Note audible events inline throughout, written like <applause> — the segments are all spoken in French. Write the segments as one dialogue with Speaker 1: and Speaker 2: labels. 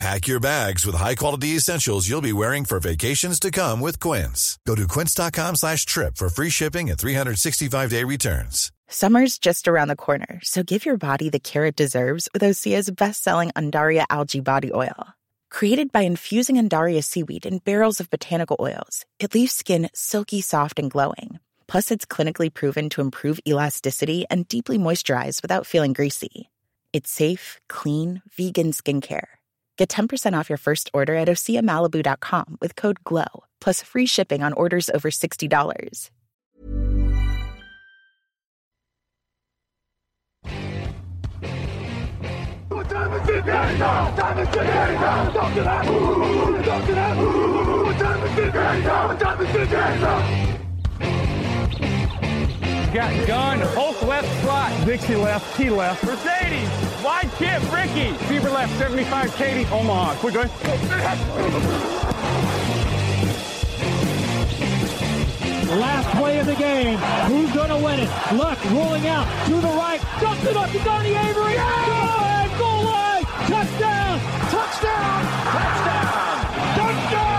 Speaker 1: Pack your bags with high-quality essentials you'll be wearing for vacations to come with Quince. Go to quince.com slash trip for free shipping and 365-day returns.
Speaker 2: Summer's just around the corner, so give your body the care it deserves with Osea's best-selling Undaria algae body oil. Created by infusing Undaria seaweed in barrels of botanical oils, it leaves skin silky soft and glowing. Plus, it's clinically proven to improve elasticity and deeply moisturize without feeling greasy. It's safe, clean, vegan skincare. Get 10% off your first order at oseamalibu.com with code GLOW, plus free shipping on orders over $60.
Speaker 3: Got gun, Hulk left slot. Dixie left, T left. Mercedes, wide chip, Ricky. Fever left, 75, Katie, Omaha. Quick, going.
Speaker 4: Last play of the game. Who's going to win it? Luck rolling out to the right. Dumps it up to Donnie Avery. Goal line, goal line. Touchdown, touchdown, touchdown, touchdown.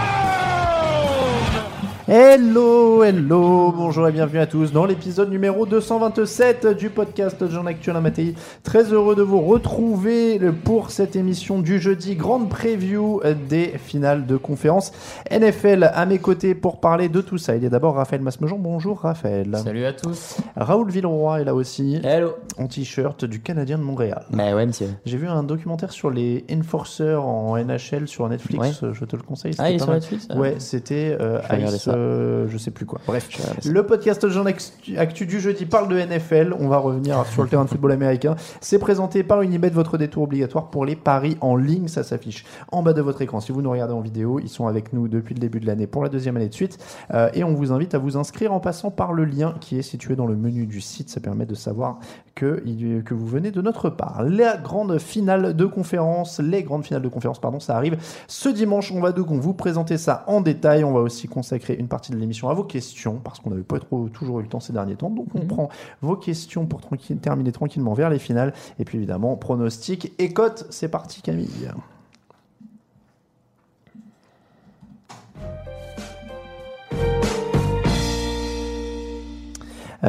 Speaker 5: Hello, hello, bonjour et bienvenue à tous dans l'épisode numéro 227 du podcast Jean Actuel Mattei. Très heureux de vous retrouver pour cette émission du jeudi, grande preview des finales de conférence NFL. À mes côtés pour parler de tout ça, il y a d'abord Raphaël Masmejean. Bonjour Raphaël.
Speaker 6: Salut à tous.
Speaker 5: Raoul Villeroy est là aussi,
Speaker 6: Hello.
Speaker 5: en t-shirt du Canadien de Montréal.
Speaker 6: Mais Bah ouais, monsieur.
Speaker 5: J'ai vu un documentaire sur les enforcers en NHL sur Netflix, euh, je te le conseille.
Speaker 6: Ah, il
Speaker 5: c'était
Speaker 6: est
Speaker 5: pas
Speaker 6: sur
Speaker 5: mal.
Speaker 6: Netflix ah,
Speaker 5: Ouais, c'était euh,
Speaker 6: Je vais regarder
Speaker 5: Ice,
Speaker 6: ça.
Speaker 5: euh, je sais plus quoi. Bref,
Speaker 6: Je vais regarder ça.
Speaker 5: le podcast Jean Actu, Actu du jeudi parle de NFL. On va revenir sur le terrain de football américain. C'est présenté par Unibet, votre détour obligatoire pour les paris en ligne. Ça s'affiche en bas de votre écran. Si vous nous regardez en vidéo, ils sont avec nous depuis le début de l'année pour la deuxième année de suite. Euh, et on vous invite à vous inscrire en passant par le lien qui est situé dans le menu du site. Ça permet de savoir que, il- que vous venez de notre part. La grande finale de conférence, les grandes finales de conférence, pardon, ça arrive ce dimanche. On va donc vous présenter ça en détail. On va aussi consacrer une partie de l'émission à vos questions parce qu'on n'avait pas trop, toujours eu le temps ces derniers temps. Donc on prend vos questions pour tranquille- terminer tranquillement vers les finales. Et puis évidemment, pronostic et cote. C'est parti, Camille.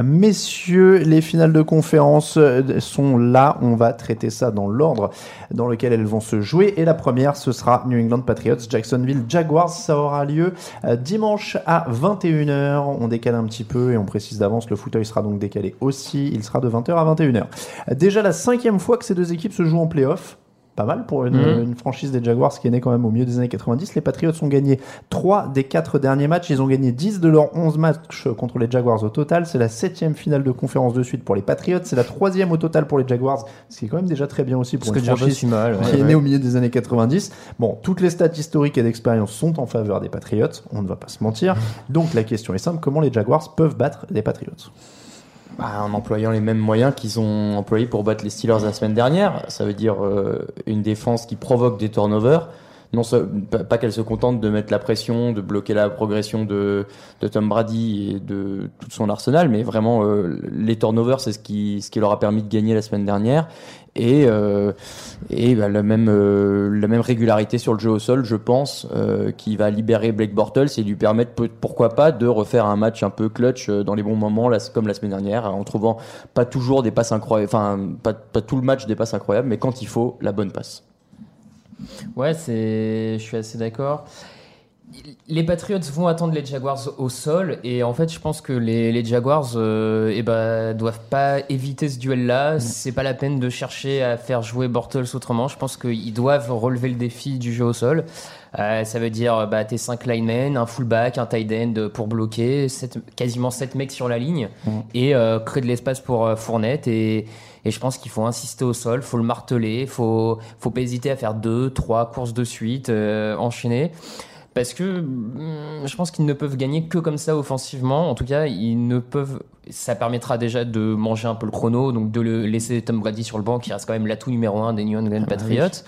Speaker 5: Messieurs, les finales de conférence euh, sont là. On va traiter ça dans l'ordre dans lequel elles vont se jouer. Et la première, ce sera New England Patriots, Jacksonville Jaguars. Ça aura lieu euh, dimanche à 21h. On décale un petit peu et on précise d'avance, le fauteuil sera donc décalé aussi. Il sera de 20h à 21h. Euh, Déjà la cinquième fois que ces deux équipes se jouent en playoff. Pas mal pour une,
Speaker 6: Mhm.
Speaker 5: une franchise des Jaguars qui est née quand même au milieu des années 90. Les Patriots ont gagné 3 des 4 derniers matchs. Ils ont gagné 10 de leurs 11 matchs contre les Jaguars au total. C'est la septième finale de conférence de suite pour les Patriots. C'est la troisième au total pour les Jaguars. Ce qui est quand même déjà très bien aussi pour
Speaker 6: Parce que
Speaker 5: une
Speaker 6: Jabba, je
Speaker 5: franchise
Speaker 6: suis mal.
Speaker 5: qui est né au milieu des années 90. Bon, toutes les stats historiques et d'expérience sont en faveur des Patriots, on ne va pas se mentir.
Speaker 6: Mhm.
Speaker 5: Donc la question est simple, comment les Jaguars peuvent battre les Patriots
Speaker 6: Bah, en employant les mêmes moyens qu'ils ont employés pour battre les Steelers la semaine dernière. Ça veut dire euh, une défense qui provoque des turnovers. Non, seul- pas pas qu'elle se contente de mettre la pression, de bloquer la progression de, de Tom Brady et de tout son arsenal, mais vraiment euh, les turnovers, c'est ce qui, ce qui leur a permis de gagner la semaine dernière. Et, euh, et bah, la, même, euh, la même régularité sur le jeu au sol, je pense, euh, qui va libérer Blake Bortles et lui permettre, peut- pourquoi pas, de refaire un match un peu clutch euh, dans les bons moments, là, comme la semaine dernière, en trouvant pas toujours des passes incroyables, enfin, pas, pas tout le match des passes incroyables, mais quand il faut, la bonne passe.
Speaker 7: Ouais, c'est, je suis assez d'accord. Les Patriots vont attendre les Jaguars au sol et en fait, je pense que les, les Jaguars, euh, eh ben, doivent pas éviter ce duel-là. C'est pas la peine de chercher à faire jouer Bortles autrement. Je pense qu'ils doivent relever le défi du jeu au sol. Euh, ça veut dire bah, tes 5 linemen, un fullback, un tight end pour bloquer, sept- quasiment 7 mecs sur la ligne et euh, créer de l'espace pour euh, Fournette. Et, et je pense qu'il faut insister au sol, faut le marteler, faut, faut pas hésiter à faire 2, 3 courses de suite, euh, enchaîner. hmm, Parce que mm, je pense qu'ils ne peuvent gagner que comme ça offensivement. En tout cas, ils ne peuvent Ça permettra déjà de manger un peu le chrono, donc de le laisser Tom Brady sur le banc, qui reste quand même l'atout numéro un des New England Patriots.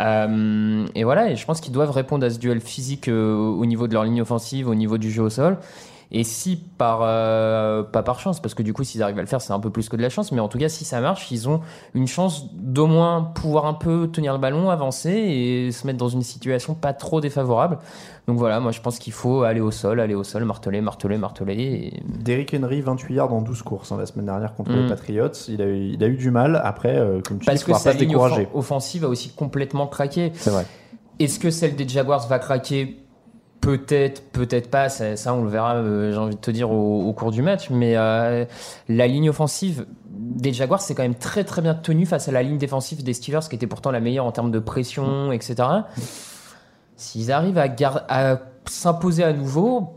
Speaker 7: Euh, et voilà, et je pense qu'ils doivent répondre à ce duel physique euh, au niveau de leur ligne offensive, au niveau du jeu au sol. Et si par euh, pas par chance, parce que du coup s'ils arrivent à le faire, c'est un peu plus que de la chance, mais en tout cas si ça marche, ils ont une chance d'au moins pouvoir un peu tenir le ballon, avancer et se mettre dans une situation pas trop défavorable. Donc voilà, moi je pense qu'il faut aller au sol, aller au sol, marteler, marteler, marteler. Et...
Speaker 5: Derrick Henry, 28 yards en 12 courses hein, la semaine dernière contre
Speaker 7: Mm.
Speaker 5: les Patriots. Il a, eu- il a eu du mal. Après, euh, comme tu
Speaker 7: Parce
Speaker 5: dis,
Speaker 7: que
Speaker 5: faudra
Speaker 7: sa
Speaker 5: pas se
Speaker 7: ligne offen-
Speaker 5: décourager.
Speaker 7: offensive a aussi complètement craqué.
Speaker 5: C'est vrai.
Speaker 7: Est-ce que celle des Jaguars va craquer Peut-être, peut-être pas. Ça, ça, on le verra, euh, j'ai envie de te dire, au, au cours du match. Mais euh, la ligne offensive des Jaguars, c'est quand même très, très bien tenue face à la ligne défensive des Steelers, qui était pourtant la meilleure en termes de pression, etc. S'ils arrivent à, gar- à s'imposer à nouveau,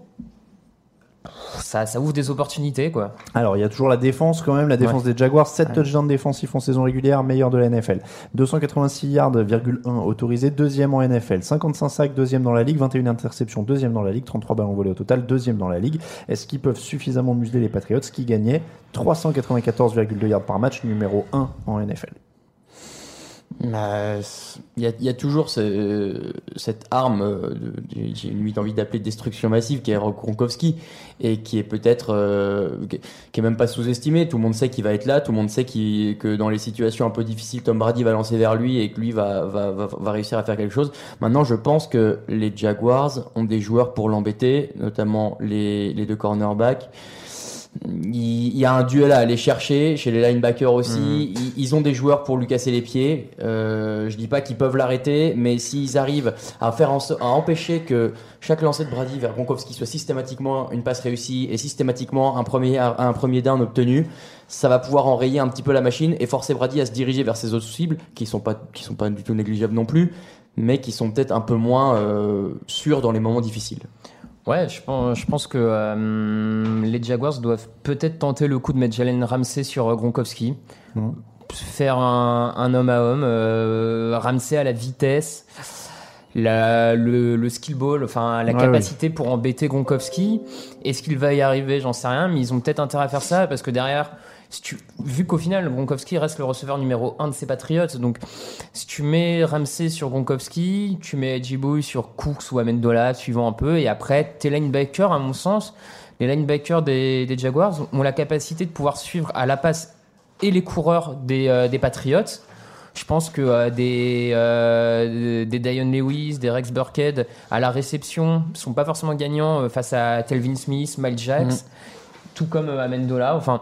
Speaker 7: ça, ça ouvre des opportunités, quoi.
Speaker 5: Alors, il y a toujours la défense quand même, la défense des Jaguars, 7 touchdowns défensifs en saison régulière, meilleur de la NFL. 286 yards,1 autorisé, deuxième en NFL. 55 sacs, deuxième dans la ligue, 21 interceptions, deuxième dans la ligue, 33 ballons volés au total, deuxième dans la ligue. Est-ce qu'ils peuvent suffisamment museler les Patriots qui gagnaient 394,2 yards par match, numéro 1 en NFL
Speaker 6: Bah, c'est- Il y, a- il y a toujours ce- euh, cette arme, euh, de- de- j'ai limite envie d'appeler destruction massive, qui est Rob Gronkowski, et qui est peut-être, euh, qui qui est même pas sous-estimé. Tout le monde sait qu'il va être là, tout le monde sait qu'il- que dans les situations un peu difficiles, Tom Brady va lancer vers lui et que lui va, va, va, va réussir à faire quelque chose. Maintenant, je pense que les Jaguars ont des joueurs pour l'embêter, notamment les, les deux cornerbacks. Il il y a un duel à aller chercher chez les linebackers aussi. Ils, ils ont des joueurs pour lui casser les pieds. Euh, je dis pas qu'ils peuvent l'arrêter, mais s'ils arrivent à faire en so- à empêcher que chaque lancer de Brady vers Gronkowski soit systématiquement une passe réussie et systématiquement un premier un premier down obtenu, ça va pouvoir enrayer un petit peu la machine et forcer Brady à se diriger vers ses autres cibles qui sont pas qui sont pas du tout négligeables non plus, mais qui sont peut-être un peu moins euh, sûrs dans les moments difficiles.
Speaker 7: Ouais, je pense, je pense que euh, les Jaguars doivent peut-être tenter le coup de mettre Jalen Ramsey sur euh, Gronkowski.
Speaker 5: Mhm.
Speaker 7: Faire un, un homme à homme. euh, Ramsey à la vitesse, la- le, le skill ball, enfin la
Speaker 5: Ouais,
Speaker 7: capacité pour embêter Gronkowski. Est-ce qu'il va y arriver J'en sais rien, mais ils ont peut-être intérêt à faire ça parce que derrière. si tu- vu qu'au final, Gronkowski reste le receveur numéro 1 de ses Patriotes, donc si tu mets Ramsey sur Gronkowski, tu mets Djiboui sur Cooks ou Amendola, suivant un peu, et après, tes linebackers, à mon sens, les linebackers des, des Jaguars ont la capacité de pouvoir suivre à la passe et les coureurs des, euh, des Patriots. Je pense que euh, des, euh, des Dion Lewis, des Rex Burkhead, à la réception, sont pas forcément gagnants euh, face à Telvin Smith, Miles Jacks, tout comme euh, Amendola. Enfin,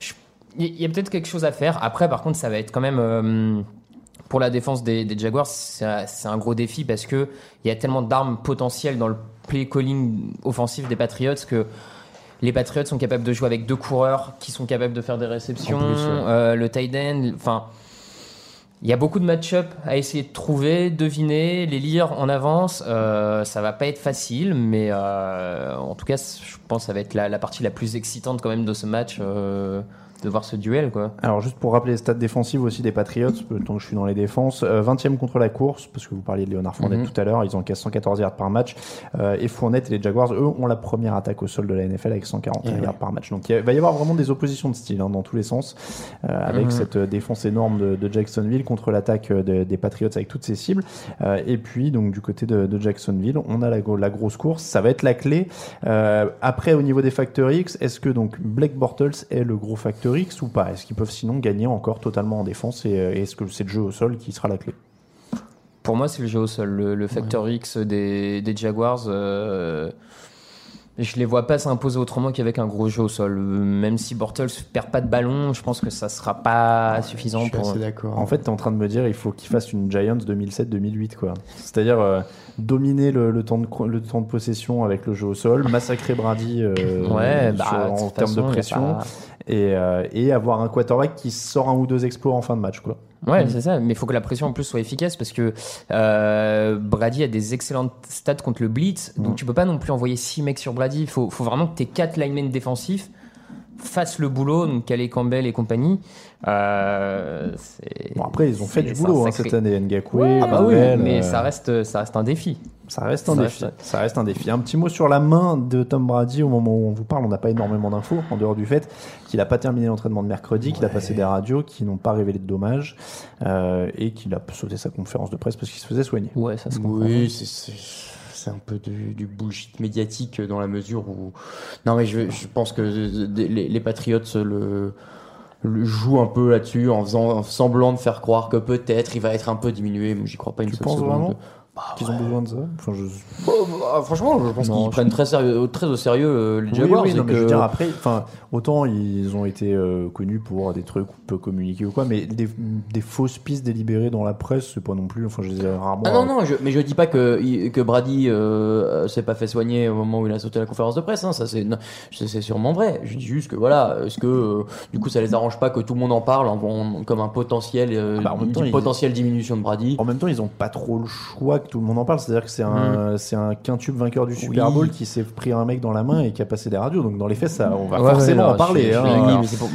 Speaker 7: je- il y- il y a peut-être quelque chose à faire. Après, par contre, ça va être quand même. euh, pour la défense des, des Jaguars, c'est un- c'est un gros défi parce que il y a tellement d'armes potentielles dans le play calling offensif des Patriots que les Patriots sont capables de jouer avec deux coureurs qui sont capables de faire des réceptions,
Speaker 6: En plus, ouais.
Speaker 7: euh, le tight end, enfin. Il y a beaucoup de match-up à essayer de trouver, deviner, les lire en avance. Euh, ça va pas être facile, mais euh, en tout cas, c- je pense que ça va être la, la partie la plus excitante quand même de ce match, euh, de voir ce duel, quoi.
Speaker 5: Alors juste pour rappeler les stats défensives aussi des Patriots, euh, tant que je suis dans les défenses, euh, 20e contre la course, parce que vous parliez de Léonard Fournette
Speaker 6: Mhm.
Speaker 5: tout à l'heure, ils encaissent 114 yards par match, euh, et Fournette et les Jaguars, eux, ont la première attaque au sol de la NFL avec 141
Speaker 6: Et ouais.
Speaker 5: yards par match. Donc il y a- va y avoir vraiment des oppositions de style hein, dans tous les sens, euh, avec
Speaker 7: Mhm.
Speaker 5: cette euh, défense énorme de, de Jacksonville contre l'attaque euh, de- des Patriots avec toutes ses cibles. Euh, et puis donc du côté de, de Jacksonville, on a la, go- la grosse course, ça va être la clé. Euh, après, au niveau des Factor X, est-ce que donc Black Bortles est le gros Factor X ou pas Est-ce qu'ils peuvent sinon gagner encore totalement en défense et, euh, et est-ce que c'est le jeu au sol qui sera la clé
Speaker 7: Pour moi, c'est le jeu au sol. Le, le facteur X des, des Jaguars, euh, je les vois pas s'imposer autrement qu'avec un gros jeu au sol. Euh, Même si Bortles perd pas de ballon, je pense que ça sera pas suffisant pour.
Speaker 6: d'accord.
Speaker 5: En fait, t'es en train de me dire, il faut qu'ils fassent une Giants 2007-2008, quoi. C'est-à-dire euh, dominer le, le temps de, cro- le temps de possession avec le jeu au sol, massacrer Brady euh,
Speaker 7: Ouais,
Speaker 5: sur-
Speaker 7: bah,
Speaker 5: en
Speaker 7: toute
Speaker 5: termes
Speaker 7: façon,
Speaker 5: de
Speaker 7: y a
Speaker 5: pression
Speaker 7: pas-
Speaker 5: et, euh, et avoir un quarterback qui sort un ou deux exploits en fin de match, quoi.
Speaker 7: Ouais, c'est ça. Mais il faut que la pression en plus soit efficace parce que euh, Brady a des excellentes stats contre
Speaker 5: Mm.
Speaker 7: le blitz. Donc tu peux pas non plus envoyer 6 mecs sur Brady. Il faut, faut vraiment que tes 4 linemen défensifs fassent le boulot, donc Calais Campbell et compagnie. Euh, c'est-
Speaker 5: Bon, après, ils ont fait
Speaker 7: c'est-
Speaker 5: du
Speaker 7: c'est un
Speaker 5: boulot hein,
Speaker 7: sacré-
Speaker 5: cette année, Ngakwe.
Speaker 7: Ah bah oui,
Speaker 5: Campbell,
Speaker 7: mais
Speaker 5: euh,
Speaker 7: ça reste, ça reste un défi.
Speaker 5: Ça reste un
Speaker 7: Ça
Speaker 5: défi.
Speaker 7: reste-
Speaker 5: Ça reste un défi. Un petit mot sur la main de Tom Brady au moment où on vous parle. On n'a pas énormément d'infos, en dehors du fait qu'il n'a pas terminé l'entraînement de mercredi, qu'il a passé des radios qui n'ont pas révélé de dommages euh, et qu'il a sauté sa conférence de presse parce qu'il se faisait soigner.
Speaker 7: Ouais, ça se comprend.
Speaker 6: Oui, c'est- c'est c'est un peu du, du bullshit médiatique euh, dans la mesure où. Non, mais je, je pense que euh, les, les Patriots le, le jouent un peu là-dessus en faisant en semblant de faire croire que peut-être il va être un peu diminué. mais J'y crois pas une
Speaker 5: Tu
Speaker 6: seule
Speaker 5: penses
Speaker 6: seconde.
Speaker 5: vraiment
Speaker 6: Bah,
Speaker 7: Ah
Speaker 5: Qu'ils
Speaker 6: ouais.
Speaker 5: ont besoin de ça Enfin, je-
Speaker 6: Bah, bah, franchement, je pense
Speaker 5: Non,
Speaker 6: qu'ils
Speaker 5: je-
Speaker 6: prennent très, sérieux, très au sérieux euh, les
Speaker 5: Oui,
Speaker 6: Jaguars.
Speaker 5: oui,
Speaker 6: et
Speaker 5: non, mais
Speaker 6: que-
Speaker 5: je veux dire, après, enfin, autant ils ont été euh, connus pour des trucs peu communiqués ou quoi, mais des, des fausses pistes délibérées dans la presse, c'est pas non plus. Enfin, je les ai rarement.
Speaker 6: Ah non, non, je- mais je dis pas que, que Brady euh, s'est pas fait soigner au moment où il a sauté la conférence de presse, hein, ça c'est non, c'est c'est sûrement vrai. Je dis juste que voilà, est-ce que euh, du coup ça les arrange pas que tout le monde en parle en- en- comme un potentiel, euh,
Speaker 5: Ah bah, en même
Speaker 6: une
Speaker 5: temps, ils-
Speaker 6: potentielle diminution de Brady
Speaker 5: En même temps, ils n'ont pas trop le choix que tout le monde en parle. C'est-à-dire que c'est un,
Speaker 7: Mm.
Speaker 5: c'est un quintube vainqueur du Super
Speaker 6: Oui.
Speaker 5: Bowl qui s'est pris un mec dans la main et qui a passé des radios. Donc dans les faits, ça, on va
Speaker 7: Ouais,
Speaker 5: forcément
Speaker 7: ouais,
Speaker 5: en
Speaker 7: non,
Speaker 5: parler.
Speaker 7: je suis- je
Speaker 5: hein.
Speaker 7: suis d'accord.
Speaker 6: Oui, mais c'est pour,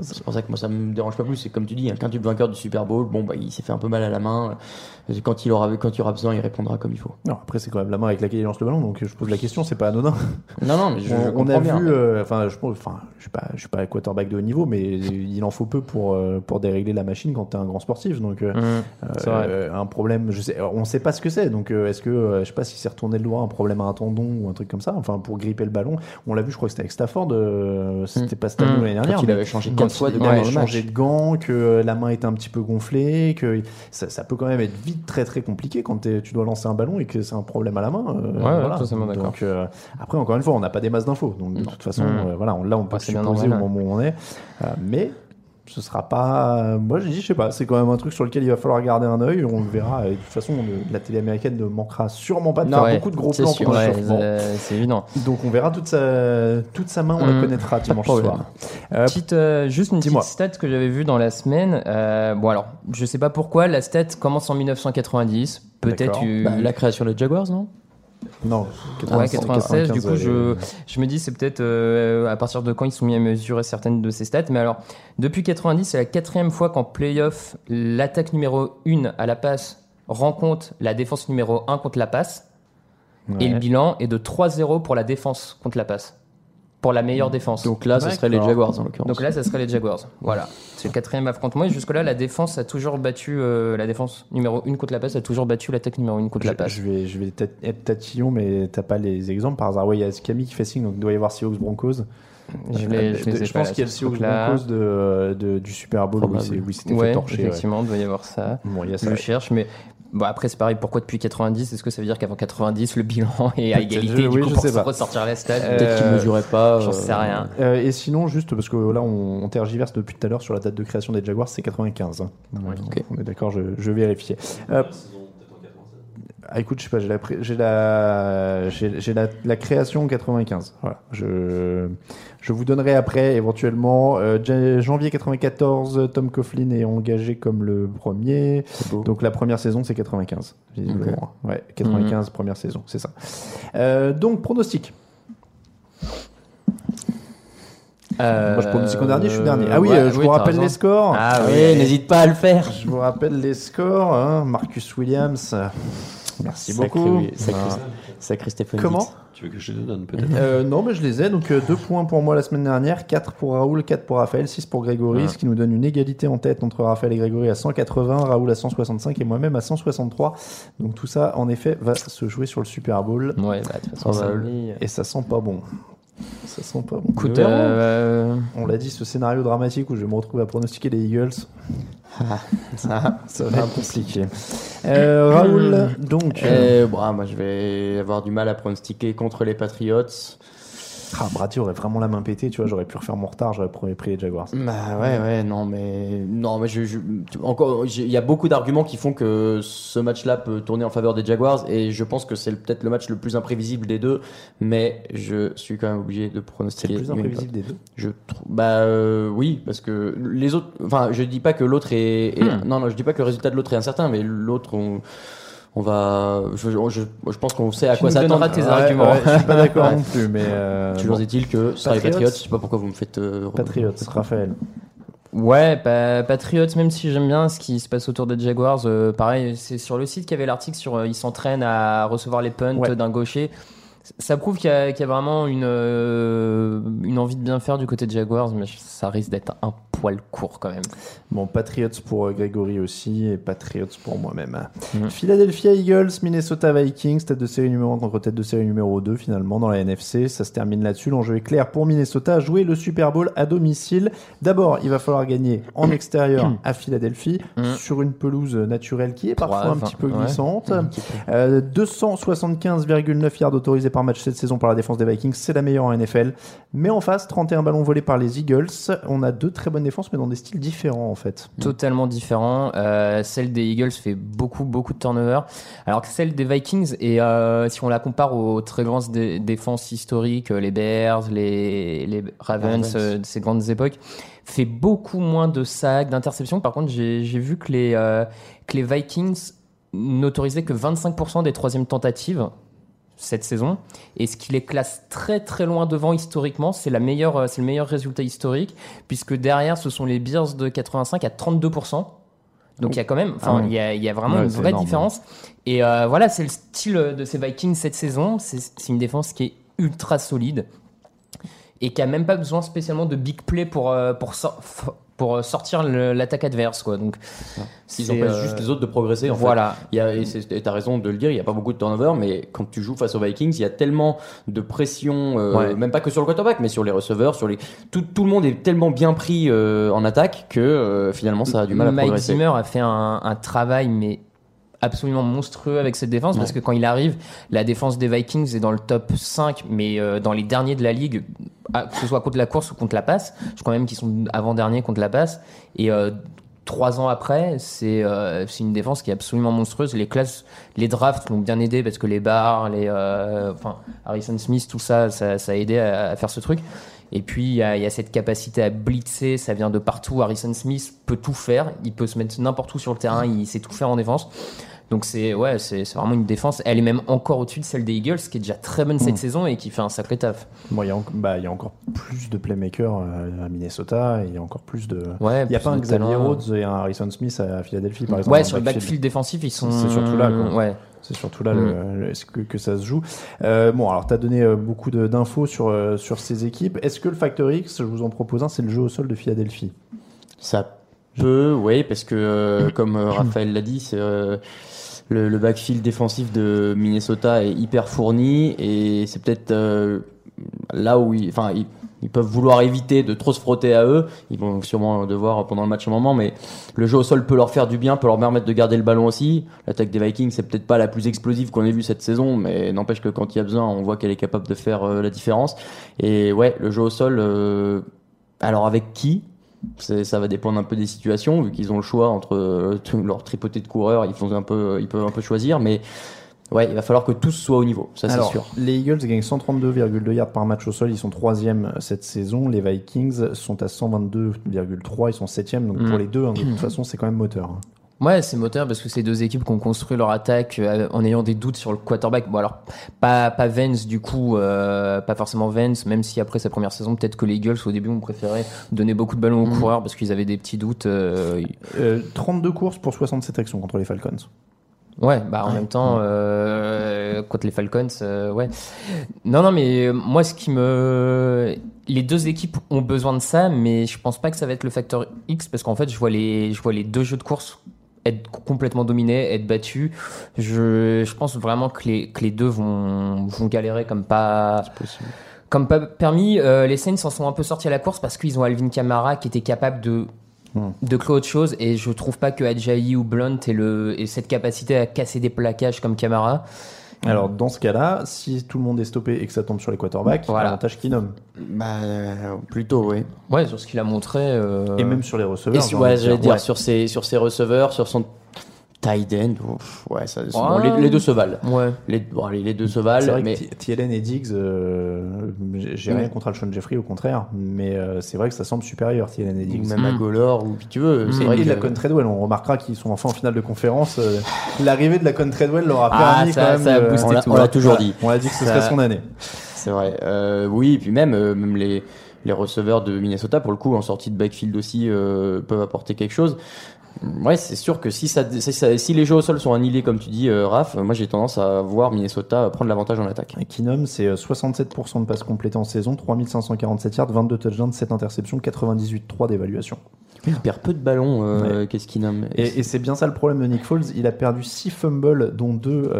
Speaker 6: c'est pour ça que moi ça me dérange pas plus. C'est comme tu dis, un quintuple vainqueur du Super Bowl, bon bah il s'est fait un peu mal à la main. Quand il aura, quand il aura besoin, il répondra comme il faut.
Speaker 5: Non, après, c'est quand même la main avec laquelle il lance le ballon. Donc je pose la question, c'est pas anodin.
Speaker 6: Non, non, mais je, je
Speaker 5: on, on
Speaker 6: comprends
Speaker 5: a
Speaker 6: bien.
Speaker 5: vu, euh, enfin, je pense, enfin, je suis pas, je suis pas quarterback de haut niveau, mais il en faut peu pour euh, pour dérégler la machine quand t'es un grand sportif. Donc euh,
Speaker 7: Hum, c'est vrai.
Speaker 5: euh, un problème, je sais, on sait pas ce que c'est. Donc euh, est-ce que euh, je sais pas si c'est retourné le doigt, un problème à un tendon ou un truc comme ça. Enfin, pour gripper le ballon, on l'a vu. Je crois que c'était avec Stafford. euh, c'était pas cette année
Speaker 7: Mm.
Speaker 5: ou l'année dernière.
Speaker 6: Quand il
Speaker 5: mais
Speaker 6: avait changé
Speaker 5: quand
Speaker 6: quatre fois de
Speaker 5: il
Speaker 6: gants
Speaker 5: avait
Speaker 6: dans le match.
Speaker 5: changé de gants, que euh, la main est un petit peu gonflée, que ça, ça peut quand même être vite très très compliqué quand t'es- tu dois lancer un ballon et que c'est un problème à la main. euh,
Speaker 7: Ouais, ouais,
Speaker 5: voilà.
Speaker 7: totalement d'accord.
Speaker 5: Donc, euh, après, encore une fois, on n'a pas des masses d'infos. Donc de toute façon,
Speaker 7: Mm.
Speaker 5: euh, voilà, on, là on peut
Speaker 7: Ouais, c'est bien
Speaker 5: supposer au
Speaker 7: normal,
Speaker 5: moment où on est. Euh, mais ce sera pas. euh, Moi j'ai dit, je sais pas, c'est quand même un truc sur lequel il va falloir garder un œil. On le verra. Et de toute façon, le- la télé américaine ne manquera sûrement pas de
Speaker 7: Non,
Speaker 5: faire
Speaker 7: ouais,
Speaker 5: beaucoup de gros
Speaker 6: c'est
Speaker 5: plans
Speaker 6: sûr,
Speaker 5: pour le
Speaker 7: Ouais,
Speaker 5: chauffement.
Speaker 7: euh, c'est évident.
Speaker 5: Donc on verra toute sa, toute sa main, on la
Speaker 7: Mm.
Speaker 5: connaîtra dimanche
Speaker 7: problème.
Speaker 5: soir. Euh,
Speaker 7: Petite, euh, juste une
Speaker 5: Dis-moi.
Speaker 7: petite stat que j'avais vue dans la semaine. Euh, bon, alors, je sais pas pourquoi, la stat commence en 1990. Peut-être
Speaker 5: D'accord.
Speaker 7: eu-
Speaker 6: Bah, la création des Jaguars, non
Speaker 5: Non,
Speaker 7: Ah Ouais,
Speaker 5: 96,
Speaker 7: 96, du
Speaker 5: 95,
Speaker 7: coup, je,
Speaker 5: euh,
Speaker 7: je me dis, c'est peut-être euh, à partir de quand ils sont mis à mesurer certaines de ces stats. Mais alors, depuis 90, c'est la quatrième fois qu'en playoff, l'attaque numéro 1 à la passe rencontre la défense numéro 1 contre la passe. Et le bilan est de 3-0 pour la défense contre la passe. Pour la
Speaker 5: Mm.
Speaker 7: meilleure défense.
Speaker 6: Donc là, ce serait les
Speaker 5: D'accord.
Speaker 6: Jaguars en l'occurrence.
Speaker 7: Donc là, ça serait les Jaguars. Voilà. C'est le quatrième match contre moi. Et jusque-là, la défense a toujours battu. euh, la défense numéro 1 contre la passe a toujours battu l'attaque numéro 1 contre la
Speaker 5: Je,
Speaker 7: passe.
Speaker 5: je vais, je vais ta- être tatillon, mais t'as pas les exemples par hasard. Oui, il y a Camille qui fait signe, donc il doit y avoir Seahawks Broncos.
Speaker 7: Je, les, je,
Speaker 5: Euh,
Speaker 7: les ai
Speaker 5: je
Speaker 7: pas
Speaker 5: pense
Speaker 7: là,
Speaker 5: qu'il y a le
Speaker 7: sur ce
Speaker 5: Seahawks
Speaker 7: truc-là.
Speaker 5: Broncos de, euh, de- du Super Bowl où
Speaker 6: Probable.
Speaker 5: il s'est- où il s'était
Speaker 7: Ouais,
Speaker 5: fait torcher. ouais. Mm.
Speaker 7: effectivement, il doit y avoir ça.
Speaker 5: Bon, il y a ça.
Speaker 7: Je cherche, mais bon, après, c'est pareil. Pourquoi depuis 90 Est-ce que ça veut dire qu'avant 90, le bilan <laughs> est à
Speaker 5: Peut-être, je-
Speaker 7: égalité Du
Speaker 5: oui,
Speaker 7: coup,
Speaker 5: je
Speaker 7: pour
Speaker 5: sais
Speaker 7: se
Speaker 5: pas.
Speaker 7: ressortir à la stade,
Speaker 5: Euh,
Speaker 7: peut-être
Speaker 6: Peut-être qu'ils
Speaker 5: Euh,
Speaker 6: mesuraient pas.
Speaker 7: j'en sais
Speaker 6: euh,
Speaker 7: rien.
Speaker 5: Euh, et sinon, juste parce que là, on, on tergiverse depuis tout à l'heure sur la date de création des Jaguars, c'est 95. hein.
Speaker 6: ok.
Speaker 5: On est d'accord, je, je vérifiais. Euh, ah, écoute, je sais pas, j'ai la, pré- j'ai la, j'ai j'ai la, la création en 95. Voilà. Je, je vous donnerai après, éventuellement, euh, ja- janvier 94, Tom Coughlin est engagé comme le premier. Donc la première saison, c'est 95. visiblement. Ouais,
Speaker 7: Mhm.
Speaker 5: 95, première saison, c'est ça. Euh, donc, pronostic. Moi, je pronostique en dernier, je suis dernier. Ah oui,
Speaker 7: ouais,
Speaker 5: euh, je vous
Speaker 7: t'as
Speaker 5: rappelle
Speaker 7: raison.
Speaker 5: les scores.
Speaker 7: Ah
Speaker 6: Ah
Speaker 7: oui,
Speaker 6: oui, n'hésite pas à le faire.
Speaker 5: Je vous rappelle les scores. hein. Marcus Williams, euh, merci beaucoup.
Speaker 6: Sacré, sacré Stéphane.
Speaker 5: Comment
Speaker 8: Tu veux que je te donne peut-être
Speaker 5: Euh, Non, mais je les ai. Donc 2 points pour moi la semaine dernière, 4 pour Raoul, 4 pour Raphaël, 6 pour Grégory,
Speaker 7: Ah.
Speaker 5: ce qui nous donne une égalité en tête entre Raphaël et Grégory à 180, Raoul à 165 et moi-même à 163. Donc tout ça, en effet, va se jouer sur le Super Bowl.
Speaker 7: Ouais, bah, de toute
Speaker 6: Oh,
Speaker 7: façon, ça-
Speaker 6: Probable.
Speaker 5: Et ça sent pas bon. Ça sent pas bon.
Speaker 7: Écoute,
Speaker 5: Mais vraiment,
Speaker 7: euh,
Speaker 5: On l'a dit, ce scénario dramatique où je vais me retrouve à pronostiquer les Eagles. ça, va être compliqué. <laughs> Euh, Raoul, donc.
Speaker 6: Euh, bon, ah, moi, je vais avoir du mal à pronostiquer contre les Patriots.
Speaker 5: Ah, Brady aurait vraiment la main pétée, tu vois, j'aurais pu refaire mon retard, j'aurais pris pris les Jaguars.
Speaker 6: Bah ouais, ouais, non, mais non, mais je, je- tu- encore, j'ai- il y a beaucoup d'arguments qui font que ce match-là peut tourner en faveur des Jaguars, et je pense que c'est le- peut-être le match le plus imprévisible des deux, mais je suis quand même obligé de
Speaker 5: C'est
Speaker 6: pronostiquer.
Speaker 5: le plus
Speaker 6: New England.
Speaker 5: imprévisible des deux.
Speaker 6: Je trou- bah euh, oui parce que les
Speaker 7: Hmm.
Speaker 6: autres enfin je dis pas que l'autre est, est- non non je dis pas que le résultat de l'autre est incertain mais l'autre on, On va, je, je, je pense qu'on sait à
Speaker 7: Tu
Speaker 6: quoi
Speaker 7: nous
Speaker 6: s'attendre.
Speaker 7: donneras tes
Speaker 6: Ouais.
Speaker 7: arguments.
Speaker 5: je suis pas d'accord
Speaker 6: Ouais.
Speaker 5: non plus, mais. euh,
Speaker 6: Toujours
Speaker 5: bon.
Speaker 6: est-il que ça les
Speaker 5: Patriots.
Speaker 6: Patriots, je sais pas pourquoi vous me faites. euh, re-
Speaker 5: Patriots, Raphaël.
Speaker 7: Ouais, bah, Patriots, même si j'aime bien ce qui se passe autour des Jaguars, euh, pareil, c'est sur le site qu'il y avait l'article sur euh, ils s'entraînent à recevoir les punts
Speaker 5: Ouais.
Speaker 7: d'un gaucher. C- Ça prouve qu'il y, a- qu'il y a vraiment une, euh, une envie de bien faire du côté des Jaguars, mais je- ça risque d'être un poil court quand même.
Speaker 5: Bon, Patriots pour euh, Grégory aussi et Patriots pour moi-même. hein.
Speaker 7: Mhm.
Speaker 5: Philadelphia Eagles, Minnesota Vikings, tête de série numéro 1 contre tête de série numéro 2 finalement dans la NFC. Ça se termine là-dessus. L'enjeu est clair pour Minnesota, jouer le Super Bowl à domicile. D'abord, il va falloir gagner en extérieur à Philadelphie
Speaker 7: Mhm.
Speaker 5: sur une pelouse naturelle qui est parfois un
Speaker 7: 3,
Speaker 5: petit peu
Speaker 7: ouais.
Speaker 5: glissante. Euh, 275,9 yards autorisés par match cette saison par la défense des Vikings, c'est la meilleure en NFL. Mais en face, 31 ballons volés par les Eagles. On a deux très bonnes défenses, mais dans des styles différents en fait.
Speaker 7: Totalement différent. Euh, celle des Eagles fait beaucoup, beaucoup de turnovers, alors que celle des Vikings, et euh, si on la compare aux très grandes dé- défenses historiques, euh, les Bears, les, les Ravens,
Speaker 6: Ravens.
Speaker 7: euh, de ces grandes époques, fait beaucoup moins de sacs, d'interceptions. Par contre, j'ai j'ai vu que les, euh, que les Vikings n'autorisaient que 25% des troisièmes tentatives cette saison. Et ce qui les classe très très loin devant historiquement, c'est la meilleure, euh, c'est le meilleur résultat historique, puisque derrière ce sont les Bears de 85 à 32%. Donc il y a quand même, enfin
Speaker 6: Ah ouais.
Speaker 7: il y a- il y, a vraiment
Speaker 6: Ouais,
Speaker 7: une
Speaker 6: c'est
Speaker 7: vraie
Speaker 6: énorme.
Speaker 7: différence. Et euh, voilà, c'est le style euh, de ces Vikings cette saison. C'est c'est une défense qui est ultra solide et qui a même pas besoin spécialement de big play pour euh, pour sor- f- pour euh, sortir le- l'attaque adverse quoi. Donc
Speaker 6: Ils
Speaker 7: c'est,
Speaker 6: empêchent
Speaker 7: euh,
Speaker 6: juste les autres de progresser. En fait.
Speaker 7: voilà.
Speaker 6: Il y a, et c'est- et t'as raison de le dire, il n'y a pas beaucoup de turnover, mais quand tu joues face aux Vikings, il y a tellement de pression, euh,
Speaker 7: Ouais.
Speaker 6: même pas que sur le quarterback, mais sur les receveurs, sur les tout, tout le monde est tellement bien pris euh, en attaque que euh, finalement ça a du mal à
Speaker 7: Mike
Speaker 6: progresser.
Speaker 7: Zimmer a fait un, un travail, mais absolument monstrueux avec cette défense parce que quand il arrive, la défense des Vikings est dans le top 5, mais euh, dans les derniers de la ligue, à- que ce soit contre la course ou contre la passe. Je crois même qu'ils sont avant-derniers contre la passe. Et euh, trois ans après, c'est euh, c'est une défense qui est absolument monstrueuse. Les classes, les drafts l'ont bien aidé parce que les bars, les, euh, enfin, Harrison Smith, tout ça, ça, ça a aidé à, à faire ce truc. Et puis, il y, a il y a cette capacité à blitzer, ça vient de partout. Harrison Smith peut tout faire, il peut se mettre n'importe où sur le terrain, il sait tout faire en défense. Donc, c'est ouais, c'est c'est vraiment une défense. Elle est même encore au-dessus de celle des Eagles, qui est déjà très bonne
Speaker 5: Hmm.
Speaker 7: cette saison et qui fait un sacré taf.
Speaker 5: Bon, il y, a en- bah, il y a encore plus de playmakers euh, à Minnesota et il y a encore plus de.
Speaker 7: Ouais,
Speaker 5: il n'y a
Speaker 7: plus
Speaker 5: pas un
Speaker 7: de
Speaker 5: Xavier
Speaker 7: talent. euh,
Speaker 5: Rhodes et un Harrison Smith à Philadelphie par exemple.
Speaker 7: Ouais,
Speaker 5: dans
Speaker 7: sur le backfield Mm. défensif, ils sont.
Speaker 5: C'est surtout là, quoi.
Speaker 7: Ouais.
Speaker 5: C'est surtout là le- le- ce que, que ça se joue. Euh, bon, alors tu as donné euh, beaucoup de- d'infos sur, euh, sur ces équipes. Est-ce que le Factor X, je vous en propose un, c'est le jeu au sol de Philadelphie
Speaker 6: Ça peut, oui, parce que
Speaker 7: <clears throat>
Speaker 6: euh, comme euh, Raphaël l'a dit, c'est, euh, le, le backfield défensif de Minnesota est hyper fourni et c'est peut-être euh, là où ils, enfin, ils, ils peuvent vouloir éviter de trop se frotter à eux. Ils vont sûrement devoir pendant le match un moment, mais le jeu au sol peut leur faire du bien, peut leur permettre de garder le ballon aussi. L'attaque des Vikings, c'est peut-être pas la plus explosive qu'on ait vue cette saison, mais n'empêche que quand il y a besoin, on voit qu'elle est capable de faire euh, la différence. Et ouais, le jeu au sol, euh, alors avec qui c'est- ça va dépendre un peu des situations, vu qu'ils ont le choix entre euh, tout- leur tripoté de coureurs, ils, font un peu, ils peuvent un peu choisir, mais ouais, il va falloir que tous soient au niveau, ça c'est
Speaker 5: Alors,
Speaker 6: sûr.
Speaker 5: Les Eagles gagnent 132,2 yards par match au sol. Ils sont troisième cette saison. Les Vikings sont à 122,3. Ils sont septième. Donc
Speaker 7: Mm.
Speaker 5: pour les deux, hein, de <clears throat> toute façon, c'est quand même moteur. hein.
Speaker 7: Ouais, c'est moteur parce que c'est deux équipes qui ont construit leur attaque euh, en ayant des doutes sur le quarterback. Bon, alors, pas, pas Vance du coup, euh, pas forcément Vance, même si après sa première saison, peut-être que les Eagles au début ont préféré donner beaucoup de ballons aux coureurs parce qu'ils avaient des petits doutes. euh,
Speaker 5: Euh, 32 courses pour 67 actions contre les Falcons.
Speaker 7: Ouais, bah en même temps, euh, contre les Falcons, euh, ouais. Non, non, mais euh, moi, ce qui me. Les deux équipes ont besoin de ça, mais je pense pas que ça va être le facteur X, parce qu'en fait, je vois les, je vois les deux jeux de course être complètement dominés, être battus. Je, je pense vraiment que les, que les deux vont, vont galérer comme pas. Comme pas permis, Euh, les Saints s'en sont un peu sortis à la course parce qu'ils ont Alvin Kamara qui était capable de de créer autre chose et je trouve pas que Adjayi ou Blunt ait, le, ait cette capacité à casser des plaquages comme Camara.
Speaker 5: Alors dans ce cas-là, si tout le monde est stoppé et que ça tombe sur les quarterbacks,
Speaker 7: Voilà.
Speaker 5: avantage qui nomme.
Speaker 6: Bah, euh, plutôt, oui.
Speaker 7: Ouais, sur ce qu'il a montré. euh,
Speaker 5: Et même sur les receveurs.
Speaker 6: Et
Speaker 5: j'ai
Speaker 6: sur,
Speaker 5: envie
Speaker 6: ouais,
Speaker 5: de dire.
Speaker 6: j'allais dire,
Speaker 5: Ouais.
Speaker 6: sur, ses, sur ses receveurs, sur son. tight end, ouf, ouais, ça-
Speaker 7: Ouais.
Speaker 6: les, les deux se valent.
Speaker 7: Ouais.
Speaker 6: Les, bon, allez, les deux se
Speaker 5: C'est
Speaker 6: valent,
Speaker 5: vrai
Speaker 6: mais
Speaker 5: que T- Thielen et Diggs, euh, j'ai j'ai
Speaker 6: Ouais.
Speaker 5: rien contre Alshon Jeffrey, au contraire, mais euh, c'est vrai que ça semble supérieur, Thielen et Diggs.
Speaker 6: même à
Speaker 7: Mm.
Speaker 6: Golor ou qui tu veux, c'est
Speaker 5: Et
Speaker 6: vrai
Speaker 5: de
Speaker 6: que-
Speaker 5: Hmm. la Con Treadwell, on remarquera qu'ils sont enfin en finale de conférence. euh, L'arrivée de la Con Treadwell leur a
Speaker 7: Ah,
Speaker 5: permis
Speaker 7: ça-
Speaker 5: quand même.
Speaker 7: ça a
Speaker 5: de-
Speaker 7: boosté
Speaker 5: on l'a-
Speaker 6: tout.
Speaker 5: on l'a
Speaker 6: Voilà.
Speaker 5: On l'a dit que ce
Speaker 6: Ça-
Speaker 5: serait son année.
Speaker 6: C'est vrai. Euh, oui, et puis même, euh, même les, les receveurs de Minnesota, pour le coup, en sortie de backfield aussi, euh, peuvent apporter quelque chose. Ouais, c'est sûr que si, ça, si, ça- si les jeux au sol sont annihilés, comme tu dis, euh, Raph, moi j'ai tendance à voir Minnesota prendre l'avantage en attaque.
Speaker 5: Et Keenum, c'est euh, 67% de passes complétées en saison, 3547 yards, 22 touchdowns, 7 interceptions, 98-3 d'évaluation.
Speaker 6: Il perd peu de ballons, euh, qu'est-ce qu'il nomme
Speaker 5: Et, et c'est bien ça le problème de Nick Foles. Il a perdu 6 fumbles, dont 2.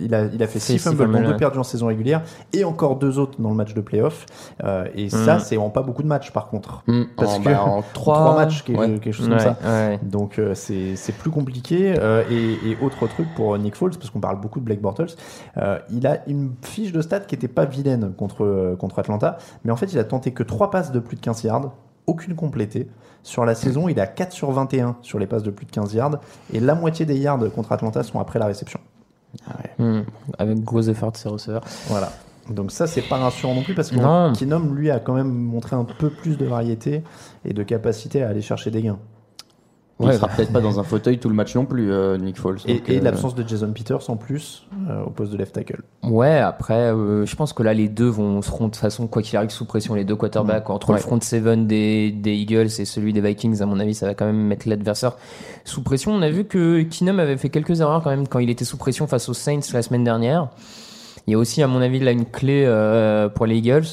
Speaker 5: il, a, il a fait 6
Speaker 7: C'est six
Speaker 5: fumbles, dont
Speaker 7: fumbles,
Speaker 5: 2
Speaker 7: ouais.
Speaker 5: perdus en saison régulière, et encore 2 autres dans le match de playoff. Euh, et ça,
Speaker 7: Mm.
Speaker 5: c'est en pas beaucoup de matchs par contre.
Speaker 6: Hmm,
Speaker 5: parce
Speaker 6: en,
Speaker 5: que-
Speaker 6: bah, en
Speaker 5: Trois,
Speaker 6: trois,
Speaker 5: matchs, quelque,
Speaker 6: ouais.
Speaker 5: quelque chose
Speaker 7: Ouais,
Speaker 5: comme ça.
Speaker 7: ouais.
Speaker 5: Donc euh, c'est c'est plus compliqué. Euh, et, et autre truc pour Nick Foles, parce qu'on parle beaucoup de Blake Bortles, euh, il a une fiche de stats qui n'était pas vilaine contre, euh, contre Atlanta, mais en fait il a tenté que 3 passes de plus de 15 yards, aucune complétée. Sur la saison, il a 4 sur 21 sur les passes de plus de 15 yards, et la moitié des yards contre Atlanta sont après la réception.
Speaker 7: Hmm. Avec gros effort de ses receveurs.
Speaker 5: Voilà. Donc ça, c'est pas rassurant non plus, parce que
Speaker 7: Non.
Speaker 5: Kinom, lui, a quand même montré un peu plus de variété et de capacité à aller chercher des gains.
Speaker 6: Il
Speaker 7: Ouais,
Speaker 6: sera
Speaker 7: bah.
Speaker 6: peut-être pas dans un fauteuil tout le match non plus, euh, Nick Foles.
Speaker 5: Et,
Speaker 6: Donc,
Speaker 5: et
Speaker 6: euh,
Speaker 5: l'absence de Jason Peters en plus euh, au poste de left tackle.
Speaker 7: Ouais, après, euh, je pense que là, les deux vont, seront de toute façon, quoi qu'il arrive, sous pression, les deux quarterbacks. Entre
Speaker 6: Ouais.
Speaker 7: le front seven des, des Eagles et celui des Vikings, à mon avis, ça va quand même mettre l'adversaire sous pression. On a vu que Keenum avait fait quelques erreurs quand même quand il était sous pression face aux Saints la semaine dernière. Il y a aussi, à mon avis, là, une clé euh, pour les Eagles.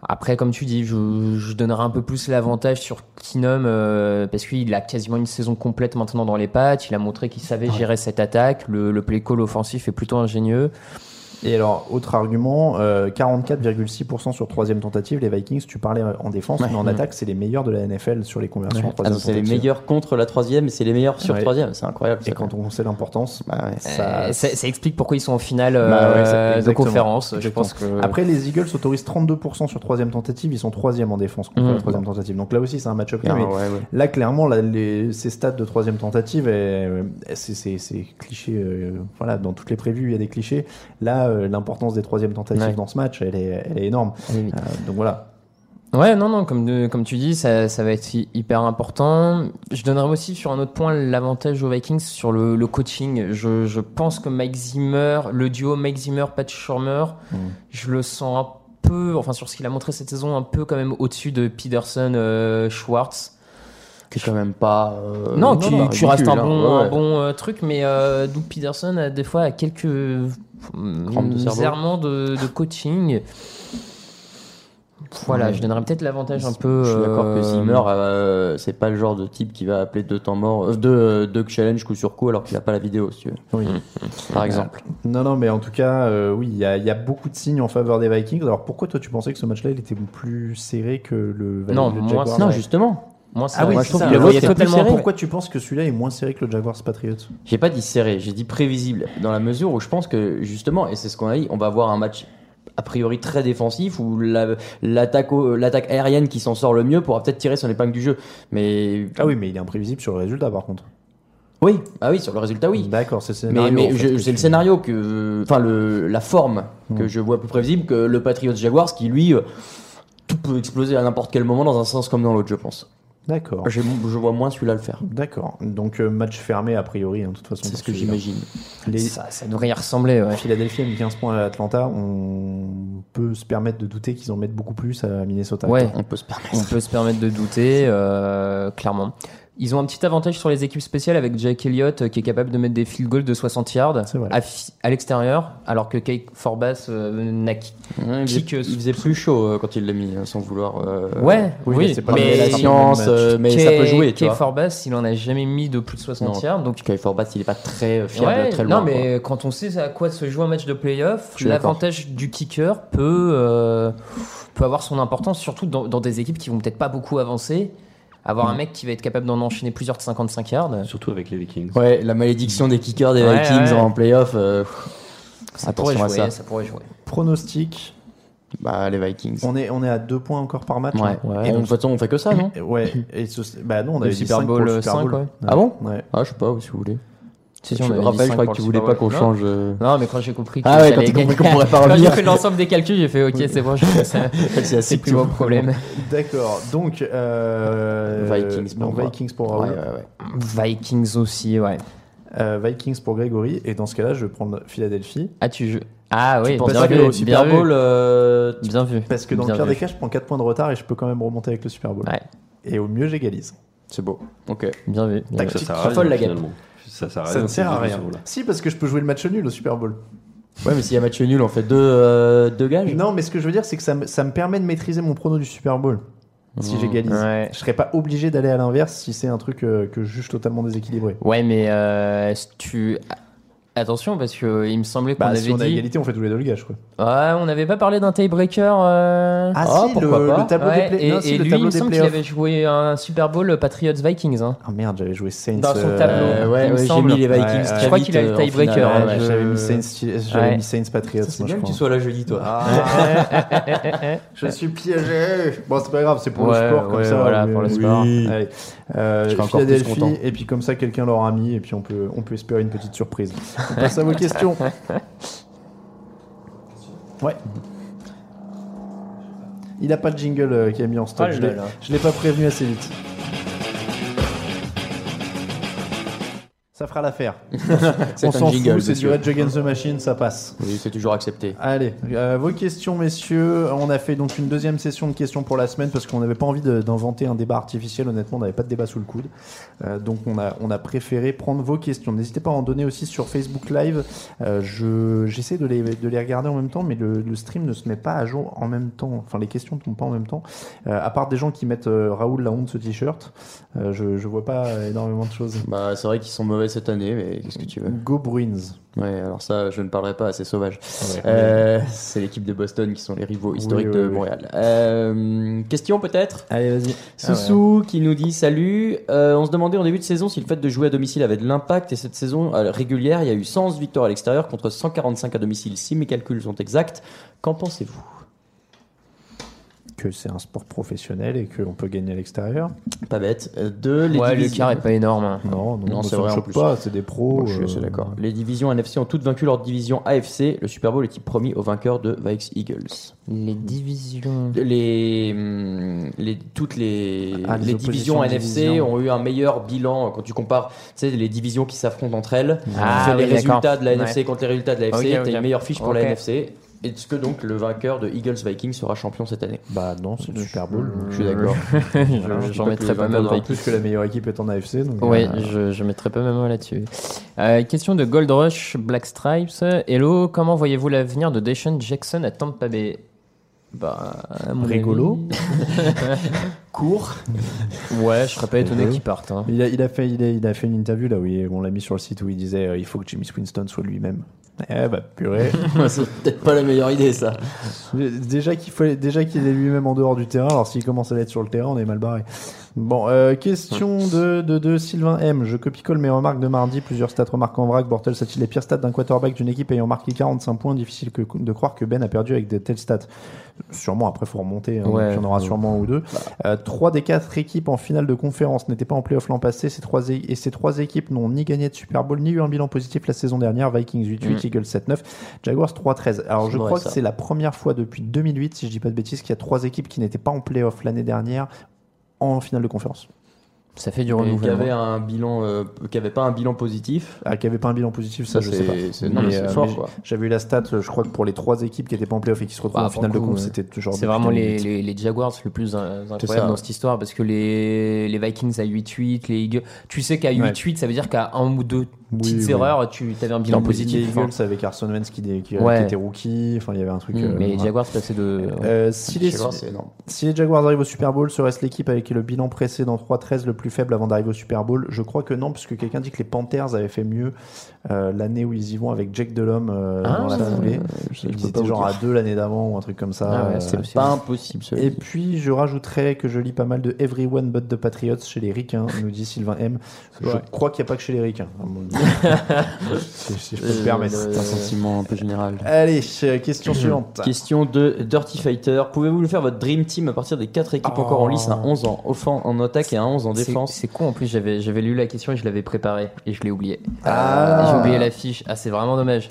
Speaker 7: Après, comme tu dis, je, je donnerai un peu plus l'avantage sur Keenum euh, parce qu'il a quasiment une saison complète maintenant dans les pattes. Il a montré qu'il savait gérer cette attaque. Le, le play call offensif est plutôt ingénieux.
Speaker 5: Et alors, autre argument, euh, 44,6% sur troisième tentative, les Vikings, tu parlais en défense, mais en attaque, c'est les meilleurs de la NFL sur les conversions en
Speaker 6: Mm. Ah non,
Speaker 5: troisième
Speaker 6: c'est les
Speaker 5: tentative.
Speaker 6: meilleurs contre la troisième et c'est les meilleurs sur
Speaker 5: Ouais.
Speaker 6: troisième, c'est incroyable.
Speaker 5: Et
Speaker 6: ça,
Speaker 5: quand
Speaker 6: même.
Speaker 5: on sait l'importance,
Speaker 6: Bah ouais.
Speaker 5: ça...
Speaker 7: Euh, ça, ça explique pourquoi ils sont en finale euh,
Speaker 5: Bah ouais, ça-
Speaker 7: de
Speaker 5: exactement.
Speaker 7: conférence. Je
Speaker 5: Exactement.
Speaker 7: pense
Speaker 6: Ah,
Speaker 7: que.
Speaker 5: Après, les Eagles autorisent 32% sur troisième tentative, ils sont troisième en défense contre
Speaker 6: Mm.
Speaker 7: Mhm.
Speaker 5: la troisième tentative. Donc là aussi, c'est un match-up.
Speaker 6: Ah,
Speaker 5: clé, mais
Speaker 6: ouais, ouais.
Speaker 5: Là, clairement, là, les, ces stats de troisième tentative, euh, c'est- c'est c'est cliché. euh, voilà, dans toutes les prévues, il y a des clichés. Là, euh, l'importance des troisièmes tentatives
Speaker 7: Ouais.
Speaker 5: dans ce match, elle est, elle est énorme.
Speaker 7: Oui.
Speaker 5: Euh, donc voilà.
Speaker 7: Ouais, non, non, comme, de- comme tu dis, ça, ça va être hy- hyper important. Je donnerai aussi sur un autre point l'avantage aux Vikings sur le, le coaching. Je, je pense que Mike Zimmer, le duo Mike Zimmer-Pat Shurmur,
Speaker 5: Hmm.
Speaker 7: je le sens un peu, enfin sur ce qu'il a montré cette saison, un peu quand même au-dessus de euh, Peterson-Schwartz.
Speaker 6: qui est quand même pas. euh,
Speaker 7: non,
Speaker 6: pas
Speaker 7: tu, tu
Speaker 6: ridicule,
Speaker 7: restes un
Speaker 6: hein.
Speaker 7: bon,
Speaker 6: Ouais, ouais.
Speaker 7: un bon euh, truc, mais euh, Doug Peterson a des fois quelques
Speaker 6: Crampes de cerveau.
Speaker 7: errements de, de coaching. Voilà,
Speaker 6: Ouais.
Speaker 7: je donnerais peut-être l'avantage un peu.
Speaker 6: Je suis d'accord que
Speaker 7: euh,
Speaker 6: Zimmer, euh, c'est pas le genre de type qui va appeler deux temps morts, euh, deux, deux challenge coup sur coup alors qu'il a pas la vidéo, si tu veux, Euh,
Speaker 5: Oui.
Speaker 6: par exemple.
Speaker 5: Non, non, mais en tout cas, euh, oui, il y, a- il y a beaucoup de signes en faveur des Vikings. Alors pourquoi toi, tu pensais que ce match-là, il était plus serré que le le
Speaker 7: Non, moi,
Speaker 5: Jaguars
Speaker 7: non,
Speaker 6: Non,
Speaker 7: ouais.
Speaker 6: justement.
Speaker 7: Moi, c'est
Speaker 5: Ah oui,
Speaker 7: moi,
Speaker 5: c'est
Speaker 7: je trouve
Speaker 5: ça.
Speaker 7: qu'il
Speaker 5: Le
Speaker 7: le voyait
Speaker 5: vote est plus
Speaker 7: totalement.
Speaker 5: serré.
Speaker 7: pour-
Speaker 5: Pourquoi tu penses que celui-là est moins serré que le Jaguars Patriots
Speaker 6: J'ai pas dit serré, j'ai dit prévisible, dans la mesure où je pense que justement, et c'est ce qu'on a dit, on va avoir un match a priori très défensif où la- l'attaque au- l'attaque aérienne qui s'en sort le mieux pourra peut-être tirer son épingle du jeu. Mais
Speaker 5: Ah oui, mais il est imprévisible sur le résultat, par contre.
Speaker 6: oui, ah oui, sur le résultat oui.
Speaker 5: D'accord, c'est Bah, Hmm. le scénario.
Speaker 6: Mais, mais
Speaker 5: en fait,
Speaker 6: je-
Speaker 5: que
Speaker 6: c'est le
Speaker 5: tu-
Speaker 6: scénario que. Enfin, le- la forme que je vois plus prévisible que le Patriots Jaguars qui, lui, euh, tout peut exploser à n'importe quel moment dans un sens comme dans l'autre, je pense.
Speaker 5: D'accord.
Speaker 6: J'ai- Je vois moins celui-là le faire.
Speaker 5: D'accord. Donc euh, match fermé a priori, hein, de toute façon.
Speaker 6: C'est
Speaker 5: pour
Speaker 6: ce que
Speaker 5: celui-là.
Speaker 6: j'imagine.
Speaker 5: Les
Speaker 7: Ça, ça devrait y ressembler, ouais.
Speaker 5: Philadelphie a mis 15 points à Atlanta. On peut se permettre de douter qu'ils en mettent beaucoup plus à Minnesota.
Speaker 7: Ouais,
Speaker 6: On peut se permettre.
Speaker 7: on peut se permettre de douter, euh, clairement. Ils ont un petit avantage sur les équipes spéciales avec Jack Elliott euh, qui est capable de mettre des field goals de 60 yards
Speaker 5: C'est vrai.
Speaker 7: à, fi- à l'extérieur, alors que Cake Forbas euh, n'a
Speaker 6: Ouais, il,
Speaker 7: Kick, euh,
Speaker 6: faisait, il faisait plus chaud euh, quand il l'a mis, euh, sans vouloir. euh,
Speaker 7: Ouais,
Speaker 5: oui,
Speaker 7: oui,
Speaker 5: mais c'est pas Mais
Speaker 6: Mais la science,
Speaker 5: match.
Speaker 6: euh, mais ça peut jouer, tu
Speaker 7: Kay
Speaker 6: vois.
Speaker 7: Forbes, il en a jamais mis de plus de 60
Speaker 6: Non.
Speaker 7: yards, donc.
Speaker 6: Kay Forbath, il est pas très euh, fiable,
Speaker 7: Ouais,
Speaker 6: très
Speaker 7: non,
Speaker 6: loin. quoi.
Speaker 7: mais quand on sait à quoi se joue un match de playoff,
Speaker 6: Je suis d'accord.
Speaker 7: l'avantage du kicker peut, euh, peut avoir son importance, surtout dans, dans des équipes qui vont peut-être pas beaucoup avancer. Avoir
Speaker 6: Mm.
Speaker 7: un mec qui va être capable d'en enchaîner plusieurs de 55 yards,
Speaker 8: Surtout avec les Vikings.
Speaker 6: Ouais, la malédiction des kickers des
Speaker 7: Ouais,
Speaker 6: Vikings
Speaker 7: ouais.
Speaker 6: en playoff. euh,
Speaker 7: ça
Speaker 6: Attention
Speaker 7: pourrait
Speaker 6: à
Speaker 7: jouer.
Speaker 6: ça.
Speaker 7: pourrait jouer.
Speaker 5: Pronostic
Speaker 6: Bah, les Vikings.
Speaker 5: On est, on est à deux points encore par match.
Speaker 6: Ouais,
Speaker 5: là. Et
Speaker 6: ouais. Et de
Speaker 5: donc-
Speaker 6: toute façon, on fait que ça, non
Speaker 5: Et Ouais, et ce- bah non, on avait
Speaker 7: Le
Speaker 5: dit
Speaker 7: Super
Speaker 5: cinq pour
Speaker 7: Bowl
Speaker 5: le Super
Speaker 7: 5,
Speaker 5: Bowl.
Speaker 7: ouais.
Speaker 6: Ah bon
Speaker 5: Ouais.
Speaker 6: Ah, je sais pas, si vous voulez.
Speaker 7: Si, si,
Speaker 6: je
Speaker 7: on
Speaker 6: me
Speaker 7: avait dit
Speaker 6: rappelle, je
Speaker 7: cinq
Speaker 6: crois que
Speaker 7: pour
Speaker 6: tu
Speaker 7: le
Speaker 6: voulais
Speaker 7: Super
Speaker 6: pas
Speaker 7: Bowl.
Speaker 6: qu'on
Speaker 7: Non.
Speaker 6: change. euh, <laughs>
Speaker 7: Non, mais quand j'ai compris que
Speaker 6: Ah ouais,
Speaker 7: j'allais
Speaker 6: quand t'as compris
Speaker 7: gagner-
Speaker 6: qu'on pourrait pas
Speaker 7: Quand j'ai
Speaker 6: revenir.
Speaker 7: fait l'ensemble des calculs, j'ai fait ok,
Speaker 6: <laughs>
Speaker 7: c'est bon, je ça-
Speaker 6: C'est
Speaker 7: c'est plus mon problème.
Speaker 5: <laughs> D'accord, donc. euh,
Speaker 6: Vikings pour
Speaker 5: donc
Speaker 6: moi.
Speaker 5: Vikings pour
Speaker 6: Ouais,
Speaker 5: Raoul.
Speaker 6: ouais, ouais.
Speaker 7: Vikings aussi, ouais.
Speaker 5: Euh, Vikings pour Grégory. Et dans ce cas-là, je vais prendre Philadelphie.
Speaker 7: Ah, tu joues. Ah oui,
Speaker 6: Tu penses
Speaker 7: bien
Speaker 6: que
Speaker 7: vu,
Speaker 6: au
Speaker 7: bien
Speaker 6: Super
Speaker 7: vu.
Speaker 6: Bowl, euh, tu-
Speaker 7: Bien vu.
Speaker 5: Parce que dans
Speaker 7: Bien
Speaker 5: le pire
Speaker 7: vu.
Speaker 5: des cas, je prends 4 points de retard et je peux quand même remonter avec le Super Bowl.
Speaker 7: Ouais.
Speaker 5: Et au mieux, j'égalise.
Speaker 6: c'est beau. Ok.
Speaker 7: Bien vu. bien vu.
Speaker 5: Tactique.
Speaker 8: sert à
Speaker 6: Trafole,
Speaker 8: rien,
Speaker 6: la guêpe.
Speaker 8: finalement. Ça sert à
Speaker 5: Ça
Speaker 8: rien.
Speaker 5: ne sert à
Speaker 8: ces
Speaker 5: rien.
Speaker 8: jeux-là.
Speaker 5: Si, parce que je peux jouer le match nul au Super Bowl.
Speaker 6: Ouais, mais s'il y a match nul, on fait deux, euh, deux gages.
Speaker 5: Non, mais ce que je veux dire, c'est que ça me, ça me permet de maîtriser mon prono du Super Bowl. Si j'égalise,
Speaker 7: Ouais.
Speaker 5: je serais pas obligé d'aller à l'inverse si c'est un truc euh, que je juge totalement déséquilibré.
Speaker 7: Ouais, mais euh, si tu. Attention, parce que euh, il me semblait qu'on
Speaker 5: Bah,
Speaker 7: avait
Speaker 5: si on a
Speaker 7: dit.
Speaker 5: égalité, on fait tous les deux le gage. Quoi.
Speaker 7: Ouais, on n'avait pas parlé d'un tiebreaker. euh,
Speaker 5: Ah,
Speaker 6: Ah,
Speaker 5: si,
Speaker 6: pourquoi
Speaker 5: le,
Speaker 6: pas.
Speaker 5: le tableau
Speaker 7: ouais,
Speaker 5: des play-
Speaker 7: et,
Speaker 5: non, si,
Speaker 7: et
Speaker 5: le
Speaker 7: lui, il
Speaker 5: tableau
Speaker 7: me
Speaker 5: des
Speaker 7: semble qu'il
Speaker 5: playoffs.
Speaker 7: avait joué un Super Bowl euh, Patriots Vikings. Hein.
Speaker 5: Ah merde, j'avais joué Saints.
Speaker 7: Dans son
Speaker 5: euh,
Speaker 7: tableau.
Speaker 6: Euh, ouais,
Speaker 7: Il me
Speaker 6: ouais, j'ai
Speaker 7: semble.
Speaker 6: mis les Vikings.
Speaker 5: Ouais,
Speaker 6: très
Speaker 7: je crois
Speaker 6: vite,
Speaker 7: qu'il a le
Speaker 6: euh, en finale.
Speaker 7: tiebreaker,
Speaker 5: ouais,
Speaker 7: ouais, je-
Speaker 5: J'avais mis Saints, j'avais
Speaker 7: Ouais.
Speaker 5: mis Saints Patriots,
Speaker 6: C'est
Speaker 5: moi je
Speaker 6: bien que
Speaker 5: crois.
Speaker 6: tu sois là jeudi, toi.
Speaker 5: Je suis piégé. Bon, c'est pas grave, c'est pour
Speaker 7: Ouais,
Speaker 5: le sport comme
Speaker 7: ouais,
Speaker 5: ça.
Speaker 7: voilà,
Speaker 5: mais-
Speaker 7: pour le sport.
Speaker 5: Allez. Euh,
Speaker 6: Je serai encore plus content.
Speaker 5: Philadelphie, et puis comme ça, quelqu'un l'aura mis, et puis on peut, on peut espérer une petite surprise. On passe à vos
Speaker 6: <laughs>
Speaker 5: questions. Ouais. Il a pas de jingle euh, qui a mis en stock.
Speaker 6: Ah,
Speaker 7: Oh là
Speaker 5: je l'ai-
Speaker 7: là.
Speaker 5: je l'ai pas prévenu assez vite. Ça fera l'affaire.
Speaker 6: <laughs> C'est
Speaker 5: On
Speaker 6: un
Speaker 5: s'en
Speaker 6: jingle,
Speaker 5: fout, c'est du
Speaker 6: monsieur.
Speaker 5: Red Against the Machine, ça passe.
Speaker 6: Oui, c'est toujours accepté.
Speaker 5: Allez, euh, vos questions, messieurs. On a fait donc une deuxième session de questions pour la semaine parce qu'on n'avait pas envie de- d'inventer un débat artificiel. Honnêtement, on n'avait pas de débat sous le coude. Euh, donc, on a, on a préféré prendre vos questions. N'hésitez pas à en donner aussi sur Facebook Live. Euh, je- J'essaie de les, de les regarder en même temps, mais le, le stream ne se met pas à jour en même temps. Enfin, les questions ne tombent pas en même temps. Euh, à part des gens qui mettent euh, Raoul la honte ce t-shirt, euh, je ne vois pas énormément de choses.
Speaker 6: Bah, c'est vrai qu'ils sont mauvais cette année, mais qu'est-ce que tu veux
Speaker 5: Go Bruins.
Speaker 6: Ouais, alors ça, je ne parlerai pas, c'est sauvage.
Speaker 5: Ouais.
Speaker 6: Euh, c'est l'équipe de Boston qui sont les rivaux historiques
Speaker 5: Oui, oui,
Speaker 6: de
Speaker 5: oui.
Speaker 6: Montréal. Euh, question peut-être
Speaker 5: Allez, vas-y.
Speaker 6: Soussou qui nous dit salut. Euh, on se demandait en début de saison si le fait de jouer à domicile avait de l'impact et cette saison euh, régulière, il y a eu 111 victoires à l'extérieur contre 145 à domicile. Si mes calculs sont exacts, qu'en pensez-vous
Speaker 5: Que c'est un sport professionnel et qu'on peut gagner à l'extérieur.
Speaker 6: Pas bête. Euh, Deux, les
Speaker 7: Ouais,
Speaker 6: divisions-
Speaker 7: l'écart est pas énorme. hein.
Speaker 5: Non, non,
Speaker 6: Non,
Speaker 5: bah,
Speaker 6: c'est
Speaker 5: ça me
Speaker 6: vrai, en
Speaker 5: choque
Speaker 6: plus.
Speaker 5: pas, c'est des pros.
Speaker 6: Moi, je suis assez
Speaker 5: euh,
Speaker 6: d'accord. Les divisions NFC ont toutes vaincu leur division AFC. Le Super Bowl est-il promis aux vainqueurs de Vikes Eagles
Speaker 5: <laughs>
Speaker 7: Les divisions.
Speaker 6: les, hum, les, toutes les,
Speaker 5: Ah, les
Speaker 6: les divisions
Speaker 5: oppositions de
Speaker 6: NFC
Speaker 5: division.
Speaker 6: ont eu un meilleur bilan euh, quand tu compares tu sais, les divisions qui s'affrontent entre elles.
Speaker 7: Ah,
Speaker 6: Tu fais
Speaker 7: oui,
Speaker 6: les résultats
Speaker 7: d'accord.
Speaker 6: de la NFC
Speaker 7: Ouais.
Speaker 6: contre les résultats de la FC,
Speaker 7: Ok,
Speaker 6: tu as
Speaker 7: ok.
Speaker 6: une meilleure fiche pour
Speaker 7: Ok.
Speaker 6: la NFC. Est-ce que donc le vainqueur de Eagles Vikings sera champion cette année
Speaker 5: Bah non, c'est le Super Bowl. donc
Speaker 6: Je suis d'accord. <laughs>
Speaker 7: Je- J'en mettrai pas même
Speaker 5: En
Speaker 7: un.
Speaker 5: plus que la meilleure équipe est en AFC. Donc,
Speaker 7: Oui,
Speaker 5: euh,
Speaker 7: je, je mettrai pas ma main là-dessus. Euh, question de Gold Rush Black Stripes. Hello, comment voyez-vous l'avenir de Deshaun Jackson à Tampa Bay Bah, à mon
Speaker 5: Rigolo.
Speaker 7: Court. Ouais, je serais pas étonné qu'il parte. hein.
Speaker 5: il, a, il a fait, il, a, il a fait une interview là où il- on l'a mis sur le site où il disait euh, il faut que Jimmy Winston soit lui-même. Eh bah <laughs> purée.
Speaker 6: C'est peut-être pas la meilleure idée ça.
Speaker 5: déjà qu'il faut, déjà qu'il est lui-même en dehors du terrain. Alors s'il commence à l'être sur le terrain, on est mal barré. Bon, euh, question de, de, de Sylvain M. Je copie-colle mes remarques de mardi. Plusieurs stats remarques en vrac. Bortels a-t-il les pires stats d'un quarterback d'une équipe ayant marqué 45 points Difficile que- de croire que Ben a perdu avec de telles stats. Sûrement, après, faut remonter. hein, donc
Speaker 7: Ouais.
Speaker 5: il y en aura sûrement un ou deux. Euh, Trois des quatre équipes en finale de conférence n'étaient pas en playoff l'an passé. Ces trois é- et ces trois équipes n'ont ni gagné de Super Bowl, ni eu un bilan positif la saison dernière. Vikings 8-8, Eagles 7-9, Jaguars 3-13. Alors, je
Speaker 6: Ouais,
Speaker 5: crois
Speaker 6: ça.
Speaker 5: que c'est la première fois depuis 2008, si je dis pas de bêtises, qu'il y a trois équipes qui n'étaient pas en playoff l'année dernière en finale de conférence.
Speaker 7: Ça fait du
Speaker 6: Et Qui avait
Speaker 7: renouvellement.
Speaker 6: un bilan, euh, qui avait pas un bilan positif.
Speaker 5: Ah, qui avait pas un bilan positif, ça, je
Speaker 6: c'est-
Speaker 5: sais pas.
Speaker 6: c'est- non, mais
Speaker 5: Mais,
Speaker 6: c'est
Speaker 5: euh,
Speaker 6: fort,
Speaker 5: mais
Speaker 6: quoi.
Speaker 5: J'avais eu la stat, euh, je crois que pour les trois équipes qui étaient pas en playoff et qui se retrouvent
Speaker 7: Bah,
Speaker 5: en finale de
Speaker 7: pour le coup,
Speaker 5: conf,
Speaker 7: ouais.
Speaker 5: c'était toujours.
Speaker 7: C'est vraiment les, les, les Jaguars le plus euh,
Speaker 6: ça.
Speaker 7: incroyable dans cette histoire parce que les, les Vikings à 8-8, les Eagles. Tu sais qu'à 8-8, ça veut dire qu'à un ou deux
Speaker 5: Oui,
Speaker 7: petites
Speaker 5: oui.
Speaker 7: erreurs, tu avais un bilan
Speaker 5: bilan positif.
Speaker 7: positif. hein.
Speaker 5: Les Eagles avec Carson Wentz qui, dé- qui-
Speaker 7: Ouais.
Speaker 5: qui était rookie, enfin il y avait un truc.
Speaker 7: Enfin,
Speaker 5: euh,
Speaker 7: Mm, mais les
Speaker 5: voilà.
Speaker 7: Jaguars passaient de.
Speaker 5: Euh, si, les,
Speaker 6: Jaguars, c'est énorme.
Speaker 5: si les Jaguars arrivent au Super Bowl, serait-ce l'équipe avec le bilan précédent 3-13 le plus faible avant d'arriver au Super Bowl Je crois que non, puisque quelqu'un dit que les Panthers avaient fait mieux euh, l'année où ils y vont avec Jake Delhomme euh,
Speaker 7: Ah,
Speaker 5: dans la foulée.
Speaker 6: je peux
Speaker 5: Ils
Speaker 6: pas
Speaker 5: étaient
Speaker 6: vous
Speaker 5: genre à
Speaker 6: dire.
Speaker 5: deux l'année d'avant ou un truc comme ça.
Speaker 7: Ah ouais,
Speaker 5: euh,
Speaker 7: c'est possible.
Speaker 6: Pas impossible. cela
Speaker 5: Et
Speaker 6: dit.
Speaker 5: puis je rajouterais que je lis pas mal de Everyone but the Patriots chez les Ricains, nous dit Sylvain M. Je
Speaker 6: vrai.
Speaker 5: crois qu'il n'y a pas que chez les Ricains. à mon avis.
Speaker 6: <laughs>
Speaker 5: si, si je peux me permettre.
Speaker 6: C'est un sentiment un peu général.
Speaker 5: Allez, euh, question suivante.
Speaker 6: Question de Dirty Fighter. Pouvez-vous nous faire votre Dream Team à partir des 4 équipes
Speaker 5: Oh.
Speaker 6: encore en lice, un 11 en, offen- en attaque et un 11 en
Speaker 7: C'est-
Speaker 6: défense
Speaker 7: C'est con en plus, j'avais j'avais lu la question et je l'avais préparée et je l'ai oublié.
Speaker 5: Ah.
Speaker 7: J'ai oublié la fiche. Ah, c'est vraiment dommage.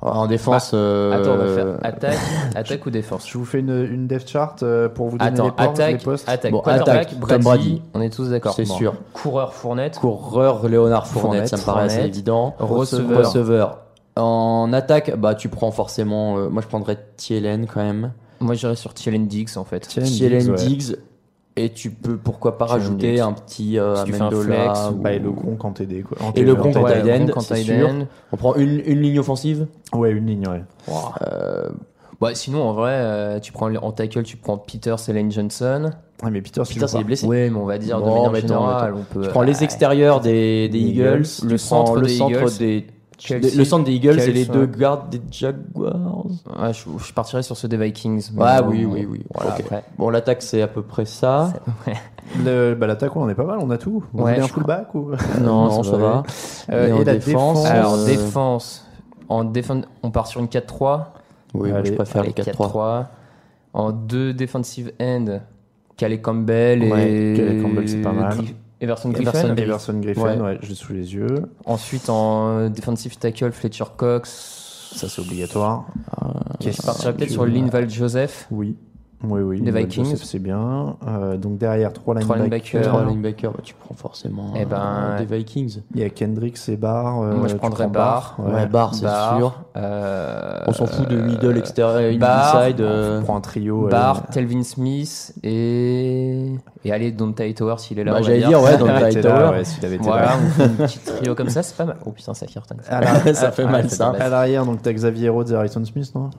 Speaker 6: En défense. euh,
Speaker 7: Attends, on va faire attaque, attaque ou défense
Speaker 5: Je vous fais une, une dev chart euh, pour vous donner
Speaker 7: Attends,
Speaker 5: les, por- les
Speaker 7: attaque,
Speaker 5: postes.
Speaker 7: attaque,
Speaker 6: Bon,
Speaker 7: quarterback,
Speaker 6: attaque, Tom
Speaker 7: Brady,
Speaker 6: Brady.
Speaker 7: On est tous d'accord.
Speaker 6: C'est
Speaker 7: Bon.
Speaker 6: sûr.
Speaker 7: Coureur, Fournette.
Speaker 6: Coureur, Léonard Fournette,
Speaker 7: Fournette,
Speaker 6: ça me paraît assez
Speaker 7: Fournette.
Speaker 6: évident.
Speaker 7: Receveur.
Speaker 6: Receveur. En attaque, bah tu prends forcément. euh, moi je prendrais Thielen quand même.
Speaker 7: Moi, j'irais sur Thielen Diggs en fait.
Speaker 5: Thielen
Speaker 6: Thielen
Speaker 5: Diggs, ouais.
Speaker 6: Diggs. Et tu peux pourquoi pas
Speaker 7: Thielen
Speaker 6: rajouter
Speaker 7: Diggs.
Speaker 6: un petit euh,
Speaker 5: Ah,
Speaker 7: Si tu fais un
Speaker 6: Amendola
Speaker 7: flex,
Speaker 6: ou-
Speaker 5: Bah, et le con quand t'es des. quoi. En
Speaker 6: Et le
Speaker 5: t'es-
Speaker 6: con
Speaker 5: en t'es-
Speaker 6: quand
Speaker 7: Ouais,
Speaker 6: tight end,
Speaker 7: bon, quand
Speaker 6: c'est
Speaker 7: tight
Speaker 6: sûr.
Speaker 7: end.
Speaker 6: On prend une, une ligne offensive.
Speaker 5: Ouais, une ligne, ouais.
Speaker 7: Bah, sinon, en vrai, euh, tu prends en tackle, tu prends Peter, Ellen Johnson.
Speaker 5: Ah, mais Peter, si
Speaker 6: Peter,
Speaker 5: je-
Speaker 6: c'est blessé.
Speaker 7: Ouais, mais on va dire de
Speaker 6: Bon,
Speaker 7: manière
Speaker 6: mettons,
Speaker 7: générale, on peut.
Speaker 6: Tu prends les extérieurs des, des
Speaker 5: Les
Speaker 6: Eagles,
Speaker 5: Eagles,
Speaker 6: tu
Speaker 7: le
Speaker 6: prends
Speaker 7: centre
Speaker 6: le
Speaker 7: des
Speaker 6: centre
Speaker 7: Eagles,
Speaker 6: des
Speaker 7: Chelsea.
Speaker 6: le centre des Eagles et les
Speaker 7: Chelsea,
Speaker 6: deux
Speaker 7: ouais.
Speaker 6: gardes des Jaguars.
Speaker 7: Ouais, je, je partirais sur ceux des Vikings. mais
Speaker 6: Ouais,
Speaker 7: bon,
Speaker 6: oui, oui, oui. Voilà,
Speaker 7: Ok.
Speaker 6: après. Bon, l'attaque c'est à peu près ça.
Speaker 5: le- bah, l'attaque, ouais, on est pas mal, on a tout. Vous
Speaker 7: Ouais,
Speaker 5: voulez un
Speaker 7: je
Speaker 5: fullback ou... <laughs>
Speaker 6: Non, ça va.
Speaker 5: Euh,
Speaker 6: Et
Speaker 5: et
Speaker 6: en
Speaker 5: la
Speaker 6: défense,
Speaker 5: défense,
Speaker 7: Alors,
Speaker 6: Euh,
Speaker 7: défense. En défense, on part sur une 4-3.
Speaker 6: Oui, moi, je
Speaker 5: Allez,
Speaker 6: préfère les
Speaker 7: Allez,
Speaker 6: 4-3.
Speaker 7: En deux defensive end, Calais Campbell et.
Speaker 6: Ouais,
Speaker 5: Calais Campbell, c'est pas mal.
Speaker 7: Griff- Everson Griffin.
Speaker 6: Everson Griffin.
Speaker 5: Everson Griffin,
Speaker 6: Ouais.
Speaker 5: ouais. je l'ai sous les yeux.
Speaker 7: Ensuite, en euh, defensive tackle, Fletcher Cox.
Speaker 5: Ça, c'est obligatoire. Euh,
Speaker 7: Je partirais Euh, peut-être
Speaker 6: tu-
Speaker 7: sur Linval Joseph.
Speaker 5: Oui. Oui, oui.
Speaker 7: Les
Speaker 5: Bah,
Speaker 7: Vikings.
Speaker 5: Joseph, C'est bien. Euh, donc derrière, trois
Speaker 7: Trois
Speaker 5: linebackers.
Speaker 7: linebackers.
Speaker 6: Trois linebackers, bah, tu prends forcément
Speaker 7: Eh ben,
Speaker 6: euh, des Vikings.
Speaker 5: Il y a Kendrick, c'est Barr. euh,
Speaker 7: Moi, je
Speaker 5: tu
Speaker 7: prendrais
Speaker 5: prends
Speaker 7: Barr.
Speaker 6: Ouais, Barr, c'est
Speaker 7: Barr,
Speaker 6: sûr.
Speaker 7: euh, bah,
Speaker 6: On s'en fout de middle, extérieur,
Speaker 7: Barr,
Speaker 6: inside. euh,
Speaker 5: Ah, On prend un trio. euh, <laughs>
Speaker 7: Barr, Telvin Smith et. Et allez, Dante Tower s'il est là.
Speaker 6: Bah,
Speaker 7: on va
Speaker 6: j'allais dire, ouais,
Speaker 5: s'il <laughs>
Speaker 6: dans le
Speaker 5: avait été
Speaker 6: Hightower.
Speaker 5: là, ouais, s'il avait été
Speaker 7: <laughs>
Speaker 6: <laughs>
Speaker 7: Voilà,
Speaker 5: là.
Speaker 7: on fait un petit trio comme ça, c'est pas mal. Oh putain, ça fait retenir.
Speaker 6: Ah.
Speaker 5: À <laughs> la-
Speaker 6: ça fait mal
Speaker 7: c'est
Speaker 6: ça.
Speaker 7: dommage.
Speaker 5: À l'arrière, donc t'as Xavier Rhodes et Harrison Smith, non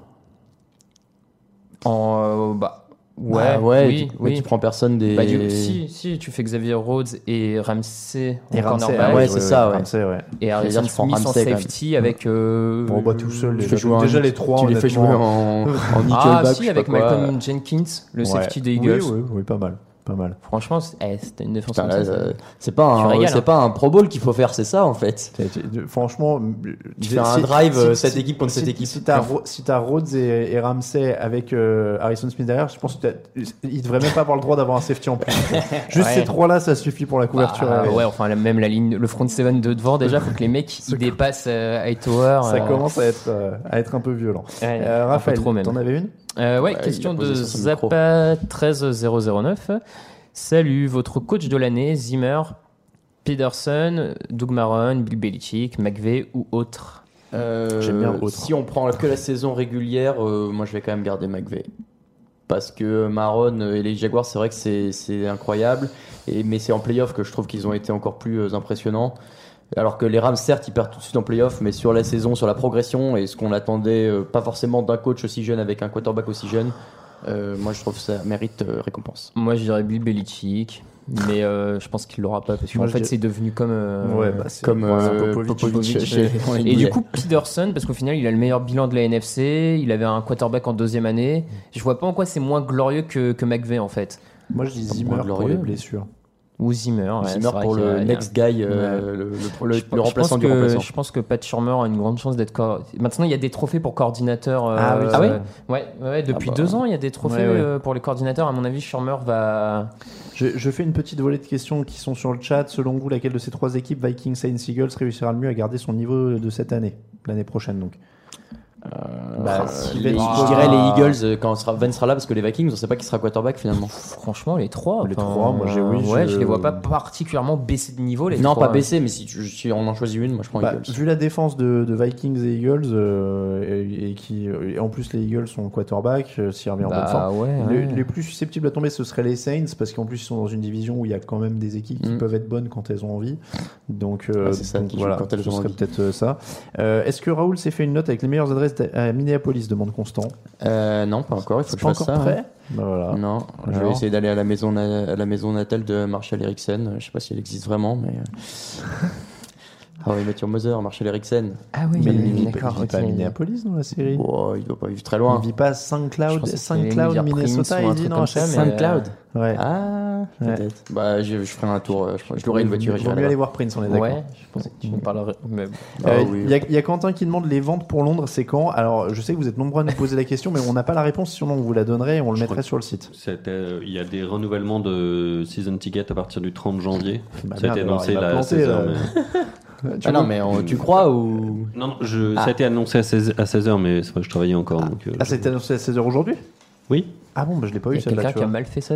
Speaker 7: En. euh, bah. Ouais,
Speaker 6: Ah ouais,
Speaker 7: oui,
Speaker 6: tu, mais
Speaker 7: oui.
Speaker 6: tu prends personne des.
Speaker 7: Bah, du- si, si, tu fais Xavier Rhodes et Ramsey en
Speaker 5: Et Ramsey,
Speaker 7: cornerback,
Speaker 6: ah ouais, c'est ça, ouais.
Speaker 5: Ramsey, ouais.
Speaker 7: et
Speaker 6: J'allais
Speaker 7: Harrison
Speaker 6: dire, tu prends
Speaker 7: Smith en
Speaker 6: Ramsey, quand même.
Speaker 7: safety avec. euh,
Speaker 5: Bon, bah, tout seul,
Speaker 6: tu
Speaker 5: déjà,
Speaker 6: fais jouer
Speaker 5: donc,
Speaker 6: un-
Speaker 5: déjà les trois.
Speaker 6: tu les fais jouer
Speaker 5: honnêtement.
Speaker 6: en,
Speaker 7: <laughs>
Speaker 6: en
Speaker 7: ah,
Speaker 6: nickelback. je
Speaker 7: si,
Speaker 6: sais
Speaker 7: avec
Speaker 6: pas quoi.
Speaker 7: Malcolm Jenkins, le
Speaker 5: Ouais.
Speaker 7: safety des Eagles.
Speaker 5: Oui, oui, oui, pas mal. Pas mal.
Speaker 7: Franchement, c'est- eh, c'était une défense
Speaker 6: Putain,
Speaker 7: comme
Speaker 6: là,
Speaker 7: ça,
Speaker 6: euh, c'est pas un,
Speaker 7: régales,
Speaker 6: c'est
Speaker 7: hein.
Speaker 6: pas un Pro Bowl qu'il faut faire, c'est ça en fait.
Speaker 5: T'as été- de- Franchement,
Speaker 6: Tu
Speaker 5: si-
Speaker 6: fais un
Speaker 5: si-
Speaker 6: drive
Speaker 5: si-
Speaker 6: euh,
Speaker 5: si-
Speaker 6: cette équipe contre
Speaker 5: si-
Speaker 6: cette équipe.
Speaker 5: Si t'as Ro- si t'as Rhodes et, et Ramsey avec euh, Harrison Smith derrière, je pense qu'ils devraient même pas avoir le droit d'avoir un safety en
Speaker 6: <laughs>
Speaker 5: plus. Juste
Speaker 7: Ouais.
Speaker 5: ces trois-là, ça suffit pour la
Speaker 7: Bah,
Speaker 5: couverture. euh,
Speaker 7: ouais.
Speaker 5: ouais.
Speaker 7: enfin la- même la ligne, le front seven de devant déjà, faut que
Speaker 5: <laughs>
Speaker 7: les mecs ils dépassent euh, Hightower.
Speaker 5: Ça
Speaker 7: euh,
Speaker 5: commence à être, euh, à être un peu violent.
Speaker 7: ouais, un
Speaker 5: Euh,
Speaker 7: peu
Speaker 5: Raphaël,
Speaker 7: trop même.
Speaker 5: t'en avais une
Speaker 7: Euh, ouais,
Speaker 6: Ouais,
Speaker 7: question
Speaker 6: il a posé
Speaker 7: de
Speaker 6: sur son micro.
Speaker 7: Zappa13009. Salut, votre coach de l'année, Zimmer, Pederson, Doug Maron, Bill Belichick, McVeigh ou autre
Speaker 6: Euh,
Speaker 5: J'aime bien autre.
Speaker 6: Si on prend que la saison régulière, euh, moi je vais quand même garder McVeigh. Parce que Marron et les Jaguars, c'est vrai que c'est, c'est incroyable. Et, mais c'est en playoff que je trouve qu'ils ont été encore plus euh, impressionnants. Alors que les Rams, certes, ils perdent tout de suite en playoff, mais sur la saison, sur la progression et ce qu'on attendait, euh, pas forcément d'un coach aussi jeune avec un quarterback aussi jeune, euh, moi je trouve que ça mérite euh, récompense.
Speaker 7: Moi, je dirais Bill Belichick, mais euh, je pense qu'il l'aura pas parce qu'en
Speaker 5: Moi, je
Speaker 7: fait,
Speaker 5: dis-
Speaker 7: c'est devenu comme. euh,
Speaker 5: Ouais, bah, c'est-
Speaker 6: Comme
Speaker 5: ouais,
Speaker 6: euh,
Speaker 5: Popovich.
Speaker 6: Popovich chez-
Speaker 7: Et du coup, Pederson, parce qu'au final, il a le meilleur bilan de la NFC, il avait un quarterback en deuxième année. Je vois pas en quoi c'est moins glorieux que, que McVeigh, en fait.
Speaker 5: Moi, je dis
Speaker 6: Pas
Speaker 5: Zimmer
Speaker 6: moins
Speaker 5: pour
Speaker 6: glorieux.
Speaker 5: les blessures.
Speaker 7: Ou Zimmer. ouais,
Speaker 6: Zimmer
Speaker 7: c'est vrai
Speaker 6: pour
Speaker 7: qu'il y a-
Speaker 6: le
Speaker 7: il y a-
Speaker 6: next guy, euh, le, le- le-
Speaker 7: Je-
Speaker 6: le
Speaker 7: je
Speaker 6: remplaçant
Speaker 7: pense
Speaker 6: du
Speaker 7: que,
Speaker 6: remplaçant.
Speaker 7: Je pense que Pat Shurmur a une grande chance d'être. cor- Maintenant, il y a des trophées pour coordinateur. euh,
Speaker 5: Ah oui,
Speaker 7: euh,
Speaker 5: ah oui
Speaker 7: ouais, ouais, ouais, depuis
Speaker 6: bah.
Speaker 7: deux ans, il y a des trophées
Speaker 5: Ouais, ouais.
Speaker 7: euh, pour les coordinateurs. À mon avis, Shurmur va.
Speaker 5: Je, je fais une petite volée de questions qui sont sur le chat. Selon vous, laquelle de ces trois équipes, Vikings, Saints, Eagles, réussira le mieux à garder son niveau de cette année L'année prochaine, donc.
Speaker 6: Bah,
Speaker 5: Euh,
Speaker 7: ah,
Speaker 6: si
Speaker 5: il
Speaker 6: les-
Speaker 5: est-
Speaker 6: Ben, je dirais les
Speaker 5: <laughs>
Speaker 6: Eagles euh, quand on sera, Van sera là parce que les Vikings on sait pas qui sera quarterback finalement.
Speaker 7: Franchement, les trois.
Speaker 5: Les
Speaker 7: enfin,
Speaker 5: trois, moi, j'ai- oui,
Speaker 7: ouais,
Speaker 5: je-
Speaker 7: je... les vois pas particulièrement baisser de niveau. Les
Speaker 6: non
Speaker 7: trois.
Speaker 6: pas baissé mais si, tu- si on en choisit une moi je prends
Speaker 5: Bah,
Speaker 6: Eagles.
Speaker 5: vu la défense de, de Vikings et Eagles, euh, et, et qui, et en plus les Eagles sont en quarterback, euh, s'ils reviennent en bonne
Speaker 7: Bah,
Speaker 5: forme.
Speaker 7: ouais,
Speaker 5: Le-
Speaker 7: ouais.
Speaker 5: Les plus susceptibles à tomber, ce seraient les Saints, parce qu'en plus ils sont dans une division où il y a quand même des équipes qui
Speaker 6: Mm.
Speaker 5: peuvent être bonnes quand elles ont envie. Donc, euh,
Speaker 6: Ouais, c'est ça,
Speaker 5: donc
Speaker 6: qui jouent
Speaker 5: voilà,
Speaker 6: quand elles
Speaker 5: ce
Speaker 6: ont
Speaker 5: serait
Speaker 6: envie.
Speaker 5: peut-être euh, ça. Euh, Est-ce que Raoul s'est fait une note avec les meilleures adresses à Minneapolis demande Constant.
Speaker 6: Euh, non pas encore il faut
Speaker 5: C'est
Speaker 6: que
Speaker 5: pas
Speaker 6: je fasse
Speaker 5: encore
Speaker 6: ça.
Speaker 5: prêt
Speaker 6: hein.
Speaker 5: Bah, voilà.
Speaker 6: Non, je vais
Speaker 5: Alors
Speaker 6: essayer d'aller à la maison
Speaker 5: <laughs>
Speaker 6: na- à la maison natale de Marshall Erickson. Je sais pas si elle existe vraiment mais. euh, Ah oui, Mathieu Moser, Marshall Eriksen.
Speaker 7: Ah oui,
Speaker 5: Mais il vit pas-
Speaker 7: d'accord.
Speaker 5: il vit pas à
Speaker 7: ok.
Speaker 5: Minneapolis dans la série.
Speaker 6: Oh, il doit pas vivre très
Speaker 5: Il
Speaker 6: loin.
Speaker 5: vit pas à Saint
Speaker 7: Je
Speaker 5: Cloud,
Speaker 7: pensais que
Speaker 5: Saint
Speaker 7: c'était
Speaker 5: Cloud,
Speaker 7: Elvira
Speaker 5: Minnesota.
Speaker 7: Prince ou un
Speaker 5: Il dit
Speaker 7: truc
Speaker 5: non,
Speaker 7: comme
Speaker 5: à
Speaker 7: ça,
Speaker 5: chaque
Speaker 7: mais-
Speaker 5: Saint
Speaker 6: Cloud.
Speaker 5: euh, Ouais.
Speaker 6: Ah,
Speaker 5: Ouais.
Speaker 6: peut-être. Bah, je, je ferai un tour. euh, Je, je louerai une voiture et
Speaker 5: Vaut
Speaker 6: j'irai
Speaker 5: mieux aller
Speaker 6: là-bas.
Speaker 5: voir Prince, on est d'accord.
Speaker 7: Ouais, je pensais que tu me parlerais. Mais bon.
Speaker 6: Ah
Speaker 5: Euh,
Speaker 6: oui.
Speaker 5: Il y, a- il y a Quentin qui demande les ventes pour Londres, c'est quand Alors, je sais que vous êtes nombreux à nous poser la question, mais on n'a pas la réponse, sinon on vous la donnerait et on le
Speaker 8: Je
Speaker 5: mettrait
Speaker 8: crois-
Speaker 5: sur le site.
Speaker 8: C'était, euh, il y a des renouvellements de season ticket à partir du 30 janvier.
Speaker 5: Bah
Speaker 8: ça a
Speaker 5: merde,
Speaker 8: été
Speaker 5: alors,
Speaker 8: annoncé
Speaker 5: il va
Speaker 8: la
Speaker 5: planter, euh.
Speaker 8: saison,
Speaker 5: là.
Speaker 8: mais-
Speaker 5: Tu
Speaker 6: Ah non,
Speaker 5: vois,
Speaker 6: mais euh, tu
Speaker 5: <laughs>
Speaker 6: crois ou.
Speaker 8: Non, non, je-
Speaker 6: Ah.
Speaker 8: ça a été annoncé à 16h, à 16 heures, mais c'est vrai, je travaillais encore. donc, euh,
Speaker 5: Ah,
Speaker 8: je-
Speaker 5: c'était annoncé à 16h aujourd'hui
Speaker 8: Oui.
Speaker 5: Ah bon, bah, je l'ai pas
Speaker 7: Il
Speaker 5: eu
Speaker 7: y a
Speaker 5: celle-là.
Speaker 7: quelqu'un
Speaker 5: tu
Speaker 7: qui a
Speaker 5: vois.
Speaker 7: mal fait ça.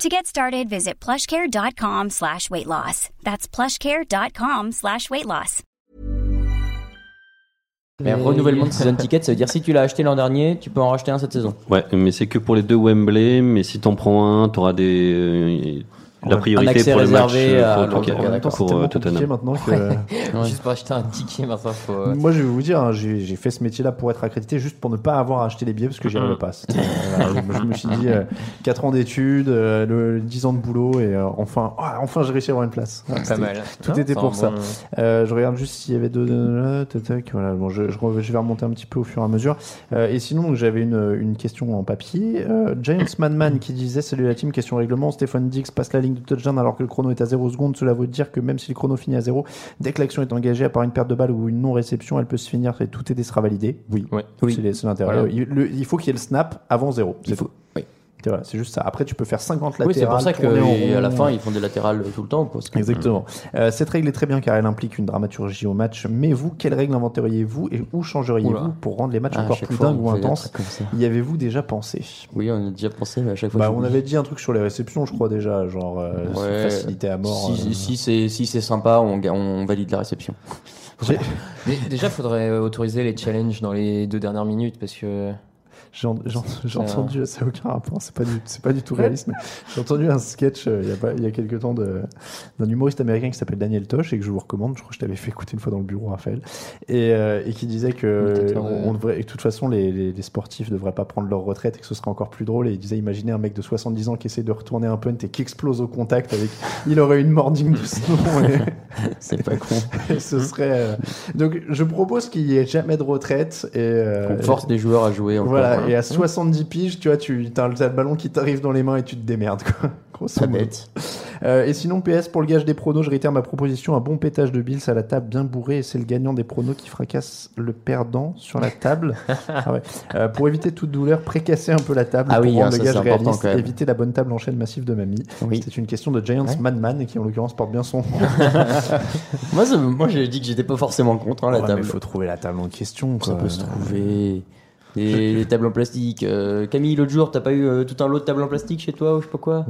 Speaker 9: To get started, visit plushcare.com slash weight loss. That's plushcare.com slash weight loss.
Speaker 6: Mais renouvellement
Speaker 5: <laughs>
Speaker 7: <laughs>
Speaker 6: de season ticket, ça veut dire si tu l'as acheté l'an dernier, tu peux en racheter un cette saison.
Speaker 8: Ouais, mais c'est que pour les deux Wembley, mais si t'en prends un, t'auras des. euh, La
Speaker 6: Un
Speaker 8: priorité
Speaker 6: accès
Speaker 8: pour le match
Speaker 6: réservé
Speaker 8: euh,
Speaker 6: à
Speaker 8: pour,
Speaker 6: Londres.
Speaker 8: pour-
Speaker 6: En
Speaker 5: En même temps, c'est
Speaker 8: pour,
Speaker 5: tellement
Speaker 8: euh,
Speaker 5: compliqué
Speaker 8: Tottenham.
Speaker 5: maintenant que. <laughs>
Speaker 7: Juste pour acheter un ticket, maintenant faut. euh,
Speaker 5: Moi, je vais vous dire, hein, j'ai j'ai fait ce métier-là pour être accrédité, juste pour ne pas avoir à acheter les billets parce que j'y arrivais pas. C'était, euh, voilà, je, je me suis dit, 4 ans d'études, euh, le, 10 ans de boulot, et euh, enfin, ah, enfin, j'ai réussi à avoir une place. Ah,
Speaker 7: Pas
Speaker 5: c'était-
Speaker 7: mal. Hein,
Speaker 5: tout était pour ça. Euh, je regarde juste s'il y avait deux. euh, tac, tac, voilà. bon, je, je re- je vais remonter un petit peu au fur et à mesure. Euh, et sinon, donc, j'avais une, une question en papier. Euh, James Manman qui disait Salut la team, question règlement. Stéphane Dix passe la ligne de touchdown alors que le chrono est à 0 secondes. Cela veut dire que même si le chrono finit à 0, dès que l'action est engagée, à part une perte de balle ou une non-réception, elle peut se finir et tout est sera validé. Oui,
Speaker 7: Ouais.
Speaker 5: c'est les- c'est l'intérêt.
Speaker 7: Voilà.
Speaker 5: Il, le- il faut qu'il y ait le snap avant 0. C'est
Speaker 6: Il
Speaker 5: tout.
Speaker 6: faut- oui.
Speaker 5: C'est voilà, c'est juste ça. Après, tu peux faire 50 latérales.
Speaker 6: Oui, c'est pour ça
Speaker 5: tourner en
Speaker 6: qu'à la
Speaker 5: rond.
Speaker 6: fin, ils font des latérales tout le temps. Parce que...
Speaker 5: Exactement. Euh, cette règle est très bien car elle implique une dramaturgie au match. Mais vous, quelle règle inventeriez-vous et où changeriez-vous
Speaker 6: Oula.
Speaker 5: pour rendre les matchs
Speaker 6: Ah, à
Speaker 5: encore
Speaker 6: chaque
Speaker 5: plus
Speaker 6: fois,
Speaker 5: dingues
Speaker 6: on
Speaker 5: ou
Speaker 6: fait des
Speaker 5: intenses
Speaker 6: trucs comme ça.
Speaker 5: Y avez-vous déjà pensé
Speaker 6: Oui, on y a déjà pensé, mais à chaque fois.
Speaker 5: bah,
Speaker 6: j'oublie.
Speaker 5: On avait dit un truc sur les réceptions, je crois déjà, genre euh,
Speaker 6: Ouais.
Speaker 5: facilité à mort.
Speaker 6: Si,
Speaker 5: euh.
Speaker 6: si c'est si c'est sympa, on, ga- on valide la réception.
Speaker 5: J'ai-
Speaker 7: Dé- Déjà, faudrait euh, autoriser les challenges dans les deux dernières minutes parce
Speaker 5: Euh,
Speaker 7: que.
Speaker 5: J'ai j'ai- j'ai entendu, ça n'a aucun rapport, c'est pas, du- c'est pas du tout réaliste, mais j'ai entendu un sketch euh, il y a pas- il y, a quelques temps de- d'un humoriste américain qui s'appelle Daniel Tosh et que je vous recommande, je crois que je t'avais fait écouter une fois dans le bureau, Raphaël, et, euh, et qui disait que
Speaker 7: Peut-être,
Speaker 5: on-
Speaker 7: ouais.
Speaker 5: on devrait, et de toute façon les, les- les sportifs ne devraient pas prendre leur retraite et que ce serait encore plus drôle, et il disait imaginez un mec de 70 ans qui essaie de retourner un punt et qui explose au contact avec, il aurait une morning de snow et-
Speaker 6: <laughs> C'est pas con.
Speaker 5: et <laughs> ce serait... euh, Donc je propose qu'il n'y ait jamais de retraite et... euh,
Speaker 6: On force des joueurs à jouer. encore, hein.
Speaker 5: voilà,
Speaker 6: voilà.
Speaker 5: et à 70 piges, tu vois, tu as le, t'as le ballon qui t'arrive dans les mains et tu te démerdes, quoi. <laughs> Grosso
Speaker 6: Très
Speaker 5: modo.
Speaker 6: bête.
Speaker 5: Euh, et sinon, PS, pour le gage des pronos, je réitère ma proposition un bon pétage de Bills à la table, bien bourré, et c'est le gagnant des pronos qui fracasse le perdant sur la
Speaker 6: <laughs>
Speaker 5: table. Ah ouais. Euh, pour éviter toute douleur, précasser un peu la table
Speaker 6: Ah
Speaker 5: pour
Speaker 6: oui,
Speaker 5: rendre
Speaker 6: hein,
Speaker 5: le
Speaker 6: ça,
Speaker 5: gage
Speaker 6: c'est important,
Speaker 5: réaliste,
Speaker 6: quand même.
Speaker 5: éviter la bonne table en chaîne massive de mamie.
Speaker 6: Oui.
Speaker 5: C'est une question de Giants
Speaker 6: Ouais.
Speaker 5: Madman, qui en l'occurrence porte
Speaker 6: <laughs>
Speaker 5: bien son nom.
Speaker 6: Moi, ça- moi j'ai dit que j'étais pas forcément contre hein, la
Speaker 5: Ouais, mais
Speaker 6: table.
Speaker 5: faut trouver la table en question,
Speaker 6: Ça
Speaker 5: quoi.
Speaker 6: peut se trouver. Des, des tables en plastique. Euh, Camille, l'autre jour, t'as pas eu euh, tout un lot de tables en plastique chez toi ou je sais pas quoi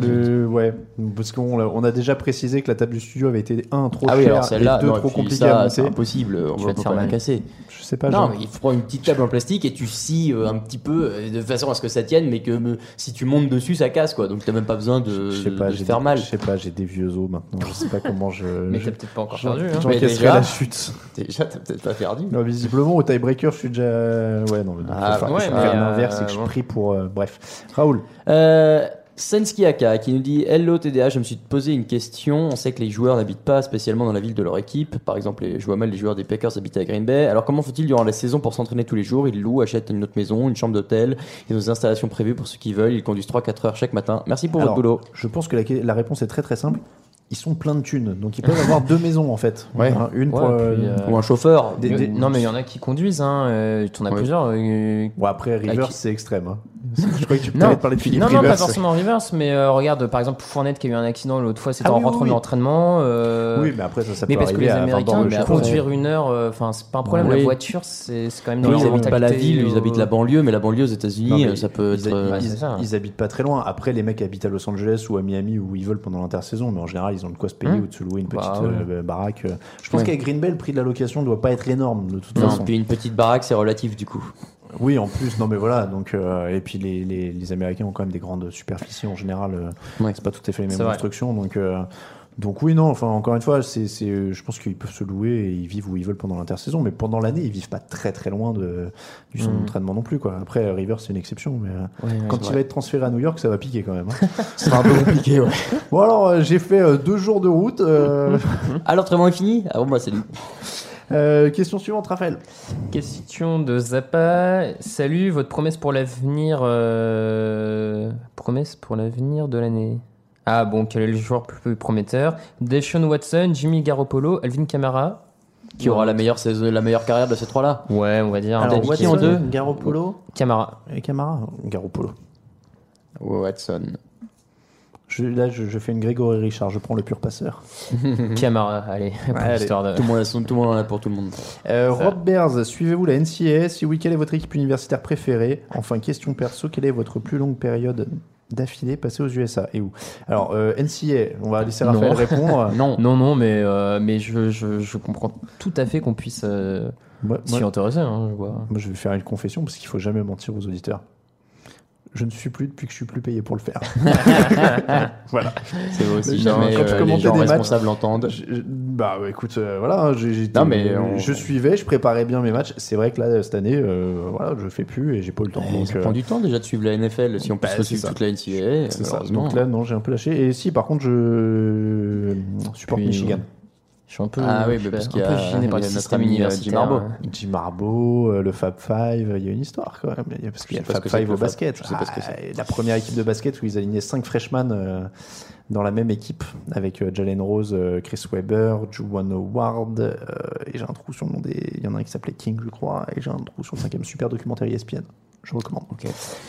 Speaker 5: Le- ouais, parce qu'on l'a- on a déjà précisé que la table du studio avait été un trop
Speaker 6: Ah oui,
Speaker 5: chère
Speaker 6: alors celle-là,
Speaker 5: et deux
Speaker 6: non, et
Speaker 5: trop
Speaker 6: puis
Speaker 5: compliquées
Speaker 6: ça,
Speaker 5: à
Speaker 6: c'est
Speaker 5: monter.
Speaker 6: impossible. On
Speaker 7: Tu
Speaker 6: va
Speaker 7: vas te
Speaker 6: pas
Speaker 7: faire
Speaker 6: la
Speaker 7: mal.
Speaker 6: casser.
Speaker 5: Je sais pas.
Speaker 6: Non,
Speaker 5: genre-
Speaker 6: mais il faut prendre une petite table en plastique et tu scies euh, un petit peu euh, de façon à ce que ça tienne, mais que euh, si tu montes dessus, ça casse quoi. Donc t'as même pas besoin de,
Speaker 5: je sais pas,
Speaker 6: de
Speaker 5: j'ai
Speaker 6: faire
Speaker 5: des-
Speaker 6: mal.
Speaker 5: Je sais pas, j'ai des vieux os maintenant. Je
Speaker 6: <laughs>
Speaker 5: sais pas comment je.
Speaker 7: Mais
Speaker 5: je-
Speaker 7: t'as peut-être pas encore
Speaker 5: j'en-
Speaker 7: perdu. hein.
Speaker 5: j'encaisserai
Speaker 6: Mais déjà-
Speaker 5: la chute.
Speaker 6: <laughs> Déjà, t'as peut-être pas perdu.
Speaker 5: Non, visiblement, au tiebreaker, je suis déjà. Ouais, non, mais donc,
Speaker 6: Ah,
Speaker 5: il va falloir que
Speaker 7: ouais,
Speaker 5: je
Speaker 7: mais,
Speaker 5: fasse
Speaker 7: euh,
Speaker 5: l'inverse et que je
Speaker 7: bon.
Speaker 5: prie pour. euh, bref. Raoul,
Speaker 6: Euh, Senskiaka qui nous dit Hello TDA, je me suis posé une question. On sait que les joueurs n'habitent pas spécialement dans la ville de leur équipe. Par exemple, les- je vois mal les joueurs des Packers habitent à Green Bay. Alors, comment font-ils durant la saison pour s'entraîner tous les jours Ils louent, achètent une autre maison, une chambre d'hôtel, ils ont des installations prévues pour ceux qui veulent. Ils conduisent 3-4 heures chaque matin. Merci pour
Speaker 5: Alors,
Speaker 6: votre boulot.
Speaker 5: je pense que la, que- la réponse est très très simple. Ils sont pleins de thunes, donc ils peuvent avoir deux maisons en fait.
Speaker 6: Ouais.
Speaker 5: Hein, une
Speaker 7: Ouais,
Speaker 5: pour. euh,
Speaker 7: puis, euh,
Speaker 6: Ou un chauffeur.
Speaker 5: des-
Speaker 7: Mais-
Speaker 5: des-
Speaker 7: Non, mais il y en a qui conduisent. Hein. euh, T'en as
Speaker 6: Ouais.
Speaker 7: plusieurs. euh,
Speaker 5: Bon, après, Rivers,
Speaker 7: Avec-
Speaker 5: c'est extrême. hein. <laughs> Je croyais que tu
Speaker 7: Non.
Speaker 5: parlais parler de Philippe
Speaker 7: non, non, pas
Speaker 5: Rivers.
Speaker 7: forcément Rivers, mais euh, regarde, par exemple, Fournette qui a eu un accident l'autre fois, c'était
Speaker 5: Ah
Speaker 7: en
Speaker 5: oui, oui,
Speaker 7: rentrant
Speaker 5: oui.
Speaker 7: de l'entraînement. euh,
Speaker 5: Oui, mais après, ça, ça
Speaker 7: mais
Speaker 5: peut
Speaker 7: parce que
Speaker 5: arriver
Speaker 7: les
Speaker 5: à vingt bornes de
Speaker 7: Américains, mais
Speaker 5: chez
Speaker 7: conduire une heure, euh, enfin, c'est pas un problème.
Speaker 6: Oui.
Speaker 7: La voiture, c'est c'est quand même dans
Speaker 6: Ils
Speaker 7: leur
Speaker 6: habitent pas la
Speaker 7: mentalité,
Speaker 6: ville, ils
Speaker 7: euh,
Speaker 6: habitent la banlieue, mais la banlieue aux
Speaker 5: Non,
Speaker 6: États-Unis,
Speaker 5: mais
Speaker 6: euh, ça peut
Speaker 5: ils,
Speaker 6: être. euh,
Speaker 5: ils-
Speaker 7: bah, c'est ça. hein.
Speaker 5: ils habitent pas très loin. Après, les mecs habitent à Los Angeles ou à Miami où ils veulent pendant l'intersaison, mais en général, ils ont de quoi se payer
Speaker 7: Hmm.
Speaker 5: ou de se louer une petite
Speaker 7: Bah, ouais.
Speaker 5: euh, baraque. euh. Je pense
Speaker 6: Ouais.
Speaker 5: qu'à Green Bay, le prix de la location doit pas être énorme de toute
Speaker 6: Non,
Speaker 5: façon.
Speaker 6: puis une petite baraque, c'est relatif du coup.
Speaker 5: Oui, en plus, non, mais voilà. Donc, euh, et puis les, les, les Américains ont quand même des grandes superficies en général. euh,
Speaker 6: Ouais.
Speaker 5: C'est pas tout à fait les
Speaker 7: C'est
Speaker 5: mêmes
Speaker 7: vrai.
Speaker 5: constructions, donc. euh, donc oui, non, enfin encore une fois, c'est, c'est, euh, je pense qu'ils peuvent se louer et ils vivent où ils veulent pendant l'intersaison, mais pendant l'année, ils vivent pas très très loin de, du centre
Speaker 7: Mm.
Speaker 5: d'entraînement non plus. Quoi. Après, River, c'est une exception, mais euh,
Speaker 7: Ouais, ouais,
Speaker 5: quand il
Speaker 7: c'est vrai.
Speaker 5: va être transféré à New York, ça va piquer quand même. hein. <laughs>
Speaker 6: Ce sera un peu compliqué, ouais.
Speaker 5: Bon alors, euh, j'ai fait euh, deux jours de route.
Speaker 7: <laughs>
Speaker 5: euh,
Speaker 6: Ah, l'entraînement est fini Ah bon, bah salut.
Speaker 5: euh, question suivante, Raphaël.
Speaker 7: Question de Zappa. Salut, votre promesse pour l'avenir. euh, Promesse pour l'avenir de l'année. Ah bon, quel est le joueur le plus prometteur Deshaun Watson, Jimmy Garoppolo, Alvin Kamara.
Speaker 6: Qui aura la meilleure, saison, la meilleure carrière de ces trois-là
Speaker 7: Ouais, on va dire. un
Speaker 5: alors,
Speaker 7: David
Speaker 5: Watson,
Speaker 6: en deux
Speaker 5: Garoppolo
Speaker 7: Kamara.
Speaker 5: et Camara. Garoppolo.
Speaker 6: Watson.
Speaker 5: Je- là, je, je fais une Grégory Richard, je prends le pur passeur.
Speaker 6: Mhm.
Speaker 7: Camara, allez, pour
Speaker 5: allez.
Speaker 7: l'histoire de.
Speaker 6: Tout le monde, a son- tout le monde en a pour tout le monde.
Speaker 5: Euh, Rob Bears, suivez-vous la NCAA Si oui, quelle est votre équipe universitaire préférée Enfin, question perso, quelle est votre plus longue période d'affilée passée aux USA Et où Alors, euh, NCAA, on va laisser Raphaël
Speaker 7: Non.
Speaker 5: répondre.
Speaker 6: <laughs> Non.
Speaker 7: Non, non, mais, euh, mais je, je, je comprends tout à fait qu'on puisse euh,
Speaker 5: Moi,
Speaker 7: s'y
Speaker 5: moi-
Speaker 7: intéresser. hein, je vois.
Speaker 5: moi, je vais faire une confession parce qu'il faut jamais mentir aux auditeurs. Je ne suis plus depuis que je suis plus payé pour le
Speaker 6: <laughs>
Speaker 5: faire.
Speaker 6: C'est vrai aussi.
Speaker 5: Mais non,
Speaker 6: jamais,
Speaker 5: quand tu
Speaker 6: euh, les
Speaker 5: commentais
Speaker 6: gens
Speaker 5: des matchs-
Speaker 6: responsables l'entendent.
Speaker 5: Je- je- bah ouais, écoute, euh, voilà, j'ai- j'étais-
Speaker 6: Non, mais on-
Speaker 5: je suivais, je préparais bien mes matchs. C'est vrai que là cette année, euh, voilà, je fais plus et j'ai pas eu le temps.
Speaker 6: Eh,
Speaker 5: donc,
Speaker 6: Ça
Speaker 5: euh,
Speaker 6: prend du temps déjà de suivre la NFL. Si on peut
Speaker 5: bah,
Speaker 6: se
Speaker 5: c'est
Speaker 6: suivre
Speaker 5: ça.
Speaker 6: toute la NCAA,
Speaker 5: C'est ça.
Speaker 6: malheureusement.
Speaker 5: Donc là, non, j'ai un peu lâché. Et si, par contre, je supporte
Speaker 7: Puis-
Speaker 5: Michigan.
Speaker 7: Je suis un peu,
Speaker 6: Ah oui,
Speaker 7: je
Speaker 6: mais
Speaker 7: suis
Speaker 6: parce
Speaker 7: un
Speaker 6: qu'il y a-
Speaker 7: peu
Speaker 6: il
Speaker 7: gêné par
Speaker 6: y
Speaker 7: le
Speaker 6: a notre
Speaker 7: système
Speaker 6: ami, euh, Jim
Speaker 7: universitaire.
Speaker 6: Harbaugh.
Speaker 7: hein.
Speaker 5: Jim Harbaugh, euh, le Fab Five, euh, il y a une histoire quand même. Il y a- Parce qu'il y a le
Speaker 6: Je sais pas
Speaker 5: Fab
Speaker 6: ce que c'est
Speaker 5: Five
Speaker 6: que
Speaker 5: au
Speaker 6: le Fab.
Speaker 5: basket.
Speaker 6: Je sais pas ce que c'est.
Speaker 5: Ah, la première équipe de basket où ils alignaient 5 freshmen euh, dans la même équipe avec euh, Jalen Rose, euh, Chris Webber, Juwan Howard. euh, et j'ai un trou sur le nom des. Il y en a un qui s'appelait King, je crois. Et j'ai un trou sur le cinquième super documentaire E ESPN. Je recommande.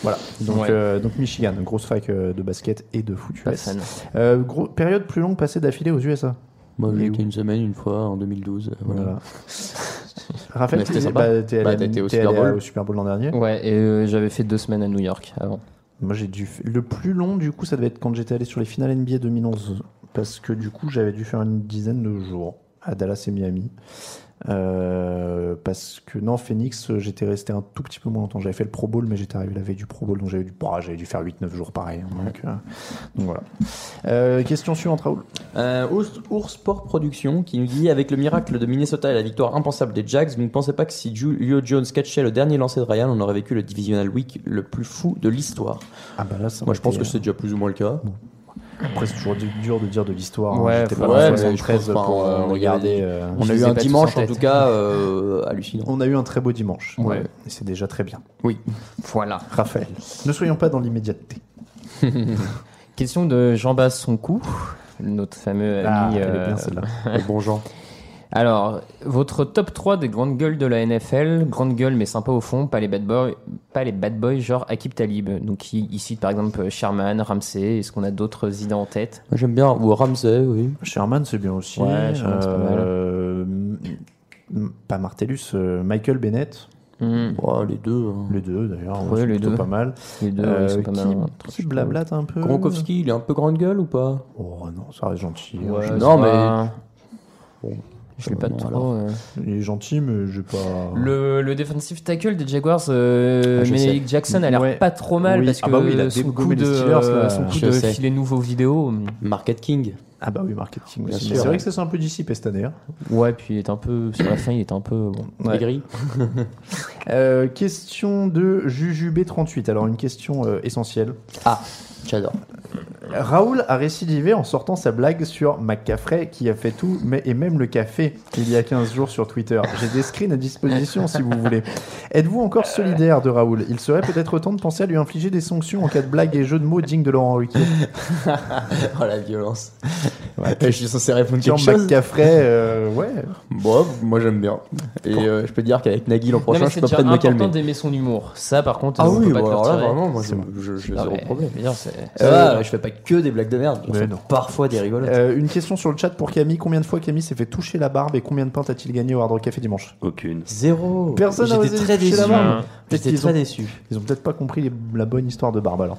Speaker 5: Voilà. Donc,
Speaker 7: Ouais.
Speaker 5: euh, donc Michigan, grosse fac euh, de basket et de foot US.
Speaker 7: Pas fan.
Speaker 5: Euh, gros- période plus longue passée d'affilée aux USA.
Speaker 6: Moi,
Speaker 5: Et
Speaker 6: j'ai
Speaker 5: où
Speaker 6: été une semaine, une fois, en 2012. euh, Voilà.
Speaker 5: Voilà. Raphaël,
Speaker 6: Mais c'était
Speaker 5: t'es-
Speaker 6: sympa.
Speaker 5: bah, t'es allé,
Speaker 6: Bah,
Speaker 5: à-
Speaker 6: t'as été au
Speaker 5: t'es
Speaker 6: Super
Speaker 5: allé
Speaker 6: Bowl.
Speaker 5: à- au Super Bowl l'an dernier.
Speaker 7: Ouais, et euh, j'avais fait deux semaines à New York avant.
Speaker 5: Moi, j'ai dû. f- Le plus long, du coup, ça devait être quand j'étais allé sur les finales NBA 2011. Parce que, du coup, j'avais dû faire une dizaine de jours à Dallas et Miami. Euh, parce que, non, Phoenix, euh, j'étais resté un tout petit peu moins longtemps. J'avais fait le Pro Bowl, mais j'étais arrivé la veille du Pro Bowl. Donc, j'avais dû, bah, j'avais dû faire 8-9 jours pareil. hein, donc, euh, donc voilà. Euh, question suivante, Raoul.
Speaker 6: Euh, Ours, Ours Sport Productions qui nous dit avec le miracle de Minnesota et la victoire impensable des Jags, vous ne pensez pas que si Julio Jones catchait le dernier lancer de Ryan, on aurait vécu le divisional week le plus fou de l'histoire
Speaker 5: Ah, bah là, ça
Speaker 6: Moi,
Speaker 5: aurait
Speaker 6: je pense
Speaker 5: été,
Speaker 6: que c'est déjà plus ou moins le cas.
Speaker 5: Après, c'est toujours du- dur de dire de l'histoire. hein.
Speaker 7: Ouais,
Speaker 5: J'étais
Speaker 7: faut-
Speaker 5: pas dans
Speaker 6: ouais,
Speaker 5: le
Speaker 6: mais je
Speaker 5: 73
Speaker 6: pense pas,
Speaker 5: pour euh,
Speaker 6: on-
Speaker 5: regarder.
Speaker 6: on-
Speaker 5: euh,
Speaker 6: On
Speaker 7: Je
Speaker 6: a eu
Speaker 7: les ai
Speaker 6: un
Speaker 7: pas tous
Speaker 6: dimanche
Speaker 7: en
Speaker 6: en
Speaker 7: tête.
Speaker 6: tout cas euh, hallucinant.
Speaker 5: On a eu un très beau dimanche.
Speaker 6: Ouais.
Speaker 5: Et c'est déjà très bien.
Speaker 6: Oui.
Speaker 7: Voilà.
Speaker 5: Raphaël, ne soyons pas dans l'immédiateté.
Speaker 7: Question de Jean Soncou, notre fameux ami.
Speaker 5: Ah, elle est
Speaker 7: euh,
Speaker 5: bien celle-là.
Speaker 6: bon Jean.
Speaker 7: Alors, votre top 3 des grandes gueules de la NFL, grande gueule mais sympa au fond, pas les bad boys, pas les bad boys genre Akib Talib. Donc il, il cite par exemple euh, Sherman, Ramsey, est-ce qu'on a d'autres idées en tête
Speaker 6: Moi, J'aime bien ou Ramsey, oui.
Speaker 5: Sherman, c'est bien aussi.
Speaker 7: Ouais, Sherman, c'est pas mal.
Speaker 5: Euh, m- m- pas Martellus, euh, Michael Bennett, Hmm.
Speaker 6: Oh, les deux. hein.
Speaker 5: les deux d'ailleurs,
Speaker 7: Hmm. Ouais,
Speaker 5: c'est
Speaker 7: les
Speaker 5: plutôt
Speaker 7: deux.
Speaker 5: pas mal.
Speaker 7: Les deux,
Speaker 5: Euh,
Speaker 7: ils sont pas
Speaker 5: qui,
Speaker 7: mal, hein.
Speaker 5: qui blablate un peu
Speaker 6: Gronkowski, il est un peu grande gueule ou pas
Speaker 5: Oh non, ça reste gentil. hein.
Speaker 7: Ouais,
Speaker 5: Je-
Speaker 7: c'est
Speaker 6: non,
Speaker 7: pas-
Speaker 6: Bon.
Speaker 7: Je l'ai pas
Speaker 6: Non,
Speaker 7: trop.
Speaker 6: alors.
Speaker 7: euh.
Speaker 5: Il est gentil, mais j'ai pas.
Speaker 7: Le, le defensive tackle des Jaguars, euh,
Speaker 6: Ah, je
Speaker 7: Menelik Jackson, a l'air
Speaker 5: Ouais.
Speaker 7: pas trop mal
Speaker 5: Oui.
Speaker 7: parce que
Speaker 5: Ah bah oui, il a
Speaker 7: son
Speaker 5: dégommé
Speaker 7: coup
Speaker 5: les
Speaker 7: de,
Speaker 5: Steelers, là.
Speaker 7: son coup
Speaker 6: Je
Speaker 7: de
Speaker 6: sais.
Speaker 7: filet nouveau vidéo.
Speaker 6: Market <laughs> King.
Speaker 5: Ah bah oui, marketing
Speaker 6: Bien
Speaker 5: aussi.
Speaker 6: sûr.
Speaker 5: Mais C'est vrai que ça s'est un peu dissipé cette année. hein.
Speaker 7: Ouais, puis il est un peu. Sur la fin, il est un peu. Bon.
Speaker 5: Ouais.
Speaker 6: Aigri.
Speaker 5: Euh, question de Jujub38. Alors, une question euh, essentielle.
Speaker 6: Ah, j'adore.
Speaker 5: Raoul a récidivé en sortant sa blague sur McCaffrey qui a fait tout, mais et même le café, il y a 15 jours sur Twitter. J'ai des screens à disposition si vous voulez. Êtes-vous encore solidaire de Raoul Il serait peut-être temps de penser à lui infliger des sanctions en cas de blague et jeu de mots digne de Laurent Ruquier.
Speaker 6: Oh la violence. <laughs> Ouais, je suis censé répondre
Speaker 5: Jean
Speaker 6: quelque chose.
Speaker 5: McCaffrey, euh, ouais.
Speaker 6: Bon, moi j'aime bien. Et euh, je peux te dire qu'avec Nagui l'an
Speaker 7: Non,
Speaker 6: prochain,
Speaker 7: mais
Speaker 6: je
Speaker 7: c'est
Speaker 6: peux
Speaker 7: déjà
Speaker 6: pas de me calmer.
Speaker 7: important d'aimer son humour. Ça, par contre,
Speaker 6: Ah
Speaker 7: on
Speaker 6: oui,
Speaker 7: peut pas te
Speaker 6: bon,
Speaker 7: le
Speaker 6: alors là,
Speaker 7: retirer.
Speaker 6: vraiment, moi
Speaker 7: C'est
Speaker 6: je-
Speaker 7: bon.
Speaker 6: je- j'ai
Speaker 7: Non,
Speaker 6: zéro
Speaker 7: mais,
Speaker 6: problème. Euh,
Speaker 7: je veux dire, c'est-
Speaker 6: Ça va, je fais pas que des blagues de merde.
Speaker 5: Mais
Speaker 6: Enfin,
Speaker 5: non.
Speaker 6: Parfois des rigolotes.
Speaker 5: Euh, une question sur le chat pour Camille. Combien de fois Camille s'est fait toucher la barbe et combien de pintes a-t-il gagné au Hard Rock Café dimanche
Speaker 8: Aucune.
Speaker 6: Zéro.
Speaker 5: Personne n'a
Speaker 6: J'étais
Speaker 5: osé
Speaker 6: très
Speaker 5: toucher
Speaker 6: déçu.
Speaker 5: la barbe. Peut-être
Speaker 6: J'étais
Speaker 5: qu'ils
Speaker 6: très
Speaker 5: ont-
Speaker 6: déçu.
Speaker 5: Ils ont peut-être pas compris les- la bonne histoire de barbe alors.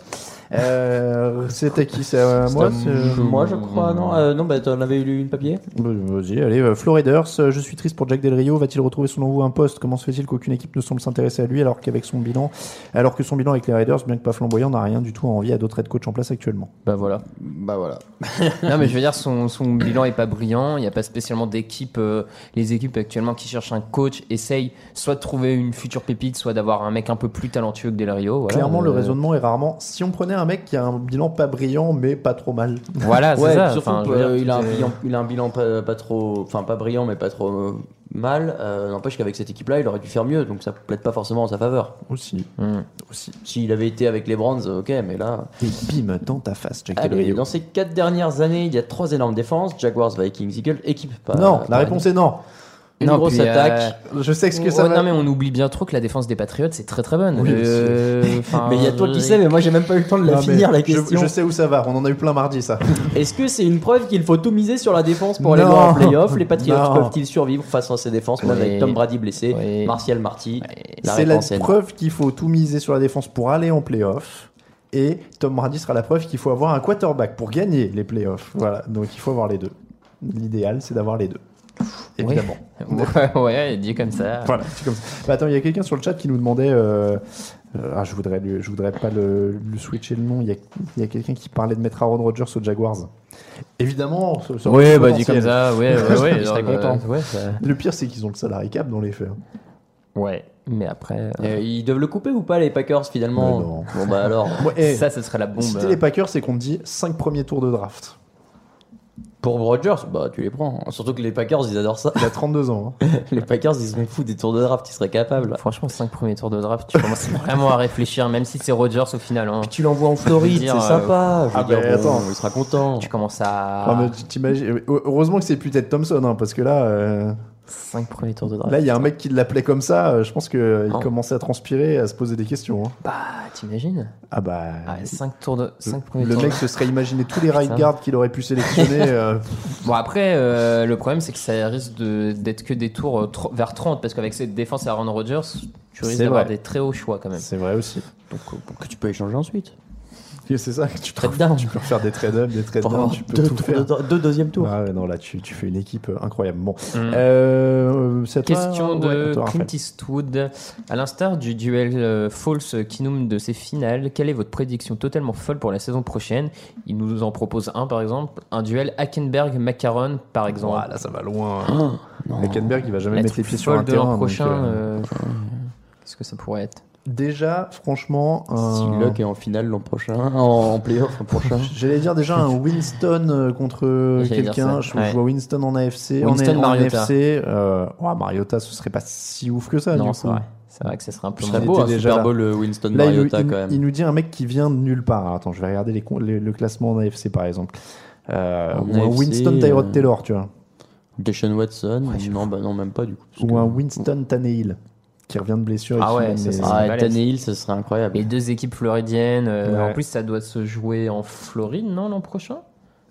Speaker 5: Euh, c'est à qui C'est à moi
Speaker 6: C'était-
Speaker 5: c'est-
Speaker 6: Bah,
Speaker 5: euh,
Speaker 6: moi, je crois, non euh, Non, bah t'en avais lu une papier
Speaker 7: Ah,
Speaker 5: Bah, Vas-y, allez, euh, Flo Raiders, euh, je suis triste pour Jack Del Rio, va-t-il retrouver son nouveau un poste Comment se fait-il qu'aucune équipe ne semble s'intéresser à lui alors qu'avec son bilan, alors que son bilan avec les Raiders, bien que pas flamboyant, n'a rien du tout à envier à d'autres head coachs en place actuellement
Speaker 7: Bah voilà.
Speaker 6: Bah voilà.
Speaker 7: <laughs> Non, mais je veux dire, son, son bilan est pas brillant. Il n'y a pas spécialement d'équipe. euh, les équipes actuellement qui cherchent un coach essayent soit de trouver une future pépite, soit d'avoir un mec un peu plus talentueux que Del Rio. voilà.
Speaker 5: Clairement, le
Speaker 7: Euh,
Speaker 5: raisonnement est rarement si on prenait un mec qui a un bilan pas brillant mais pas trop mal.
Speaker 7: Voilà, c'est
Speaker 6: ouais,
Speaker 7: ça.
Speaker 6: surtout
Speaker 7: Enfin, je veux
Speaker 6: euh,
Speaker 7: dire,
Speaker 6: il, a un
Speaker 7: c'est-
Speaker 6: bilan, il a un bilan pas, pas trop. Enfin, pas brillant, mais pas trop euh, mal. Euh, N'empêche qu'avec cette équipe-là, il aurait dû faire mieux, donc ça plaide pas forcément en sa faveur.
Speaker 5: Aussi,
Speaker 7: Hmm.
Speaker 5: aussi.
Speaker 6: S'il avait été avec les Brands, ok, mais là.
Speaker 5: Et bim, dans ta face, Jack Del
Speaker 6: Allez,
Speaker 5: Rio.
Speaker 6: Ah, dans ces quatre dernières années, il y a trois énormes défenses Jaguars, Vikings, Eagles, équipe. Pas,
Speaker 5: non,
Speaker 6: pas
Speaker 5: la réponse est non.
Speaker 6: Une
Speaker 7: Non,
Speaker 6: grosse
Speaker 7: puis, euh,
Speaker 6: attaque.
Speaker 5: Je sais ce que ça
Speaker 7: Ouais,
Speaker 5: va.
Speaker 7: Non, mais on oublie bien trop que la défense des Patriots, c'est très très bonne.
Speaker 5: Oui,
Speaker 7: Euh,
Speaker 6: <laughs>
Speaker 7: enfin,
Speaker 6: Mais il y a toi qui
Speaker 7: je-
Speaker 6: sais, mais moi j'ai même pas eu le temps de la
Speaker 5: Non, mais
Speaker 6: finir la
Speaker 5: je-
Speaker 6: question.
Speaker 5: Je, sais où ça va, on en a eu plein mardi ça.
Speaker 6: Est-ce que c'est une preuve qu'il faut tout miser sur la défense pour
Speaker 5: Non.
Speaker 6: aller loin en playoff Les Patriots
Speaker 5: Non.
Speaker 6: peuvent-ils survivre face à ces défenses Même
Speaker 7: Oui.
Speaker 6: avec Tom Brady blessé,
Speaker 7: Oui.
Speaker 6: Martial Marty. La
Speaker 5: C'est la
Speaker 6: réponse est non.
Speaker 5: preuve qu'il faut tout miser sur la défense pour aller en playoff. Et Tom Brady sera la preuve qu'il faut avoir un quarterback pour gagner les playoffs. Voilà, donc il faut avoir les deux. L'idéal, c'est d'avoir les deux. Évidemment.
Speaker 7: <laughs> Ouais, ouais, dit comme ça.
Speaker 5: Voilà, c'est comme ça. Bah, attends, il y a quelqu'un sur le chat qui nous demandait. euh, euh, ah, je voudrais, lui- je voudrais pas le, le switcher le nom. Il y a, il y a quelqu'un qui parlait de mettre Aaron Rodgers aux Jaguars. Évidemment. ce- ce-
Speaker 7: Ouais,
Speaker 5: ce
Speaker 7: bah dit
Speaker 5: potentiel.
Speaker 7: comme ça, ouais, ouais, ouais.
Speaker 6: <laughs> Je serais
Speaker 7: alors,
Speaker 6: content.
Speaker 7: euh, Ouais, ça-
Speaker 5: Le pire, c'est qu'ils ont le salarié cap dans les faits. hein.
Speaker 7: ouais. Mais après, euh,
Speaker 6: Euh, ils doivent le couper ou pas les Packers finalement
Speaker 5: Mais non.
Speaker 6: Bon bah alors,
Speaker 5: Moi, eh,
Speaker 7: ça, ce serait la
Speaker 5: si
Speaker 7: bombe.
Speaker 5: t'es
Speaker 6: euh,
Speaker 5: les Packers, c'est qu'on te dit 5 premiers tours de draft.
Speaker 6: pour Rodgers, bah tu les prends. Surtout que les Packers ils adorent ça.
Speaker 5: Il a 32 ans. hein.
Speaker 6: <laughs> Les Packers ils sont fous des tours de draft, ils seraient capables.
Speaker 7: Franchement, 5 premiers tours de draft,
Speaker 6: <laughs>
Speaker 7: tu commences vraiment à réfléchir, même si c'est Rodgers au final. hein.
Speaker 6: Tu l'envoies en Floride,
Speaker 7: Je veux dire, euh,
Speaker 6: c'est sympa. Je veux
Speaker 5: ah,
Speaker 6: dire,
Speaker 5: mais
Speaker 6: bon,
Speaker 5: attends.
Speaker 6: il sera content.
Speaker 7: Tu commences à.
Speaker 5: Ah, mais tu t'imagines- Heureusement que c'est plus Ted Thompson, hein, parce que là, euh,
Speaker 7: 5 premiers tours de draft.
Speaker 5: là, il y a un mec qui l'appelait comme ça. euh, Je pense qu'il
Speaker 7: Oh.
Speaker 5: commençait à transpirer, à se poser des questions. hein.
Speaker 7: Bah, t'imagines
Speaker 5: Ah bah.
Speaker 7: ah, 5 tours de. 5 premiers
Speaker 5: le
Speaker 7: tours
Speaker 5: mec
Speaker 7: de-
Speaker 5: se serait imaginé tous les right
Speaker 7: Putain.
Speaker 5: guards qu'il aurait pu sélectionner. euh,
Speaker 7: Bon, après, euh, le problème, c'est que ça risque de- d'être que des tours euh, tro- vers 30, parce qu'avec cette défense et Aaron Rodgers, tu risques
Speaker 5: C'est
Speaker 7: d'avoir
Speaker 5: vrai.
Speaker 7: des très hauts choix quand même.
Speaker 5: C'est vrai aussi.
Speaker 6: Donc, euh, bon, que tu peux échanger ensuite.
Speaker 5: Et C'est ça, tu peux,
Speaker 6: Trade down.
Speaker 5: tu peux faire des trade ups, des trade
Speaker 6: Pour
Speaker 5: downs,
Speaker 6: avoir
Speaker 5: tu peux
Speaker 6: deux,
Speaker 5: tout
Speaker 6: tours de
Speaker 5: faire.
Speaker 6: dra- deux deuxième tours.
Speaker 5: Ah ouais, non, là, tu, tu fais une équipe euh, incroyable. Bon.
Speaker 7: Mm.
Speaker 5: Euh, c'est à toi,
Speaker 7: Question de
Speaker 5: ouais, toi, Raphaël.
Speaker 7: Clint Eastwood. À l'instar du duel euh, False Kinum de ses finales, quelle est votre prédiction totalement folle pour la saison prochaine Il nous en propose un par exemple, un duel Hackenberg-Macaron par exemple.
Speaker 5: Ouah, là, ça va
Speaker 6: Ah,
Speaker 5: loin. Hackenberg, il va jamais
Speaker 7: La
Speaker 5: mettre les
Speaker 7: truc
Speaker 5: pieds sur
Speaker 7: folle
Speaker 5: un
Speaker 7: de
Speaker 5: terrain.
Speaker 7: l'an
Speaker 5: donc,
Speaker 7: prochain.
Speaker 5: euh,
Speaker 7: euh, Qu'est-ce que ça pourrait être
Speaker 5: Déjà, franchement,
Speaker 6: Si
Speaker 5: un-
Speaker 6: Locke est en finale l'an prochain, en, en playoff l'an prochain.
Speaker 5: j'allais dire déjà un Winston euh, contre
Speaker 7: J'allais dire
Speaker 5: quelqu'un.
Speaker 7: ça,
Speaker 5: Je
Speaker 7: ouais.
Speaker 5: vois Winston en AFC.
Speaker 7: Winston,
Speaker 5: en, en
Speaker 7: Mariota.
Speaker 5: NFC. Euh, ouah, Mariota, ce serait pas si ouf que ça.
Speaker 7: Non,
Speaker 5: Ah, du
Speaker 7: c'est
Speaker 5: coup.
Speaker 7: vrai. C'est vrai que ça serait un peu
Speaker 5: Ce
Speaker 6: Ce
Speaker 7: moins
Speaker 6: serait
Speaker 5: Il
Speaker 7: beau.
Speaker 6: beau
Speaker 5: était
Speaker 6: un
Speaker 5: déjà là.
Speaker 6: Super Bowl euh, Winston
Speaker 5: Là, il nous,
Speaker 6: Mariota
Speaker 5: il-
Speaker 6: quand même.
Speaker 5: il nous dit un mec qui vient de nulle part. Attends, je vais regarder les, con- les- le classement en AFC par exemple. Euh,
Speaker 6: En
Speaker 5: ou un
Speaker 6: AFC,
Speaker 5: Winston Tyrod
Speaker 6: euh,
Speaker 5: Taylor, tu vois.
Speaker 6: Deshaun Watson Non, bah non, même pas du coup. parce
Speaker 5: Ou
Speaker 6: que-
Speaker 5: un Winston Tannehill qui revient de blessure. et
Speaker 7: Ah
Speaker 5: qui
Speaker 7: ouais,
Speaker 5: mène
Speaker 7: ça,
Speaker 5: les-
Speaker 7: c'est-
Speaker 6: Ah,
Speaker 7: balèze.
Speaker 6: Tannehill, ce serait incroyable.
Speaker 7: Les deux équipes floridiennes. euh,
Speaker 5: Ouais.
Speaker 7: En plus, ça doit se jouer en Floride, non, l'an prochain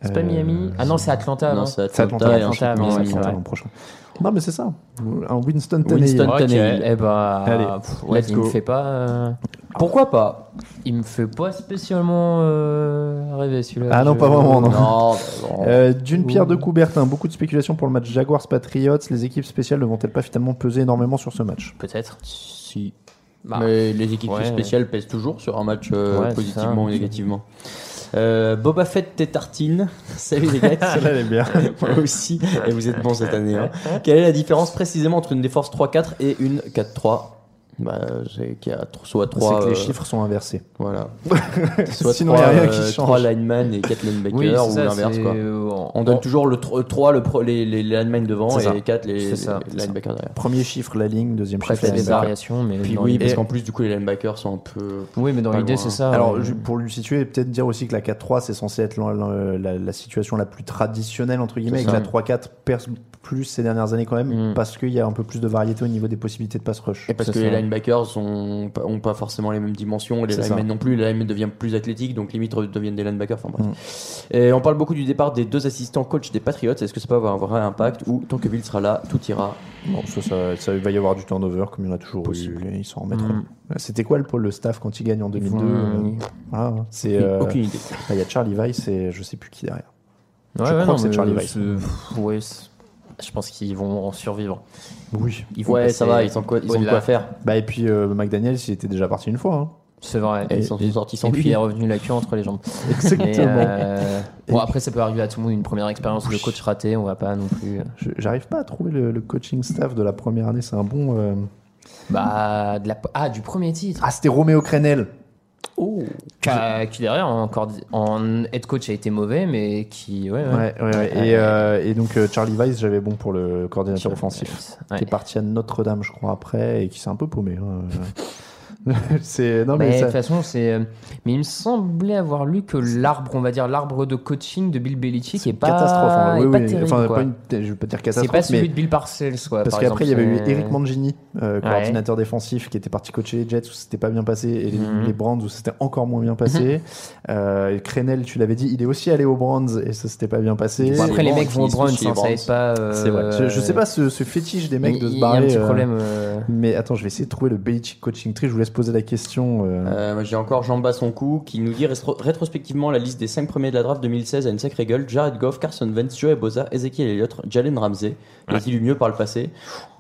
Speaker 7: C'est
Speaker 5: Euh,
Speaker 7: pas Miami Ah non, c'est Atlanta.
Speaker 6: Non,
Speaker 7: non
Speaker 6: c'est
Speaker 5: C'est
Speaker 6: Atlanta
Speaker 5: Atlanta,
Speaker 6: et un
Speaker 7: Atlanta,
Speaker 5: Non,
Speaker 7: mais
Speaker 5: c'est
Speaker 7: ouais,
Speaker 5: Atlanta
Speaker 7: c'est vrai.
Speaker 5: l'an prochain. Non, mais c'est ça. Un Winston Tannehill.
Speaker 6: Winston
Speaker 7: Ok,
Speaker 6: Tannehill.
Speaker 7: eh bah,
Speaker 5: Allez,
Speaker 7: pff,
Speaker 5: let's
Speaker 7: ouais, il me
Speaker 5: go.
Speaker 7: fait pas. euh, Pourquoi pas Il me fait pas spécialement euh, rêver celui-là.
Speaker 5: Ah non,
Speaker 7: Je-
Speaker 5: pas vraiment, non. <laughs>
Speaker 6: Non, bah non.
Speaker 5: Euh, D'une pierre
Speaker 7: Ouh.
Speaker 5: de Coubertin, beaucoup de spéculations pour le match Jaguars-Patriots. Les équipes spéciales ne vont-elles pas finalement peser énormément sur ce match
Speaker 7: Euh, Peut-être.
Speaker 6: Si.
Speaker 7: Bah,
Speaker 6: Mais les équipes
Speaker 7: ouais.
Speaker 6: spéciales pèsent toujours sur un match euh,
Speaker 7: Ouais, c'est
Speaker 6: positivement ou
Speaker 7: ça.
Speaker 6: négativement. Euh, Boba Fett et Tartine. <laughs> Salut les gars.
Speaker 5: Ah, <laughs>
Speaker 6: <laughs>
Speaker 5: Celle-là, elle est bien.
Speaker 6: Moi aussi. Et vous êtes bons cette année. hein. Quelle est la différence précisément entre une défense 3-4 et une 4-3 Bah, c'est qu'il y a tr- soit
Speaker 5: C'est
Speaker 6: trois.
Speaker 5: que les
Speaker 6: euh,
Speaker 5: chiffres sont inversés.
Speaker 6: Voilà. <laughs> soit
Speaker 5: Sinon,
Speaker 6: trois,
Speaker 5: il y a rien
Speaker 6: euh,
Speaker 5: qui
Speaker 6: trois
Speaker 5: change.
Speaker 6: linemen et quatre linebackers
Speaker 7: Oui,
Speaker 6: ou
Speaker 7: c'est ça,
Speaker 6: l'inverse,
Speaker 7: c'est-
Speaker 6: quoi.
Speaker 7: euh, en-
Speaker 6: On donne
Speaker 7: en-
Speaker 6: toujours le 3, le pro- les, les linemen devant
Speaker 7: C'est ça.
Speaker 6: et 4 les,
Speaker 7: C'est ça.
Speaker 6: les linebackers derrière.
Speaker 5: Premier chiffre, la ligne. Deuxième
Speaker 7: Après,
Speaker 5: chiffre,
Speaker 7: il y a
Speaker 5: la
Speaker 7: des
Speaker 5: ligne.
Speaker 7: variations, mais
Speaker 6: Puis
Speaker 7: dans
Speaker 6: oui,
Speaker 7: l'idée-
Speaker 6: parce qu'en plus, du coup, les linebackers sont un peu.
Speaker 7: oui, mais dans
Speaker 6: pas
Speaker 7: l'idée,
Speaker 6: loin.
Speaker 7: c'est ça. euh,
Speaker 5: Alors,
Speaker 7: ouais.
Speaker 5: ju- pour lui situer, peut-être dire aussi que la 4-3, c'est censé être la, la- la- la situation la plus traditionnelle, entre guillemets, et que
Speaker 6: C'est ça.
Speaker 5: la 3-4 perce plus ces dernières années quand même,
Speaker 7: Mm.
Speaker 5: parce qu'il y a un peu plus de variété au niveau des possibilités de pass rush.
Speaker 6: Et parce
Speaker 7: C'est
Speaker 6: que
Speaker 7: ça.
Speaker 6: les linebackers n'ont pas forcément les mêmes dimensions, les
Speaker 5: C'est ça.
Speaker 6: linemen non plus, les linemen deviennent plus athlétiques, donc limite deviennent des linebackers. Enfin, bref. Et on parle beaucoup du départ des deux assistants coach des Patriots, est-ce que ça peut avoir un vrai impact ou tant que Bill sera là, tout ira
Speaker 5: Non, ça, ça- ça va y avoir du turnover, comme il y en a toujours eu, et ils s'en remettront.
Speaker 7: Mm.
Speaker 5: C'était quoi le pôle le staff quand il gagne en 2002 euh,
Speaker 7: Mmh.
Speaker 5: voilà, hein. c'est.
Speaker 6: Aucune-
Speaker 5: euh,
Speaker 6: Aucune idée.
Speaker 5: bah, Il y a Charlie Weiss et je sais plus qui derrière.
Speaker 7: Ouais,
Speaker 5: Je
Speaker 7: ouais,
Speaker 5: crois
Speaker 7: non,
Speaker 5: que c'est
Speaker 7: mais
Speaker 5: Charlie
Speaker 7: euh,
Speaker 5: Weiss.
Speaker 7: c'est- pff, ouais, c'est- je pense qu'ils vont en survivre.
Speaker 5: Oui.
Speaker 7: Ils vont
Speaker 6: Ouais,
Speaker 7: passer
Speaker 6: ça va, ils ont, quoi, ils ont de
Speaker 7: au-delà.
Speaker 6: quoi faire.
Speaker 5: Bah, et puis euh, McDaniels, il était déjà parti une fois. hein.
Speaker 7: C'est vrai.
Speaker 6: ils sont sortis sans
Speaker 7: et puis il
Speaker 6: lui.
Speaker 7: est revenu la queue entre les <laughs> jambes.
Speaker 5: Exactement.
Speaker 7: Mais, euh, bon, après, ça peut arriver à tout le monde. Une première expérience de coach raté, on va pas non plus. euh,
Speaker 5: Je- J'arrive pas à trouver le, le coaching staff de la première année. C'est un bon. euh,
Speaker 7: Bah, de la... Ah, du premier titre.
Speaker 5: Ah, c'était Roméo Crenel.
Speaker 7: Bah, qui derrière, encore en head coach a été mauvais, mais qui. Ouais, ouais.
Speaker 5: Ouais, ouais, ouais. Et, euh, et donc euh, Charlie Weiss, j'avais bon pour le coordinateur offensif,
Speaker 7: Ouais.
Speaker 5: qui est parti à Notre-Dame, je crois, après, et qui s'est un peu paumé.
Speaker 7: <laughs>
Speaker 5: hein. c'est non
Speaker 7: Mais
Speaker 5: mais,
Speaker 7: de
Speaker 5: ça-
Speaker 7: toute façon, c'est. euh, Mais il me semblait avoir lu que l'arbre, on va dire l'arbre de coaching de Bill Belichick est pas
Speaker 5: catastrophe. hein.
Speaker 7: est
Speaker 5: Oui,
Speaker 7: pas
Speaker 5: oui.
Speaker 7: terrible,
Speaker 5: Enfin,
Speaker 7: quoi.
Speaker 5: pas une- je veux pas dire
Speaker 7: C'est
Speaker 5: catastrophe,
Speaker 7: pas celui
Speaker 5: mais
Speaker 7: de Bill Parcells, quoi.
Speaker 5: parce
Speaker 7: par
Speaker 5: qu'après il y
Speaker 7: exemple,
Speaker 5: avait eu
Speaker 7: c'est-
Speaker 5: Eric Mangini, euh,
Speaker 7: Ouais.
Speaker 5: coordinateur défensif, qui était parti coacher les Jets où c'était pas bien passé, et les,
Speaker 7: Mhm.
Speaker 5: les Brands où c'était encore moins bien passé. Euh, et Crenel, tu l'avais dit, il est aussi allé aux Brands et ça s'était pas bien passé.
Speaker 7: Bon, après, les mecs vont au
Speaker 6: finissent
Speaker 7: brunch,
Speaker 6: tous chez
Speaker 7: hein,
Speaker 6: les
Speaker 7: ça
Speaker 6: Browns.
Speaker 7: aide pas. euh,
Speaker 5: C'est vrai. Je, je sais pas ce, ce fétiche des mecs
Speaker 7: il-
Speaker 5: de se
Speaker 7: il y a
Speaker 5: barrer.
Speaker 7: un petit
Speaker 5: euh,
Speaker 7: problème. euh,
Speaker 5: Mais attends, je vais essayer de trouver le Belichick Coaching Tree. Je vous laisse poser la question. euh.
Speaker 6: Euh, moi, J'ai encore Jean Bassoncourt qui nous dit rétro- rétrospectivement la liste des 5 premiers de la draft 2016 a une sacrée gueule. Jared Goff, Carson Wentz, Joe Boza, Ezekiel Elliott, Jalen Ramsey. a t il eu mieux par le passé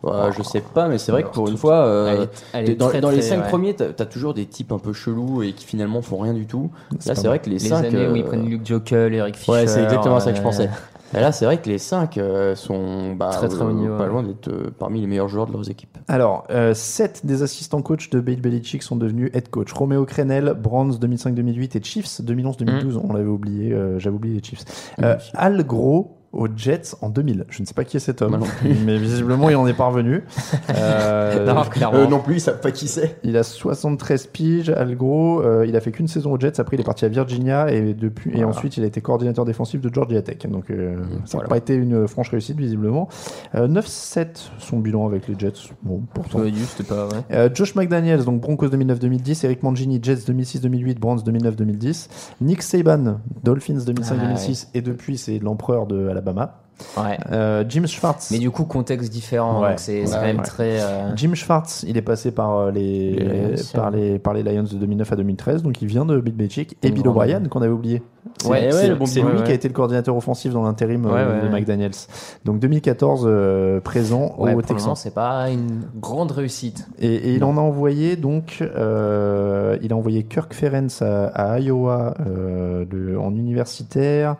Speaker 6: Ouais, Je sais pas, mais c'est vrai que pour une fois,
Speaker 7: Oh. elle
Speaker 6: euh,
Speaker 7: est- elle est
Speaker 6: dans,
Speaker 7: très,
Speaker 6: dans les
Speaker 7: très-
Speaker 6: 5
Speaker 7: ouais.
Speaker 6: premiers, t'as as toujours des types un peu chelous et qui finalement font rien du tout.
Speaker 5: C'est
Speaker 6: Là,
Speaker 5: pas
Speaker 6: c'est vrai que les
Speaker 7: Les
Speaker 6: 5.
Speaker 7: années où ils prennent Luke Jokel, Eric Fischer.
Speaker 6: Ouais, c'est exactement ça que je
Speaker 7: euh,
Speaker 6: pensais. Et là, c'est vrai que les 5 sont bah,
Speaker 7: Très, très haut
Speaker 6: euh,
Speaker 7: niveau,
Speaker 6: pas
Speaker 7: ouais.
Speaker 6: loin d'être euh, parmi les meilleurs joueurs de leurs équipes.
Speaker 5: Alors, 7 des assistants coach de Bill Belichick sont devenus head coach. Roméo Crenel, Brands 2005-2008 et Chiefs 2011-2012.
Speaker 6: Mmh.
Speaker 5: On l'avait oublié, euh, j'avais oublié les Chiefs. Euh, Al Gros aux Jets en 2000. Je ne sais pas qui est cet homme,
Speaker 6: Moi non
Speaker 5: mais visiblement il en est
Speaker 6: <laughs>
Speaker 5: parvenu. Euh,
Speaker 7: Non, clairement.
Speaker 6: Eux non plus, ils savent pas qui c'est.
Speaker 5: Il a 73 piges, Al Gros. euh, il a fait qu'une saison aux Jets. Après, il est parti à Virginia et depuis et ensuite, il a été coordinateur défensif de Georgia Tech. Donc, euh,
Speaker 6: Mmh,
Speaker 5: ça n'a pas été une franche réussite visiblement. Euh, 9-7 son bilan avec les Jets. Bon, pourtant.
Speaker 7: Ouais, juste pas, ouais.
Speaker 5: Euh, Josh McDaniels, donc Broncos 2009-2010, Eric Mangini, Jets 2006-2008, Brands 2009-2010, Nick Saban, Dolphins
Speaker 7: Ah,
Speaker 5: 2005-2006 et depuis c'est l'empereur de Alabama,
Speaker 7: Ouais.
Speaker 5: Euh, Jim Schwartz.
Speaker 7: Mais du coup, contexte différent.
Speaker 5: Ouais.
Speaker 7: donc C'est c'est
Speaker 5: Ouais,
Speaker 7: quand même
Speaker 5: ouais.
Speaker 7: très. euh,
Speaker 5: Jim Schwartz, il est passé par euh, les,
Speaker 7: Les Lions,
Speaker 5: par les par les Lions de 2009 à 2013, donc il vient de Bill Belichick et
Speaker 7: Une
Speaker 5: Bill
Speaker 7: grande-
Speaker 5: O'Brien qu'on avait oublié. C'est-
Speaker 7: Ouais,
Speaker 5: c'est
Speaker 7: ouais, le bon
Speaker 5: c'est
Speaker 7: Bill,
Speaker 5: lui qui
Speaker 7: ouais,
Speaker 5: a
Speaker 7: ouais.
Speaker 5: été le coordinateur offensif dans l'intérim euh,
Speaker 7: Ouais, ouais,
Speaker 5: de
Speaker 7: ouais.
Speaker 5: McDaniels. Donc 2014 euh, présent au
Speaker 7: ouais, pour le
Speaker 5: Texans.
Speaker 7: moment, c'est pas une grande réussite.
Speaker 5: Et, et il en a envoyé donc, euh, il a envoyé Kirk Ferentz à, à Iowa euh, le- en universitaire,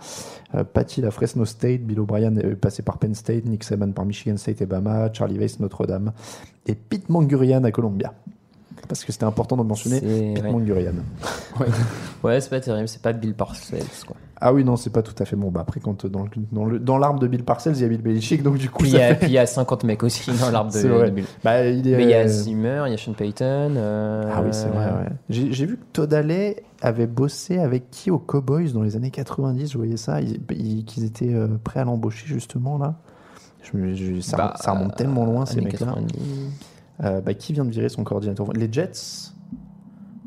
Speaker 5: euh, Patty à Fresno State, Bill O'Brien est passé par Penn State, Nick Saban par Michigan State et Bama, Charlie Weiss Notre-Dame et Pete Mangurian à Columbia. Parce que c'était important de mentionner
Speaker 7: C'est-
Speaker 5: Pete
Speaker 7: ouais.
Speaker 5: Mangurian.
Speaker 7: Ouais, c'est pas terrible, c'est pas Bill Parcells, quoi.
Speaker 5: Ah oui non c'est pas tout à fait bon. Bah après quand euh, dans le- dans le- dans l'arme de Bill Parcells il y a Bill Belichick donc du coup
Speaker 7: Puis il y,
Speaker 5: ça
Speaker 7: a-
Speaker 5: fait-
Speaker 7: puis il y a 50 mecs aussi dans l'arbre
Speaker 5: <laughs>
Speaker 7: de,
Speaker 5: C'est vrai.
Speaker 7: de Bill.
Speaker 5: Bah, il est-
Speaker 7: Mais il y a Zimmer, il y a Sean Payton. euh,
Speaker 5: Ah oui, c'est vrai, ouais. J'ai j'ai vu que Todd Alley avait bossé avec qui aux Cowboys dans les années 90, je voyais ça, ils- ils- qu'ils étaient euh, prêts à l'embaucher justement là. Je me- je- ça,
Speaker 7: Bah,
Speaker 5: ça remonte tellement loin ces
Speaker 7: années
Speaker 5: mecs-là.
Speaker 7: 90.
Speaker 5: Euh, bah, qui vient de virer son coordinateur Les Jets.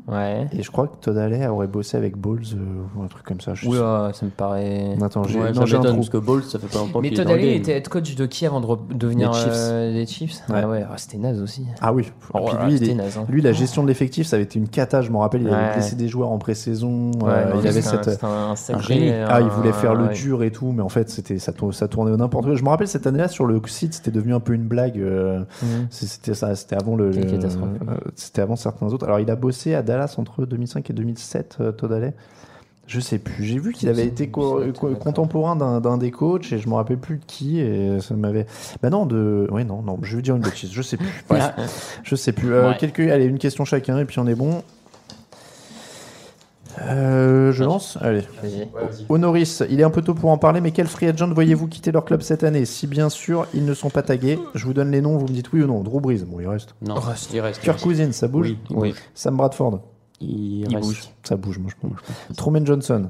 Speaker 7: Ouais.
Speaker 5: Et je crois que Todd Alley aurait bossé avec Balls euh, ou un truc comme ça. je suis
Speaker 7: Oula, ça me paraît.
Speaker 5: sûr. Attends, j'ai
Speaker 6: Ouais,
Speaker 5: non,
Speaker 6: ça
Speaker 5: j'ai un
Speaker 6: m'étonne
Speaker 5: trou.
Speaker 6: parce que Ball, ça fait pas longtemps
Speaker 7: Mais
Speaker 6: qu'il est
Speaker 7: Todd
Speaker 6: dans le
Speaker 7: Alley
Speaker 6: game.
Speaker 7: était head coach de qui avant de re- devenir
Speaker 6: Des Chiefs.
Speaker 7: euh, des Chiefs
Speaker 5: Ouais.
Speaker 7: Ah ouais, ah, c'était naze aussi.
Speaker 5: Ah oui.
Speaker 7: Oh
Speaker 5: Puis
Speaker 7: là là,
Speaker 5: lui, il
Speaker 7: c'était
Speaker 5: est-
Speaker 7: naze, hein.
Speaker 5: lui, la gestion de l'effectif, ça avait été une cata, je me rappelle. Il avait
Speaker 7: Ouais.
Speaker 5: blessé des joueurs en pré-saison.
Speaker 7: Ouais,
Speaker 5: euh,
Speaker 7: non,
Speaker 5: il
Speaker 7: lui,
Speaker 5: avait
Speaker 7: c'était un-
Speaker 5: cette,
Speaker 7: c'était un sacré-
Speaker 6: génie.
Speaker 5: Ah, il voulait faire le
Speaker 7: ouais.
Speaker 5: dur et tout, mais en fait, c'était ça, tour- ça tournait au n'importe quoi. Je me rappelle cette année-là sur le site, c'était devenu un peu une blague. euh,
Speaker 7: Mhm.
Speaker 5: c'est- C'était ça, c'était avant le.
Speaker 7: Quelle
Speaker 5: le-
Speaker 7: catastrophe.
Speaker 5: euh, c'était avant certains autres. Alors, il a bossé à Dallas entre 2005 et 2007, euh, Todd Alley. Je sais plus. J'ai vu qu'il avait été co-
Speaker 7: c'est-
Speaker 5: co- contemporain d'un d'un des coachs et je me rappelle plus de qui et ça m'avait. Bah non de. Oui non non. Je vais dire une bêtise. Je sais plus. Bref.
Speaker 7: <laughs>
Speaker 5: je sais plus. Euh,
Speaker 7: Ouais.
Speaker 5: quelques- Allez une question chacun et puis on est bon. Euh, je lance. Allez.
Speaker 7: Vas-y.
Speaker 5: Honoris, Oh, il est un peu tôt pour en parler, mais quel free agent voyez-vous quitter leur club cette année Si bien sûr ils ne sont pas tagués, je vous donne les noms, vous me dites oui ou non. Drew Brees, bon il reste.
Speaker 6: Non,
Speaker 7: Reste.
Speaker 6: il reste.
Speaker 5: Kirk Cousins, ça bouge.
Speaker 6: Oui, oui.
Speaker 5: Sam Bradford,
Speaker 6: Il,
Speaker 7: Il
Speaker 6: reste.
Speaker 7: bouge.
Speaker 5: ça bouge, moi je pense. Truman Johnson,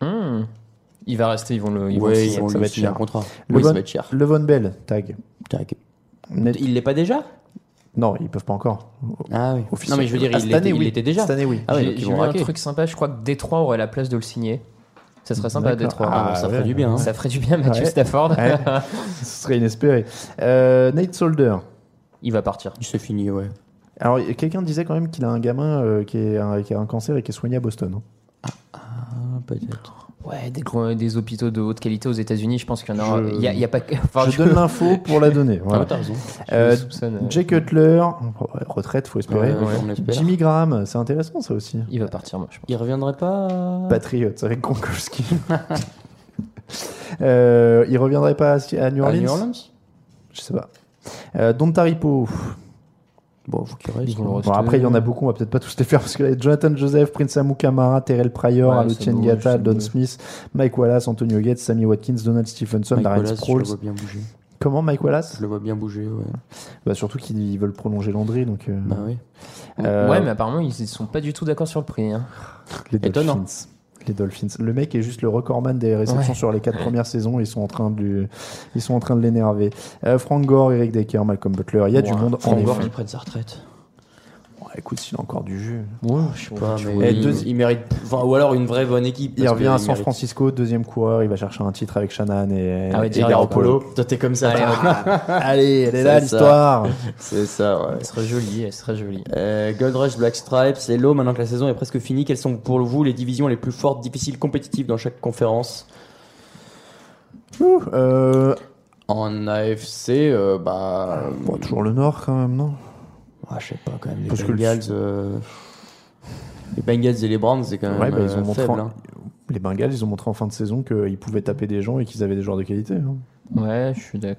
Speaker 7: Hmm. Il va rester, ils vont le. Ils vont le
Speaker 6: Oui,
Speaker 7: signer.
Speaker 6: on
Speaker 5: ça
Speaker 6: lui
Speaker 5: va
Speaker 6: va
Speaker 5: être cher.
Speaker 6: un contrat.
Speaker 5: Le
Speaker 6: Oui,
Speaker 5: bon-
Speaker 6: ça va être cher.
Speaker 5: Levon Bell, tag.
Speaker 6: Tac.
Speaker 5: Net-
Speaker 6: Il l'est pas déjà
Speaker 5: Non, ils peuvent pas encore.
Speaker 6: Ah oui.
Speaker 5: Officiel.
Speaker 6: Non, mais je veux dire,
Speaker 5: Ah,
Speaker 6: il
Speaker 5: cette
Speaker 6: l'était
Speaker 5: année,
Speaker 6: il
Speaker 5: oui.
Speaker 6: l'était déjà.
Speaker 5: Cette année, oui.
Speaker 6: Ah ouais,
Speaker 7: J'ai-
Speaker 6: donc ils
Speaker 7: j'ai
Speaker 6: vont
Speaker 7: vu un
Speaker 6: raquer.
Speaker 7: truc sympa, je crois que Détroit aurait la place de le signer. Ça serait sympa,
Speaker 5: D'accord.
Speaker 7: Détroit.
Speaker 5: Ah,
Speaker 6: Ah, ça
Speaker 5: ouais.
Speaker 6: ferait du bien. hein.
Speaker 7: Ça ferait du bien, Mathieu
Speaker 5: Ouais.
Speaker 7: Stafford.
Speaker 5: Ouais. <laughs> Ce serait inespéré. Euh, Nate Solder.
Speaker 7: <laughs> il va partir.
Speaker 6: C'est fini, ouais.
Speaker 5: Alors, quelqu'un disait quand même qu'il a un gamin euh, qui, est un- qui a un cancer et qui est soigné à Boston. hein.
Speaker 6: Ah, peut-être.
Speaker 7: Ouais, des, gros- des hôpitaux de haute qualité aux États-Unis, je pense qu'il y en a.
Speaker 5: Je-
Speaker 7: Il y a, il y a pas. que- Enfin,
Speaker 5: je donne l'info pour la
Speaker 6: <laughs>
Speaker 5: donner. voilà.
Speaker 6: Ah, t'as raison.
Speaker 5: Euh,
Speaker 7: je soupçonne, euh,
Speaker 5: Jay Cutler, retraite, faut espérer.
Speaker 6: Euh, on espère.
Speaker 5: Jimmy Graham, c'est intéressant ça aussi.
Speaker 7: Il va partir, moi, je pense.
Speaker 6: Il reviendrait pas à-
Speaker 5: Patriots avec Gronkowski. <laughs> euh, il reviendrait pas à, à New
Speaker 6: à
Speaker 5: Orleans,
Speaker 6: New Orleans
Speaker 5: Je sais pas. Euh, Dontaripo.
Speaker 6: Bon, faut qu'il reste.
Speaker 7: Ils vont le
Speaker 5: Bon,
Speaker 7: rejeter.
Speaker 5: après, il y en a beaucoup, on va peut-être pas tous les faire parce que là, Jonathan Joseph, Prince Amu Kamara, Terrell Pryor,
Speaker 7: Ouais, ça
Speaker 5: Alotien
Speaker 7: bouge,
Speaker 5: Gata,
Speaker 7: ça
Speaker 5: Don
Speaker 7: bouge.
Speaker 5: Smith, Mike Wallace, Antonio Gates, Sammy Watkins, Donald Stephenson,
Speaker 6: Mike
Speaker 5: Darren
Speaker 6: Wallace, je le
Speaker 5: Sproles.
Speaker 6: vois bien bouger.
Speaker 5: Comment Mike Wallace
Speaker 6: Je le vois bien bouger, ouais.
Speaker 5: bah, Surtout qu'ils ils veulent prolonger Landry, donc euh,
Speaker 6: Bah oui. Bah,
Speaker 5: euh,
Speaker 7: Ouais, mais apparemment, ils sont pas du tout d'accord sur le prix. hein.
Speaker 5: les
Speaker 6: étonnant.
Speaker 5: Dolphins. Les Dolphins. Le mec est juste le recordman des réceptions
Speaker 7: Ouais.
Speaker 5: sur les quatre premières saisons. Ils sont en train de, lui- ils sont en train de l'énerver. Euh, Frank Gore, Eric Decker, Malcolm Butler. Il y a du monde. en
Speaker 6: Frank Gore,
Speaker 5: effet.
Speaker 6: il prenne sa retraite.
Speaker 5: Ouais, écoute, s'il a encore du jeu.
Speaker 7: Ouais, je sais pas.
Speaker 5: vois,
Speaker 6: il,
Speaker 5: deux-
Speaker 6: il mérite. enfin, ou alors une vraie bonne équipe.
Speaker 5: Il
Speaker 6: parce
Speaker 5: revient
Speaker 6: que
Speaker 5: à San
Speaker 6: mérite-
Speaker 5: Francisco, deuxième coureur. Il va chercher un titre avec Shannon et,
Speaker 7: Ah ouais,
Speaker 5: et
Speaker 7: direct,
Speaker 5: Garoppolo.
Speaker 6: Toi, t'es comme ça.
Speaker 5: Allez, elle est
Speaker 6: C'est
Speaker 5: là
Speaker 6: ça. <laughs>
Speaker 5: l'histoire.
Speaker 6: C'est ça, ouais.
Speaker 7: Elle serait jolie, elle serait jolie.
Speaker 6: Euh, Gold Rush, Black Stripes, Hello, maintenant que la saison est presque finie, quelles sont pour vous les divisions les plus fortes, difficiles, compétitives dans chaque conférence
Speaker 5: Ouh, euh,
Speaker 6: En AFC, euh, bah. euh,
Speaker 5: bon, toujours le Nord quand même, non
Speaker 6: ah, je sais pas quand même. Les
Speaker 5: Parce que le-
Speaker 6: Bengals. euh, Les Bengals et les Browns, c'est quand même
Speaker 5: Ouais, bah, ils
Speaker 6: euh,
Speaker 5: ont montré
Speaker 6: faible.
Speaker 5: en-
Speaker 6: hein.
Speaker 5: Les Bengals, ils ont montré en fin de saison qu'ils pouvaient taper des gens et qu'ils avaient des joueurs de qualité. hein.
Speaker 7: Ouais, je suis
Speaker 6: Ah.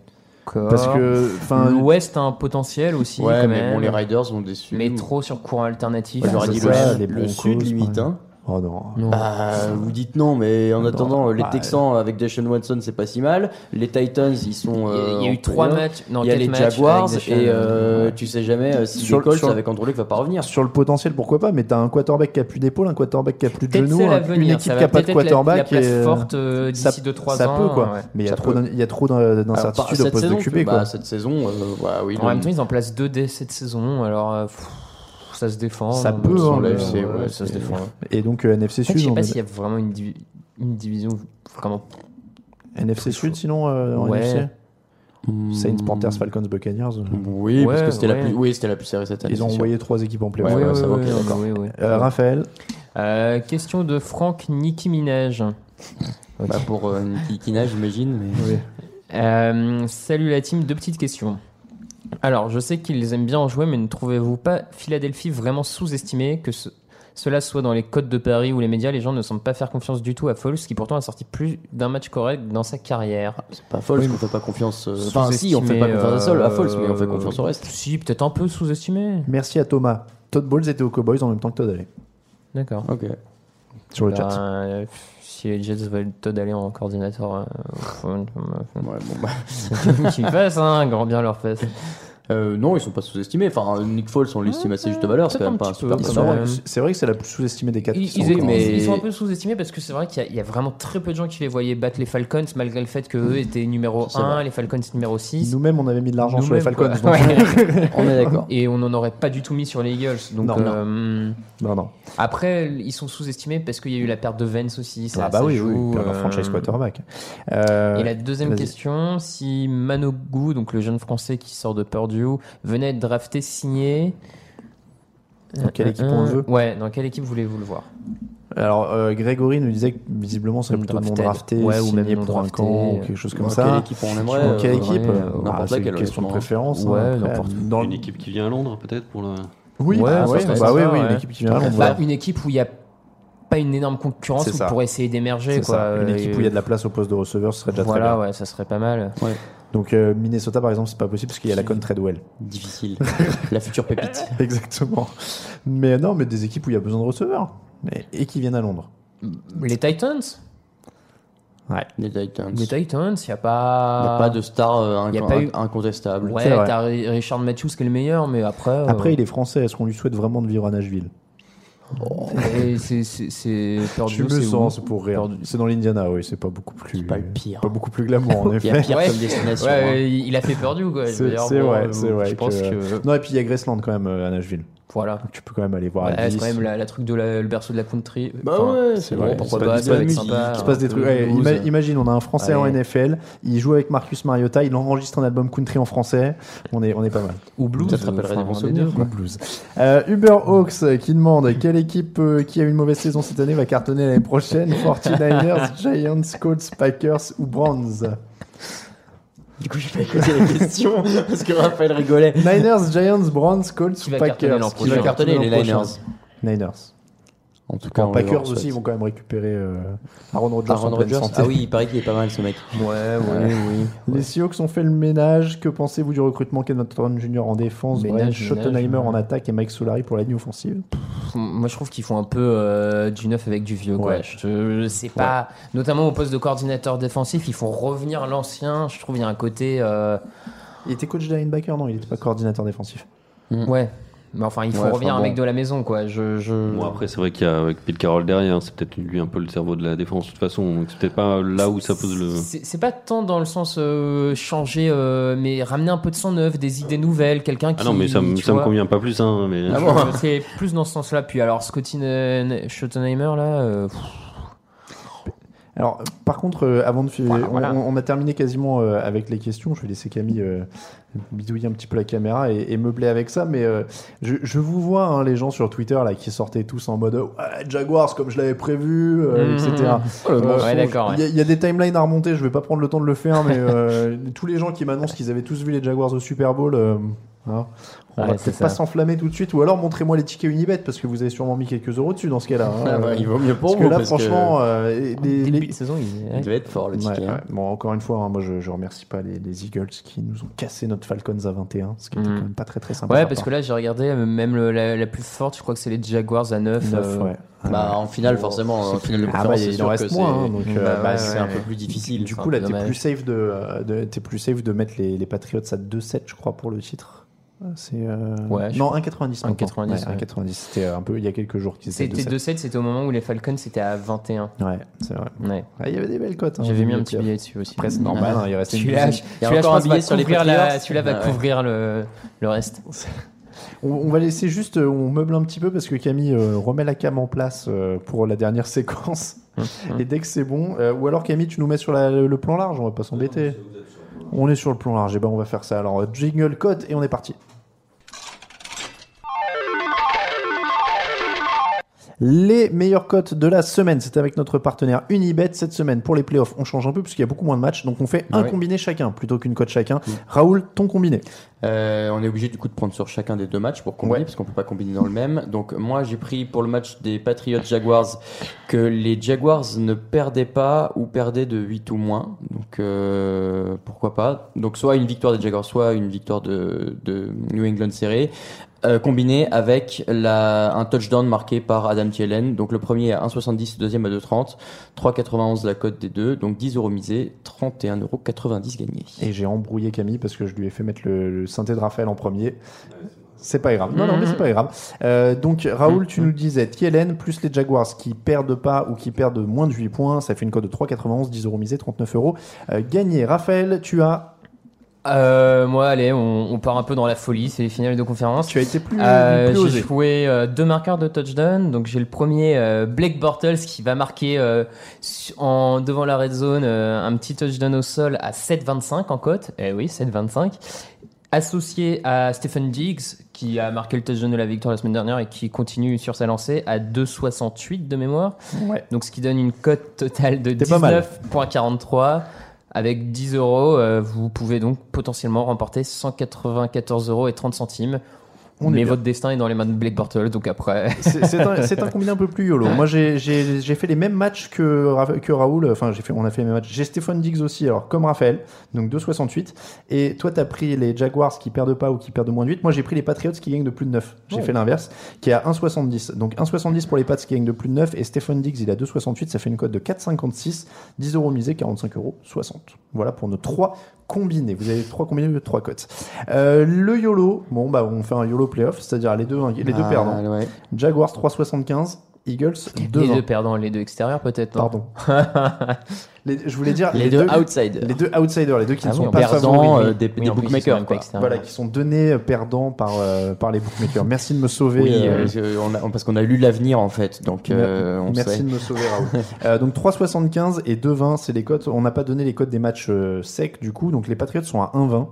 Speaker 7: d'accord.
Speaker 5: Parce que, enfin,
Speaker 7: l'Ouest a un potentiel aussi.
Speaker 6: ouais,
Speaker 7: quand
Speaker 6: mais
Speaker 7: même.
Speaker 6: bon, les Riders ont déçu.
Speaker 7: Mais trop sur courant alternatif.
Speaker 6: Moi, J'aurais
Speaker 5: C'est
Speaker 6: dit
Speaker 5: ça,
Speaker 6: le,
Speaker 5: les
Speaker 6: le
Speaker 5: Broncos,
Speaker 6: Sud, limite.
Speaker 5: ouais.
Speaker 6: Hein.
Speaker 5: oh non.
Speaker 7: Non.
Speaker 6: Bah, vous dites non, mais en attendant,
Speaker 5: Non,
Speaker 6: les
Speaker 5: bah,
Speaker 6: Texans avec Deshaun Watson, c'est pas si mal. Les Titans, ils sont.
Speaker 7: Il y a-
Speaker 6: euh,
Speaker 7: il y a
Speaker 6: en
Speaker 7: eu trois
Speaker 6: playoff.
Speaker 7: matchs. Non,
Speaker 6: Il y a
Speaker 7: quatre
Speaker 6: les
Speaker 7: matchs avec
Speaker 6: Jaguars
Speaker 7: des
Speaker 6: et
Speaker 7: chaînes.
Speaker 6: euh, tu sais jamais euh, si
Speaker 5: Sur-
Speaker 6: les Colts
Speaker 5: sur-
Speaker 6: avec Andrew Luck va pas revenir.
Speaker 5: Sur le potentiel, pourquoi pas Mais t'as un quarterback qui a plus d'épaule, un quarterback qui a plus de
Speaker 7: Peut-être
Speaker 5: genou,
Speaker 7: c'est
Speaker 5: un- hein, une
Speaker 7: l'avenir,
Speaker 5: équipe
Speaker 7: ça
Speaker 5: qui a pas
Speaker 7: va
Speaker 5: de
Speaker 7: peut-être être la- la
Speaker 5: quarterback.
Speaker 7: place
Speaker 5: et-
Speaker 7: forte euh,
Speaker 5: ça-
Speaker 7: d'ici 2-3 ans.
Speaker 5: ça peut quoi.
Speaker 7: ouais.
Speaker 5: Mais il y a
Speaker 6: Ça
Speaker 5: trop
Speaker 6: peut.
Speaker 5: d'in- il y a trop d'in-
Speaker 6: Alors, par-
Speaker 5: d'incertitudes au
Speaker 6: cette
Speaker 5: poste de
Speaker 6: saison,
Speaker 5: QB
Speaker 6: bah,
Speaker 5: quoi.
Speaker 6: cette saison, euh, ouais, oui.
Speaker 7: En même temps, ils ont place 2D cette saison. Alors, euh, pff, ça se défend.
Speaker 5: Ça
Speaker 7: Donc,
Speaker 5: peut,
Speaker 7: ils sont
Speaker 5: hein,
Speaker 7: là,
Speaker 5: le-
Speaker 7: ouais,
Speaker 5: c'est- ouais,
Speaker 7: ça
Speaker 5: c'est-
Speaker 7: se défend. ouais.
Speaker 5: Et donc euh, NFC
Speaker 7: En fait, je
Speaker 5: Sud,
Speaker 7: sais
Speaker 5: on
Speaker 7: pas
Speaker 5: est-
Speaker 7: s'il y a vraiment une, divi- une division vraiment.
Speaker 5: NFC Sud sinon euh, en
Speaker 7: Ouais. Mmh.
Speaker 5: NFC Saints, Panthers, Falcons, Buccaneers. euh,
Speaker 6: Oui, parce
Speaker 7: Ouais,
Speaker 6: que c'était la
Speaker 7: ouais.
Speaker 6: plus, oui, c'était la plus serrée cette année.
Speaker 5: Ils ont
Speaker 6: c'est sûr.
Speaker 5: envoyé trois équipes en playoff.
Speaker 6: Ouais,
Speaker 7: Oui,
Speaker 6: ouais,
Speaker 7: oui,
Speaker 6: ça va,
Speaker 7: oui,
Speaker 6: ok,
Speaker 7: oui,
Speaker 6: d'accord.
Speaker 7: oui, oui.
Speaker 5: Euh, Raphaël,
Speaker 7: Euh, question de Franck Niki Minaj.
Speaker 6: Bah, pour euh, Kikina, j'imagine. Mais...
Speaker 7: Euh, salut la team, deux petites questions. Alors, je sais qu'ils aiment bien en jouer, mais ne trouvez-vous pas Philadelphie vraiment sous-estimée que ce- cela soit dans les codes de Paris ou les médias, les gens ne semblent pas faire confiance du tout à Foles, qui pourtant a sorti plus d'un match correct dans sa carrière.
Speaker 6: C'est pas folle,
Speaker 7: Oui,
Speaker 6: parce qu'on fait pas confiance. euh, Enfin, si, on fait pas
Speaker 7: Sous-estimée,
Speaker 6: confiance à Sol, à Foles, mais on fait
Speaker 7: euh,
Speaker 6: confiance au reste.
Speaker 7: Si, peut-être un peu sous-estimé.
Speaker 5: merci à Thomas. Todd Bowles était aux Cowboys en même temps que Todd Alley
Speaker 7: D'accord.
Speaker 6: Ok.
Speaker 5: sur le
Speaker 7: Ben,
Speaker 5: chat.
Speaker 7: euh, si les Jets veulent Todd aller en coordinateur, euh, faut- faut-
Speaker 6: Ouais, bon, bah.
Speaker 7: faut qu'ils fassent, hein, grand bien leur fesse.
Speaker 6: Euh, non, ils sont pas sous-estimés. Enfin, Nick Foles, on l'estime à ses justes valeurs. C'est quand
Speaker 7: peut-être
Speaker 6: même
Speaker 7: un
Speaker 6: pas un
Speaker 7: petit
Speaker 6: super
Speaker 7: peu,
Speaker 5: Ils
Speaker 7: quand
Speaker 5: sont-
Speaker 6: performant.
Speaker 7: même.
Speaker 5: C'est vrai que c'est la plus sous-estimée des quatre.
Speaker 7: Ils,
Speaker 5: qui sont
Speaker 7: ils-
Speaker 5: encore-
Speaker 6: mais-
Speaker 7: ils sont un peu sous-estimés parce que c'est vrai qu'il y, a- il y a vraiment très peu de gens qui les voyaient battre les Falcons malgré le fait qu'eux étaient numéro
Speaker 6: C'est
Speaker 7: 1, les Falcons numéro 6.
Speaker 5: Nous-mêmes, on avait mis de l'argent sur les
Speaker 7: Nous-mêmes,
Speaker 5: Falcons.
Speaker 7: quoi.
Speaker 5: donc-
Speaker 7: <laughs> Ouais.
Speaker 6: On est d'accord.
Speaker 7: Et on n'en aurait pas du tout mis sur les Eagles. Donc,
Speaker 5: Non, non.
Speaker 7: euh,
Speaker 5: <laughs> Non, non.
Speaker 7: Après, ils sont sous-estimés parce qu'il y a eu la perte de Vence aussi. Ça,
Speaker 5: Ah bah
Speaker 7: ça
Speaker 5: oui,
Speaker 7: joue,
Speaker 5: oui. Un
Speaker 7: euh,
Speaker 5: franchise quarterback. Euh,
Speaker 7: Et la deuxième
Speaker 5: vas-y.
Speaker 7: question, si Manogu, donc le jeune français qui sort de Purdue, venait être drafté, signé.
Speaker 5: Dans quelle équipe on le veut
Speaker 7: euh, Ouais, dans quelle équipe voulez-vous le voir
Speaker 5: Alors, euh, Grégory nous disait que visiblement, c'est
Speaker 7: Non
Speaker 5: plutôt non
Speaker 7: drafté.
Speaker 5: drafté,
Speaker 7: Ouais, ou
Speaker 5: signé
Speaker 7: même non
Speaker 5: pour un
Speaker 7: drafté. euh,
Speaker 5: camp ou quelque chose comme
Speaker 6: Dans
Speaker 5: ça.
Speaker 6: Quelle équipe on aimerait
Speaker 5: Dans quelle
Speaker 6: euh,
Speaker 5: équipe
Speaker 7: ouais,
Speaker 5: euh,
Speaker 7: n'importe
Speaker 5: bah, C'est
Speaker 6: laquelle,
Speaker 5: une question de
Speaker 6: honnêtement.
Speaker 5: préférence. hein,
Speaker 7: Ouais,
Speaker 5: après.
Speaker 7: n'importe-
Speaker 5: Dans-
Speaker 8: Une équipe qui vient à Londres peut-être pour le.
Speaker 5: Oui,
Speaker 7: Ouais,
Speaker 5: bah
Speaker 7: ça
Speaker 5: ouais,
Speaker 7: serait
Speaker 5: bah
Speaker 7: sympa,
Speaker 5: oui, oui, une
Speaker 7: ouais.
Speaker 5: équipe qui vient à Londres.
Speaker 7: Bah,
Speaker 5: voilà.
Speaker 7: une équipe où il y a pas une énorme concurrence
Speaker 5: C'est
Speaker 7: où
Speaker 5: ça.
Speaker 7: pour essayer d'émerger.
Speaker 5: C'est
Speaker 7: quoi.
Speaker 5: ça. Une
Speaker 7: Euh,
Speaker 5: équipe où il y a de la place au poste de receveur, ce serait déjà très
Speaker 7: Voilà,
Speaker 5: bien.
Speaker 7: ouais, ça serait pas mal.
Speaker 5: Donc euh, Minnesota, par exemple, c'est pas possible parce qu'il y a la Con
Speaker 7: <laughs>
Speaker 5: Treadwell.
Speaker 6: Difficile. La future pépite.
Speaker 5: Exactement. Mais non, mais des équipes où il y a besoin de receveurs Mais- et qui viennent à Londres.
Speaker 7: Les Titans
Speaker 6: Les Titans.
Speaker 7: Les Titans, il n'y a
Speaker 6: Il
Speaker 7: pas.
Speaker 6: n'y a pas de star euh,
Speaker 7: Il y a
Speaker 6: inc-
Speaker 7: pas eu-
Speaker 6: incontestable.
Speaker 7: Ouais,
Speaker 5: C'est vrai.
Speaker 7: t'as Ri- Richard Matthews qui est le meilleur, mais après. euh,
Speaker 5: Après, il est français. Est-ce qu'on lui souhaite vraiment de vivre à Nashville
Speaker 7: et c'est- c'est- c'est.
Speaker 5: Tu
Speaker 7: Purdue,
Speaker 5: me
Speaker 7: c'est
Speaker 5: sens,
Speaker 7: où
Speaker 5: c'est pour rire.
Speaker 7: Purdue.
Speaker 5: C'est dans l'Indiana, oui. C'est pas beaucoup plus.
Speaker 6: pas le pire.
Speaker 5: Pas
Speaker 7: hein.
Speaker 5: beaucoup plus glamour, en
Speaker 7: <laughs>
Speaker 6: Il y a
Speaker 5: effet.
Speaker 6: pire
Speaker 7: Ouais.
Speaker 6: comme destination.
Speaker 7: Ouais,
Speaker 6: hein.
Speaker 7: il il a fait Purdue, quoi. Je veux
Speaker 5: C'est
Speaker 7: dire,
Speaker 5: c'est
Speaker 7: bon,
Speaker 5: vrai,
Speaker 7: euh,
Speaker 5: c'est vrai.
Speaker 7: Je pense que.
Speaker 5: Non, et puis il y a Graceland quand même euh, à Nashville.
Speaker 7: Voilà.
Speaker 5: Donc tu peux quand même aller voir.
Speaker 7: Ouais,
Speaker 5: Elvis.
Speaker 7: c'est quand même la, la truc de la- le berceau de la country. euh,
Speaker 6: Bah
Speaker 7: Enfin,
Speaker 6: ouais, c'est
Speaker 5: vrai,
Speaker 6: vrai.
Speaker 5: c'est
Speaker 6: Pourquoi
Speaker 5: pas
Speaker 6: pas
Speaker 5: du
Speaker 6: ça va être
Speaker 7: musique,
Speaker 6: sympa.
Speaker 7: il
Speaker 5: Il se passe des trucs. ouais,
Speaker 7: blues.
Speaker 5: ima- imagine, on a un Français en
Speaker 7: Allez.
Speaker 5: NFL, il joue avec Marcus Mariota, il enregistre un album country en français. On est, on est pas mal.
Speaker 7: Ou blues.
Speaker 6: Ça te rappellerait
Speaker 7: enfin,
Speaker 6: des bons
Speaker 7: un deux,
Speaker 6: souvenirs.
Speaker 7: quoi.
Speaker 5: Blues. Euh, Uber Hawks euh, qui demande quelle équipe euh, qui a eu une mauvaise saison cette année va cartonner l'année
Speaker 7: <laughs>
Speaker 5: prochaine 49ers, Giants, Colts, Packers ou Browns
Speaker 6: Du coup, j'ai pas écouté la question <laughs> parce que Raphaël rigolait.
Speaker 5: Niners, Giants, Browns, Colts
Speaker 7: Qui
Speaker 5: ou
Speaker 7: va cartonner l'an
Speaker 5: Packers
Speaker 6: Qui va
Speaker 7: prochain.
Speaker 6: cartonner les
Speaker 5: l'an prochain
Speaker 6: Niners.
Speaker 5: Niners.
Speaker 6: En tout cas,
Speaker 5: Quand
Speaker 6: on le
Speaker 5: Packers
Speaker 6: leur
Speaker 5: aussi, ils vont
Speaker 6: souhaite.
Speaker 5: quand même récupérer euh, Aaron Rodgers en
Speaker 6: Aaron
Speaker 5: pleine
Speaker 6: Rodgers.
Speaker 5: santé.
Speaker 6: Ah oui, il paraît qu'il est pas mal ce mec.
Speaker 7: Ouais, ouais.
Speaker 6: Ouais,
Speaker 5: <laughs>
Speaker 6: oui.
Speaker 5: Les Seahawks ont fait le ménage. Que pensez-vous du recrutement Kevin Thornton Jr. en défense,
Speaker 7: Ménage,
Speaker 5: Brian
Speaker 7: ménage,
Speaker 5: Schottenheimer
Speaker 7: ouais.
Speaker 5: en attaque et Mike Solari pour la ligne offensive
Speaker 7: Pff, Moi, je trouve qu'ils font un peu euh, du neuf avec du vieux. quoi.
Speaker 5: Ouais.
Speaker 7: Je, je sais pas. Notamment au poste de coordinateur défensif, ils font revenir l'ancien. Je trouve qu'il y a un côté. euh,
Speaker 5: Il était coach de linebacker, non Il n'était pas coordinateur défensif.
Speaker 7: Ouais. Mais enfin, il faut
Speaker 6: Ouais,
Speaker 7: revenir
Speaker 6: enfin,
Speaker 7: un mec
Speaker 6: bon.
Speaker 7: de la maison, quoi. Je, je...
Speaker 8: Bon, après, c'est vrai qu'il y a avec Pete Carroll derrière, c'est peut-être lui un peu le cerveau de la défense de toute façon, donc c'est peut-être pas là où ça pose le.
Speaker 7: C'est c'est pas tant dans le sens euh, changer, euh, mais ramener un peu de son neuf, des idées nouvelles, quelqu'un qui.
Speaker 8: Ah non, mais ça, me-
Speaker 7: tu
Speaker 8: ça me
Speaker 7: vois.
Speaker 8: convient pas plus, hein, mais.
Speaker 5: Ah,
Speaker 7: Je- je- C'est plus dans ce sens-là. Puis alors, Scotty euh, Schottenheimer, là. euh, pff,
Speaker 5: Alors, euh, par contre, euh, avant de
Speaker 7: Voilà,
Speaker 5: on-
Speaker 7: voilà.
Speaker 5: On, on a terminé quasiment euh, avec les questions. Je vais laisser Camille euh, bidouiller un petit peu la caméra et, et meubler avec ça. Mais euh, je, je vous vois hein, les gens sur Twitter là qui sortaient tous en mode euh, Ouais, Jaguars comme je l'avais prévu, euh,
Speaker 7: Mhm.
Speaker 5: etc.
Speaker 6: Oh,
Speaker 7: ouais,
Speaker 5: Euh, son-
Speaker 7: d'accord. ouais.
Speaker 5: Il y a- il y, a des timelines à remonter. Je vais pas prendre le temps de le faire, mais euh, <laughs> tous les gens qui m'annoncent qu'ils avaient tous vu les Jaguars au Super Bowl. euh, hein, on va
Speaker 7: Ouais, c'est
Speaker 5: peut-être pas
Speaker 7: ça.
Speaker 5: s'enflammer tout de suite, ou alors montrez-moi les tickets Unibet parce que vous avez sûrement mis quelques euros dessus dans ce cas-là. hein.
Speaker 6: Ah bah, il vaut mieux pour
Speaker 5: parce que
Speaker 6: vous,
Speaker 5: là,
Speaker 6: parce que-
Speaker 5: franchement, euh, et- les-
Speaker 7: Début
Speaker 5: les-
Speaker 7: de saison, il-
Speaker 6: Il devait être fort le
Speaker 5: Ouais,
Speaker 6: ticket. hein.
Speaker 5: ouais. Bon, encore une fois, hein, moi je, je remercie pas les, les Eagles qui nous ont cassé notre Falcons à 21, ce qui était
Speaker 7: Mm.
Speaker 5: quand même pas très très sympa.
Speaker 7: Ouais, parce que là, j'ai regardé, euh, même le- la, la plus forte, je crois que c'est les Jaguars à 9. euh,
Speaker 5: ouais.
Speaker 6: Bah, en finale, forcément, en finale de
Speaker 5: Ah bah,
Speaker 6: conférence,
Speaker 5: il en
Speaker 6: c'est sûr
Speaker 5: reste
Speaker 6: que
Speaker 5: moins,
Speaker 6: c'est-
Speaker 5: hein, donc,
Speaker 6: bah,
Speaker 5: euh,
Speaker 6: ouais,
Speaker 5: bah,
Speaker 6: c'est
Speaker 7: Mm. ouais,
Speaker 6: un
Speaker 7: ouais.
Speaker 6: peu plus difficile.
Speaker 5: Du
Speaker 6: Enfin,
Speaker 5: coup, là, t'es
Speaker 7: dommage.
Speaker 5: plus safe de, euh, de- t'es plus safe de mettre les, les Patriots à 2-7, je crois, pour le titre. Euh, C'est euh,
Speaker 7: Ouais, je
Speaker 5: non 1,90. maintenant.
Speaker 7: 1,90,
Speaker 5: Ouais,
Speaker 7: ouais.
Speaker 5: 1,90. C'était un peu il y a quelques jours qu'ils étaient
Speaker 7: C'était
Speaker 5: 2-7.
Speaker 7: 2-7, c'était au moment où les Falcons c'était à 21.
Speaker 5: Ouais, c'est vrai.
Speaker 7: Ouais.
Speaker 5: Ah, Il y avait des belles cotes. hein,
Speaker 7: J'avais
Speaker 5: au
Speaker 7: mis un
Speaker 5: milieu
Speaker 7: petit
Speaker 5: de
Speaker 7: billet dessus aussi. Ah.
Speaker 5: Presque normal, hein, il restait une
Speaker 7: Celui-là,
Speaker 5: douzaine.
Speaker 6: Il y a
Speaker 7: celui-là, je
Speaker 6: encore
Speaker 7: pense,
Speaker 6: un billet
Speaker 7: va
Speaker 6: sur les
Speaker 7: couvrir la-
Speaker 6: Patriots.
Speaker 7: Celui-là va
Speaker 6: Ah ouais.
Speaker 7: couvrir le, le reste.
Speaker 5: On, on va laisser juste, euh, on meuble un petit peu parce que Camille euh, remet la cam en place euh, pour la dernière <laughs> séquence. Et dès que c'est bon, euh, ou alors Camille, tu nous mets sur la- le, le plan large, on va pas s'embêter. On est sur le plan large, et ben on va faire ça. Alors, euh, jingle code et on est parti. Les meilleures cotes de la semaine, c'est avec notre partenaire Unibet cette semaine pour les playoffs. On change un peu puisqu'il y a beaucoup moins de matchs, donc on fait un
Speaker 6: Ouais.
Speaker 5: combiné chacun plutôt qu'une cote chacun. Raoul, ton combiné.
Speaker 6: Euh, on est obligé du coup de prendre sur chacun des deux matchs pour combiner,
Speaker 5: Ouais.
Speaker 6: parce qu'on peut pas combiner dans le même. Donc moi j'ai pris pour le match des Patriots Jaguars que les Jaguars ne perdaient pas ou perdaient de 8 ou moins. Donc euh, pourquoi pas. Donc soit une victoire des Jaguars, soit une victoire de, de New England serrée. euh, combiné avec la, un touchdown marqué par Adam Thielen. Donc le premier à 1,70, le deuxième à 2,30, 3,91 la cote des deux, donc 10 euros misés, 31,90 euros gagnés.
Speaker 5: Et j'ai embrouillé Camille parce que je lui ai fait mettre le, le synthé de Raphaël en premier. C'est pas grave. Non, non, mais
Speaker 7: Mm-hmm.
Speaker 5: c'est pas grave. Euh, donc, Raoul, tu nous disais Thielen plus les Jaguars qui perdent pas ou qui perdent moins de 8 points. Ça fait une cote de 3,91, 10 euros misés, 39 euros euh, gagnés. Raphaël, tu as,
Speaker 7: Euh, moi, allez, on, on part un peu dans la folie, c'est les finales de conférence.
Speaker 5: tu as été plus,
Speaker 7: Euh,
Speaker 5: plus
Speaker 7: j'ai
Speaker 5: osé.
Speaker 7: joué euh, deux marqueurs de touchdown. Donc j'ai le premier euh, Blake Bortles qui va marquer euh, su- en devant la red zone euh, un petit touchdown au sol à 7,25 en cote. Eh oui, 7,25. Associé à Stephen Diggs qui a marqué le touchdown de la victoire la semaine dernière et qui continue sur sa lancée à 2,68 de mémoire.
Speaker 5: Ouais.
Speaker 7: Donc ce qui donne une cote totale de
Speaker 5: T'es pas mal.
Speaker 7: 19,43. Avec 10 euros, euh, vous pouvez donc potentiellement remporter 194 euros et 30 centimes.
Speaker 5: On est
Speaker 7: mais
Speaker 5: bien.
Speaker 7: votre destin est dans les mains de Blake Bortles, donc après.
Speaker 5: C'est c'est un, c'est un combiné un peu plus yolo. Moi, j'ai- j'ai j'ai fait les mêmes matchs que, Ra- que Raoul. Enfin, j'ai fait, on a fait les mêmes matchs. J'ai Stéphane Diggs aussi, alors comme Raphaël, donc 2,68. Et toi, t'as pris les Jaguars qui perdent pas ou qui perdent de moins de 8. Moi, j'ai pris les Patriots qui gagnent de plus de 9. J'ai fait l'inverse, qui est à 1,70. Donc 1,70 pour les Pats qui gagnent de plus de 9. Et Stéphane Diggs, il a 2,68. Ça fait une cote de 4,56. 10 euros misés, 45 euros 60. Voilà pour nos trois combinés. Vous avez trois combinés de trois cotes. Euh, le YOLO, bon, bah, on fait un YOLO playoff, c'est-à-dire les deux, les deux
Speaker 6: Ah,
Speaker 5: perdants.
Speaker 6: ouais.
Speaker 5: Jaguars 3,75, Eagles
Speaker 7: les deux
Speaker 5: 2,20.
Speaker 7: perdants, les deux extérieurs peut-être. non
Speaker 5: Pardon.
Speaker 7: <laughs>
Speaker 5: Les- je voulais dire
Speaker 6: Les, deux, outsiders.
Speaker 5: les deux outsiders, les deux qui
Speaker 6: Ah
Speaker 5: ne sont
Speaker 6: oui,
Speaker 5: pas
Speaker 6: perdants,
Speaker 5: favoris.
Speaker 6: euh, des,
Speaker 7: Oui,
Speaker 6: des
Speaker 7: en plus, ils sont
Speaker 6: bookmakers.
Speaker 7: même pas
Speaker 6: quoi.
Speaker 7: externes.
Speaker 5: Voilà, qui sont donnés euh, perdants par, euh, par les bookmakers. Merci de me sauver.
Speaker 6: Oui,
Speaker 5: euh,
Speaker 6: euh, je- on a- parce qu'on a lu l'avenir en fait, donc euh, on
Speaker 5: Merci
Speaker 6: sait.
Speaker 5: de me sauver, Raoul.
Speaker 6: <laughs>
Speaker 5: Euh, donc 3,75 et 2,20, c'est les cotes. On n'a pas donné les cotes des matchs euh, secs, du coup. Donc les Patriots sont à 1,20.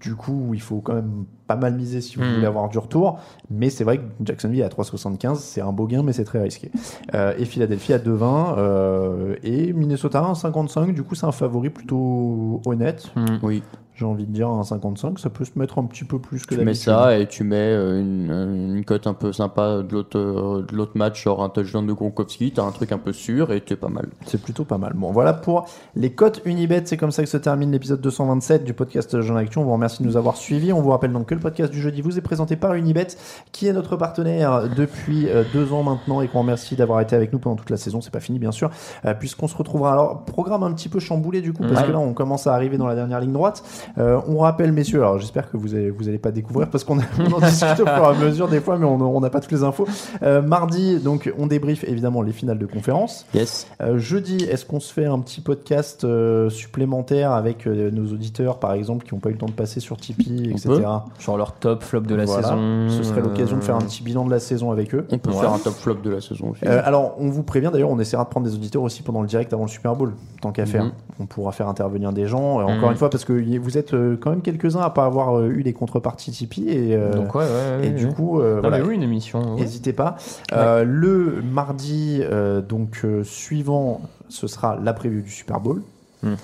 Speaker 5: Du coup, il faut quand même pas mal miser si vous
Speaker 6: Hmm.
Speaker 7: Mm.
Speaker 5: voulez avoir du retour. Mais c'est vrai que Jacksonville est à 3,75, c'est un beau gain, mais c'est très risqué. Euh, et Philadelphie à 2,20. euh, et Minnesota à 1,55. Du coup, c'est un favori plutôt honnête.
Speaker 7: Hmm.
Speaker 6: Oui,
Speaker 5: J'ai envie de dire 1,55. Ça peut se mettre un petit peu plus que
Speaker 6: tu mets
Speaker 5: d'habitude.
Speaker 6: ça et tu mets euh, une, une cote un peu sympa de l'autre euh, de l'autre match, genre un touchdown de Gronkowski, t'as un truc un peu sûr et t'es pas mal.
Speaker 5: C'est plutôt pas mal. Bon, voilà pour les cotes Unibet. C'est comme ça que se termine l'épisode 227 du podcast Jean Action. On vous remercie de nous avoir suivis. On vous rappelle donc que le podcast du jeudi vous est présenté par Unibet, qui est notre partenaire depuis euh, deux ans maintenant et qu'on remercie d'avoir été avec nous pendant toute la saison. C'est pas fini, bien sûr, euh, puisqu'on se retrouvera. Alors, programme un petit peu chamboulé du coup, parce
Speaker 7: Ouais.
Speaker 5: que là, on commence à arriver dans la dernière ligne droite. Euh, on rappelle, messieurs, alors j'espère que vous allez, vous allez pas découvrir parce qu'on <laughs> a- on en discute au fur et à mesure des fois, mais on on n'a pas toutes les infos. Euh, mardi, donc, on débrief évidemment les finales de conférence.
Speaker 6: Yes.
Speaker 5: Euh, jeudi, est-ce qu'on se fait un petit podcast euh, supplémentaire avec euh, nos auditeurs, par exemple, qui n'ont pas eu le temps de passer sur Tipeee,
Speaker 6: On
Speaker 5: etc.
Speaker 6: peut.
Speaker 7: Genre leur top flop de la
Speaker 5: Voilà.
Speaker 7: saison.
Speaker 5: Ce serait l'occasion de faire un
Speaker 7: Euh,
Speaker 5: petit bilan de la saison avec eux.
Speaker 6: On peut
Speaker 7: Ouais.
Speaker 6: faire un top flop de la saison aussi.
Speaker 5: Euh, alors, on vous prévient d'ailleurs, on essaiera de prendre des auditeurs aussi pendant le direct avant le Super Bowl, tant qu'à faire.
Speaker 6: Mhm.
Speaker 5: On pourra faire intervenir des gens, euh, encore
Speaker 7: Mhm.
Speaker 5: une fois, parce que y- vous êtes euh, quand même quelques-uns à pas avoir euh, eu les contreparties Tipeee, et, euh,
Speaker 7: Donc ouais, ouais, ouais,
Speaker 5: et
Speaker 7: ouais,
Speaker 5: du
Speaker 7: ouais.
Speaker 5: coup, euh,
Speaker 7: Non,
Speaker 5: voilà,
Speaker 7: mais oui, une émission. ouais.
Speaker 5: N'hésitez pas. Euh, le mardi, euh, donc euh, suivant, ce sera la preview du Super Bowl.
Speaker 7: Mhm.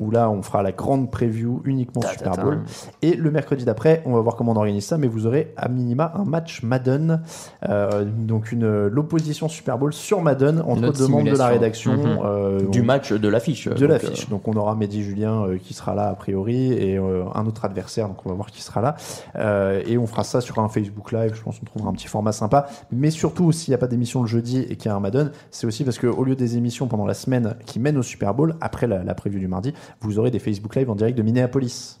Speaker 5: où là on fera la grande preview uniquement
Speaker 7: Ta, ta,
Speaker 5: Super
Speaker 7: ta.
Speaker 5: Bowl. Et le mercredi d'après, on va voir comment on organise ça, mais vous aurez à minima un match Madden, euh, donc une l'opposition Super Bowl sur Madden entre
Speaker 7: Notre
Speaker 5: demandes de la
Speaker 7: simulation.
Speaker 5: rédaction
Speaker 7: Mhm.
Speaker 5: euh,
Speaker 6: du
Speaker 5: on-
Speaker 6: match de l'affiche.
Speaker 5: de
Speaker 6: Euh, donc,
Speaker 5: l'affiche. Donc on aura Mehdi Julien euh, qui sera là a priori et euh, un autre adversaire, donc on va voir qui sera là. Euh, et on fera ça sur un Facebook Live, je pense qu'on trouvera un petit format sympa. Mais surtout, s'il n'y a pas d'émission le jeudi et qu'il y a un Madden, c'est aussi parce que au lieu des émissions pendant la semaine qui mènent au Super Bowl, après la, la preview du mardi, vous aurez des Facebook Live en direct de Minneapolis.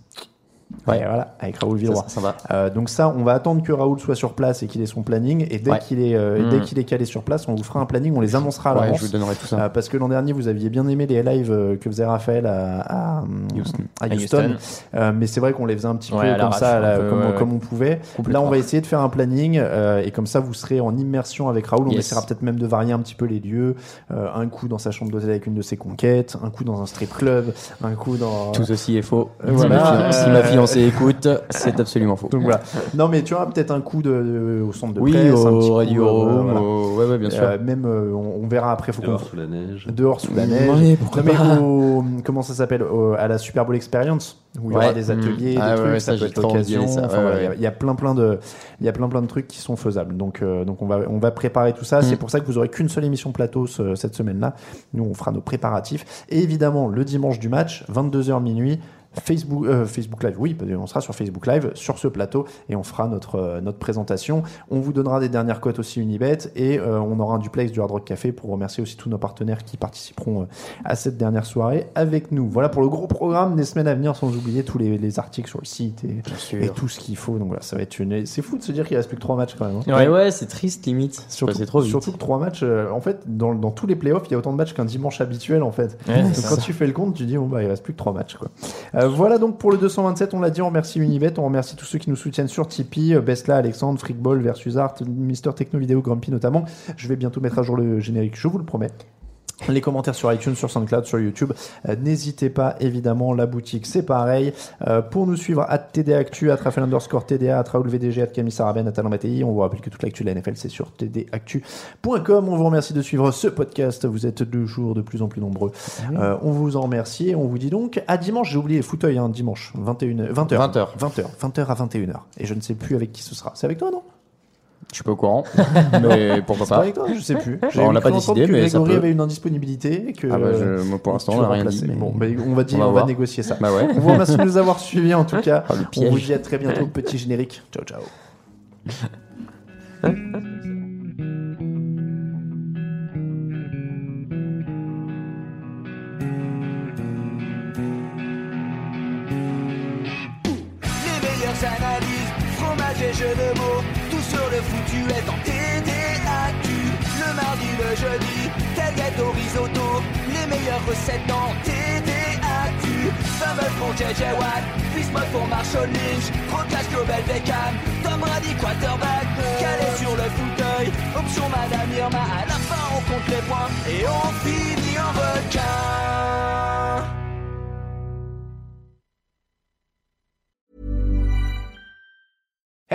Speaker 5: Ouais, voilà, avec Raoul
Speaker 6: euh,
Speaker 5: Villeroy.
Speaker 6: ça, ça va.
Speaker 5: Euh, donc ça, on va attendre que Raoul soit sur place et qu'il ait son planning. Et dès
Speaker 6: Ouais. Hmm.
Speaker 5: qu'il est, euh,
Speaker 7: Mm.
Speaker 5: dès qu'il est calé sur place, on vous fera un planning, on les annoncera à
Speaker 6: Ouais,
Speaker 5: l'avance.
Speaker 6: je vous donnerai tout ça.
Speaker 5: Euh, parce que l'an dernier, vous aviez bien aimé les lives euh, que faisait Raphaël à, à, hum,
Speaker 6: Houston.
Speaker 5: à
Speaker 7: À
Speaker 5: Houston.
Speaker 7: Houston.
Speaker 5: Euh, mais c'est vrai qu'on les faisait un petit
Speaker 7: Ouais,
Speaker 5: peu
Speaker 7: à
Speaker 5: comme
Speaker 7: l'arrache,
Speaker 5: ça,
Speaker 7: un
Speaker 5: là,
Speaker 7: peu,
Speaker 5: comme,
Speaker 7: ouais, ouais.
Speaker 5: comme on pouvait. Là,
Speaker 7: Complètement.
Speaker 5: on va essayer de faire un planning euh, et comme ça, vous serez en immersion avec Raoul. On
Speaker 6: Yes.
Speaker 5: essaiera peut-être même de varier un petit peu les lieux. Euh, un coup dans sa chambre d'hôtel avec une de ses conquêtes, un coup dans un strip club, un coup dans.
Speaker 6: Tout ceci est faux.
Speaker 5: Euh, voilà.
Speaker 6: Si, ma
Speaker 5: Euh,
Speaker 6: fian- si ma fiancée écoute, c'est absolument faux.
Speaker 5: Donc voilà. Non, mais tu vois, peut-être un coup de, de- au centre de
Speaker 6: oui,
Speaker 5: presse, un petit
Speaker 6: au
Speaker 5: coup,
Speaker 6: Radio
Speaker 5: euh,
Speaker 6: Home,
Speaker 5: voilà.
Speaker 6: au- ouais, ouais, bien sûr.
Speaker 5: Euh, même, euh, on, on verra après, faut qu'on
Speaker 8: Dehors sous la neige.
Speaker 5: dehors sous la neige.
Speaker 6: Ouais, pourquoi
Speaker 5: Non, mais
Speaker 6: pas.
Speaker 5: au- comment ça s'appelle au- À la Super Bowl Experience, où il y aura
Speaker 6: Ouais.
Speaker 5: des ateliers, des
Speaker 6: Ah ouais,
Speaker 5: trucs,
Speaker 6: ouais,
Speaker 5: ça,
Speaker 6: ça,
Speaker 5: peut
Speaker 6: j'ai
Speaker 5: être
Speaker 6: trop envie d'y
Speaker 5: l'occasion.
Speaker 6: aller, ça.
Speaker 5: Enfin,
Speaker 6: Ouais,
Speaker 5: voilà, il y a-
Speaker 6: ouais.
Speaker 5: il y, a plein plein de, il y a plein plein de trucs qui sont faisables. Donc euh, donc on va on va préparer tout ça. C'est
Speaker 6: Mmh.
Speaker 5: pour ça que vous aurez qu'une seule émission plateau ce- cette semaine-là. Nous on fera nos préparatifs et évidemment le dimanche du match, 22h minuit. Facebook, euh, Facebook Live, oui, parce qu'on sera sur Facebook Live, sur ce plateau, et on fera notre, euh, notre présentation. On vous donnera des dernières cotes aussi Unibet, et euh, on aura un duplex du Hard Rock Café pour remercier aussi tous nos partenaires qui participeront euh, à cette dernière soirée avec nous. Voilà pour le gros programme des semaines à venir, sans oublier tous les, les articles sur le site et,
Speaker 6: sûr.
Speaker 5: et tout ce qu'il faut. Donc voilà, ça va être une. C'est fou de se dire qu'il reste plus que trois matchs quand même. hein.
Speaker 6: Ouais, ouais, c'est triste limite. Surtout, trop vite.
Speaker 5: surtout que trois matchs, euh, en fait, dans, dans tous les playoffs, il y a autant de matchs qu'un dimanche habituel, en fait.
Speaker 7: Ouais,
Speaker 5: Donc,
Speaker 7: c'est
Speaker 5: quand
Speaker 7: ça.
Speaker 5: tu fais le compte, tu dis, bon, bah, il reste plus que trois matchs, quoi. Euh, voilà donc pour le 227, on l'a dit, on remercie Unibet, on remercie tous ceux qui nous soutiennent sur Tipeee, euh, Besla, Alexandre, Freakball, Versus Art, Mister Techno Vidéo, Grumpy notamment. Je vais bientôt mettre à jour le générique, je vous le promets. les commentaires sur iTunes, sur SoundCloud, sur YouTube. Euh, N'hésitez pas, évidemment, la boutique, c'est pareil. Euh, pour nous suivre, à TDA Actu, à Raphaël underscore TDA, à Raoul VDG, à Camille Saraben, à Talent Mattei. On vous rappelle que toute l'actu de la NFL, c'est sur tdactu.com. On vous remercie de suivre ce podcast. Vous êtes de jour de plus en plus nombreux. Euh, on vous en remercie et on vous dit donc à dimanche. J'ai oublié les fauteuils, hein, dimanche, 21h. 20h.
Speaker 6: 20h.
Speaker 5: 20h. 20h à 21h. Et je ne sais plus avec qui ce sera. C'est avec toi, non
Speaker 6: Je suis pas au courant, mais pourquoi
Speaker 5: C'est pas
Speaker 6: pas
Speaker 5: avec toi Je sais plus.
Speaker 6: Bon,
Speaker 5: J'ai
Speaker 6: on l'a
Speaker 5: cru
Speaker 6: pas
Speaker 5: entendre
Speaker 6: décidé,
Speaker 5: que
Speaker 6: mais ça
Speaker 5: Grégory
Speaker 6: peut.
Speaker 5: avait une indisponibilité. et Que,
Speaker 6: Ah bah, je-
Speaker 5: euh,
Speaker 6: moi, pour l'instant,
Speaker 5: tu
Speaker 6: on a
Speaker 5: vas
Speaker 6: rien
Speaker 5: remplacer.
Speaker 6: dit, mais-
Speaker 5: Bon, bah, on va dire,
Speaker 6: va
Speaker 5: on va
Speaker 6: voir.
Speaker 5: négocier ça.
Speaker 6: Bah ouais.
Speaker 5: On vous remercie de nous avoir suivis en
Speaker 6: <laughs>
Speaker 5: tout cas.
Speaker 6: Ah, le
Speaker 5: on
Speaker 6: piège.
Speaker 5: vous dit à très bientôt. Petit générique. Ciao, ciao.
Speaker 10: Les meilleures analyses, fromage et jeux de mots, tout sur le foutu est en TDAQ. Le mardi, le jeudi, tailgate au risotto, les meilleures recettes en TDAQ. Fameux pour JJ Watt, Bismuth pour Marshall Lynch, Rocage Global Beckham, Tom Brady quarterback, calé sur le fauteuil, option Madame Irma, à la fin on compte les points et on finit en requin.